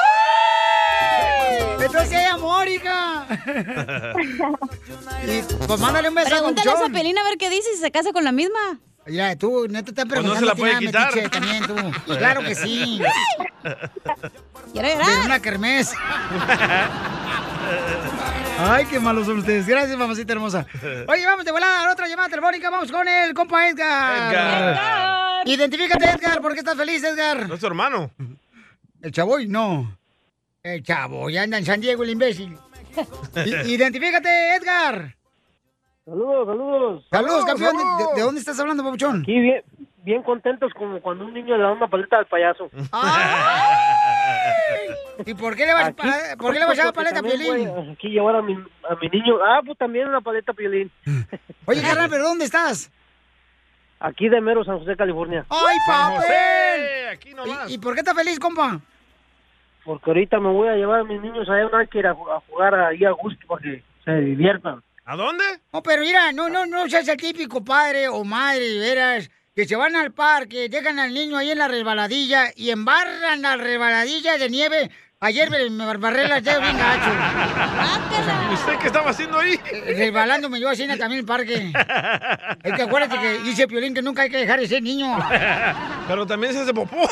[SPEAKER 2] Entonces hay amor, hija. Y, pues mándale un beso a
[SPEAKER 3] Pregúntale a
[SPEAKER 2] Pabuchón.
[SPEAKER 3] Zapelina a ver qué dice si se casa con la misma.
[SPEAKER 2] Mira, tú, neta, te
[SPEAKER 3] Pues no
[SPEAKER 2] preguntando.
[SPEAKER 3] se la
[SPEAKER 2] a ti
[SPEAKER 3] puede
[SPEAKER 2] nada,
[SPEAKER 3] quitar.
[SPEAKER 2] metiche, también tú. Claro que sí.
[SPEAKER 3] Quiero
[SPEAKER 2] De una kermés. Ay, qué malos son ustedes. Gracias, mamacita hermosa. Oye, vamos de volada a la otra llamada telefónica. Vamos con el compa Edgar.
[SPEAKER 4] Edgar.
[SPEAKER 2] Identifícate, Edgar. ¿Por qué estás feliz, Edgar?
[SPEAKER 4] ¿No es tu hermano?
[SPEAKER 2] El chavoy, no. El chavo, ya anda en San Diego el imbécil. I- identifícate, Edgar.
[SPEAKER 20] Saludos, saludos.
[SPEAKER 2] Saludos, campeón. ¿De- de- de dónde estás hablando, papuchón?
[SPEAKER 20] Aquí bien, bien contentos como cuando un niño le da una paleta al payaso.
[SPEAKER 2] ¿Y por qué le vas, pa- por qué le vas a dar paleta a Piolín?
[SPEAKER 20] Aquí llevar a mi, a mi niño. Ah, pues también una paleta a Piolín.
[SPEAKER 2] Oye, carnal, ¿pero dónde estás?
[SPEAKER 20] Aquí de mero, San José, California.
[SPEAKER 2] ¡Ay,
[SPEAKER 20] San
[SPEAKER 2] papel! ¿Y, y por qué estás feliz, compa?
[SPEAKER 20] Porque ahorita me voy a llevar a mis niños a una que a, ju- a jugar ahí a gusto para que se diviertan.
[SPEAKER 4] ¿A dónde?
[SPEAKER 2] No, pero mira, no, no, no seas el típico padre o madre, de veras, que se van al parque, dejan al niño ahí en la resbaladilla y embarran la resbaladilla de nieve. Ayer me, me barré las dedos bien gacho. Eh,
[SPEAKER 4] Pues aquí ¿Usted qué estaba haciendo ahí?
[SPEAKER 2] Resbalándome yo así en el- también en el parque. Es que acuérdate que dice Piolín que nunca hay que dejar de ser niño.
[SPEAKER 4] Pero también se hace popó.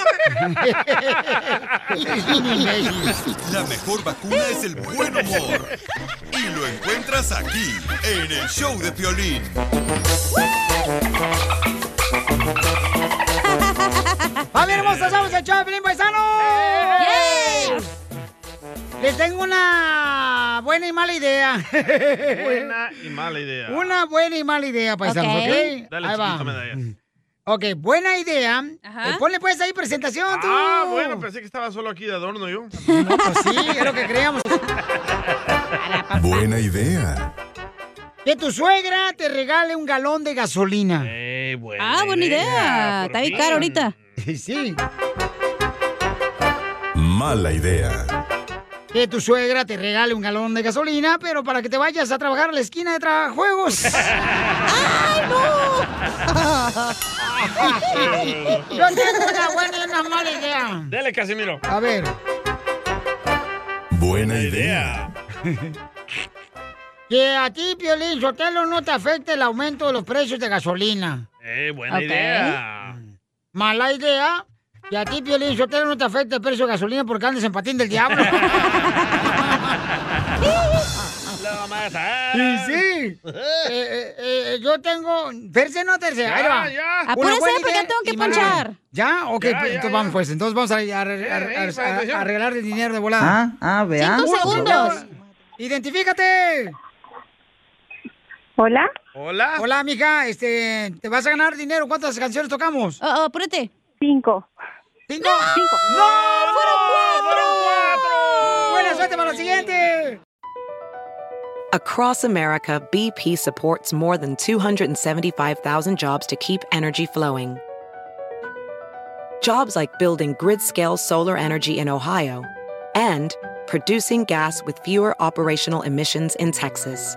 [SPEAKER 10] La mejor vacuna es el buen humor. Y lo encuentras aquí, en el show de Piolín.
[SPEAKER 2] ¡Familia hermosa, somos el show de Pelín Paisano! Les tengo una buena y mala idea.
[SPEAKER 4] Buena y mala idea.
[SPEAKER 2] Una buena y mala idea, paisanos, ¿ok?
[SPEAKER 4] Dale,
[SPEAKER 2] ahí
[SPEAKER 4] chiquito
[SPEAKER 2] va.
[SPEAKER 4] medalla.
[SPEAKER 2] Ok, buena idea. Eh, ponle pues ahí presentación, tú.
[SPEAKER 4] Ah, bueno, pensé que estaba solo aquí de adorno yo.
[SPEAKER 2] No, pues sí, es lo que creíamos.
[SPEAKER 10] Buena idea.
[SPEAKER 2] Que tu suegra te regale un galón de gasolina.
[SPEAKER 4] Eh,
[SPEAKER 3] Ah, buena idea. Está bien caro ahorita.
[SPEAKER 2] Sí.
[SPEAKER 10] Mala idea.
[SPEAKER 2] Que tu suegra te regale un galón de gasolina, pero para que te vayas a trabajar a la esquina de trabajuegos. ¡Ay, no! Yo tengo una buena y una mala idea.
[SPEAKER 4] Dale, Casimiro.
[SPEAKER 2] A ver.
[SPEAKER 10] Buena idea.
[SPEAKER 2] Que a ti, Piolín Sotelo, no te afecte el aumento de los precios de gasolina.
[SPEAKER 4] Eh, buena
[SPEAKER 2] Ok.
[SPEAKER 4] idea.
[SPEAKER 2] Mala idea. Que a ti, Piolín Sotelo, no te afecte el precio de gasolina porque andes en patín del diablo.
[SPEAKER 4] La matar.
[SPEAKER 2] Y sí. Eh, eh, eh, yo tengo. Terce, no terce.
[SPEAKER 4] Ya,
[SPEAKER 2] Ahí va.
[SPEAKER 4] ya.
[SPEAKER 2] Una
[SPEAKER 3] Apúrese,
[SPEAKER 2] buena
[SPEAKER 3] porque
[SPEAKER 2] idea
[SPEAKER 3] ya tengo que
[SPEAKER 2] y mala
[SPEAKER 3] ponchar.
[SPEAKER 2] idea. ¿Ya? Ok,
[SPEAKER 3] Ya,
[SPEAKER 2] pues,
[SPEAKER 3] ya,
[SPEAKER 2] entonces
[SPEAKER 3] ya.
[SPEAKER 2] vamos, pues. Entonces vamos a, a- a- a- a- a- a arreglar el dinero de volada.
[SPEAKER 5] Ah, ah, veamos. Cinco segundos.
[SPEAKER 2] Identifícate.
[SPEAKER 9] Hola.
[SPEAKER 4] Hola.
[SPEAKER 2] Hola, mija. Este, ¿te vas a ganar dinero? ¿Cuántas canciones tocamos?
[SPEAKER 3] Oh, oh, apúrate.
[SPEAKER 9] Cinco.
[SPEAKER 2] ¿Cinco? ¡Cinco! ¡No! ¡Fueron cuatro! Buena suerte para la siguiente.
[SPEAKER 29] Across America, BP supports more than 275,000 jobs to keep energy flowing. Jobs like building grid scale solar energy in Ohio and producing gas with fewer operational emissions in Texas.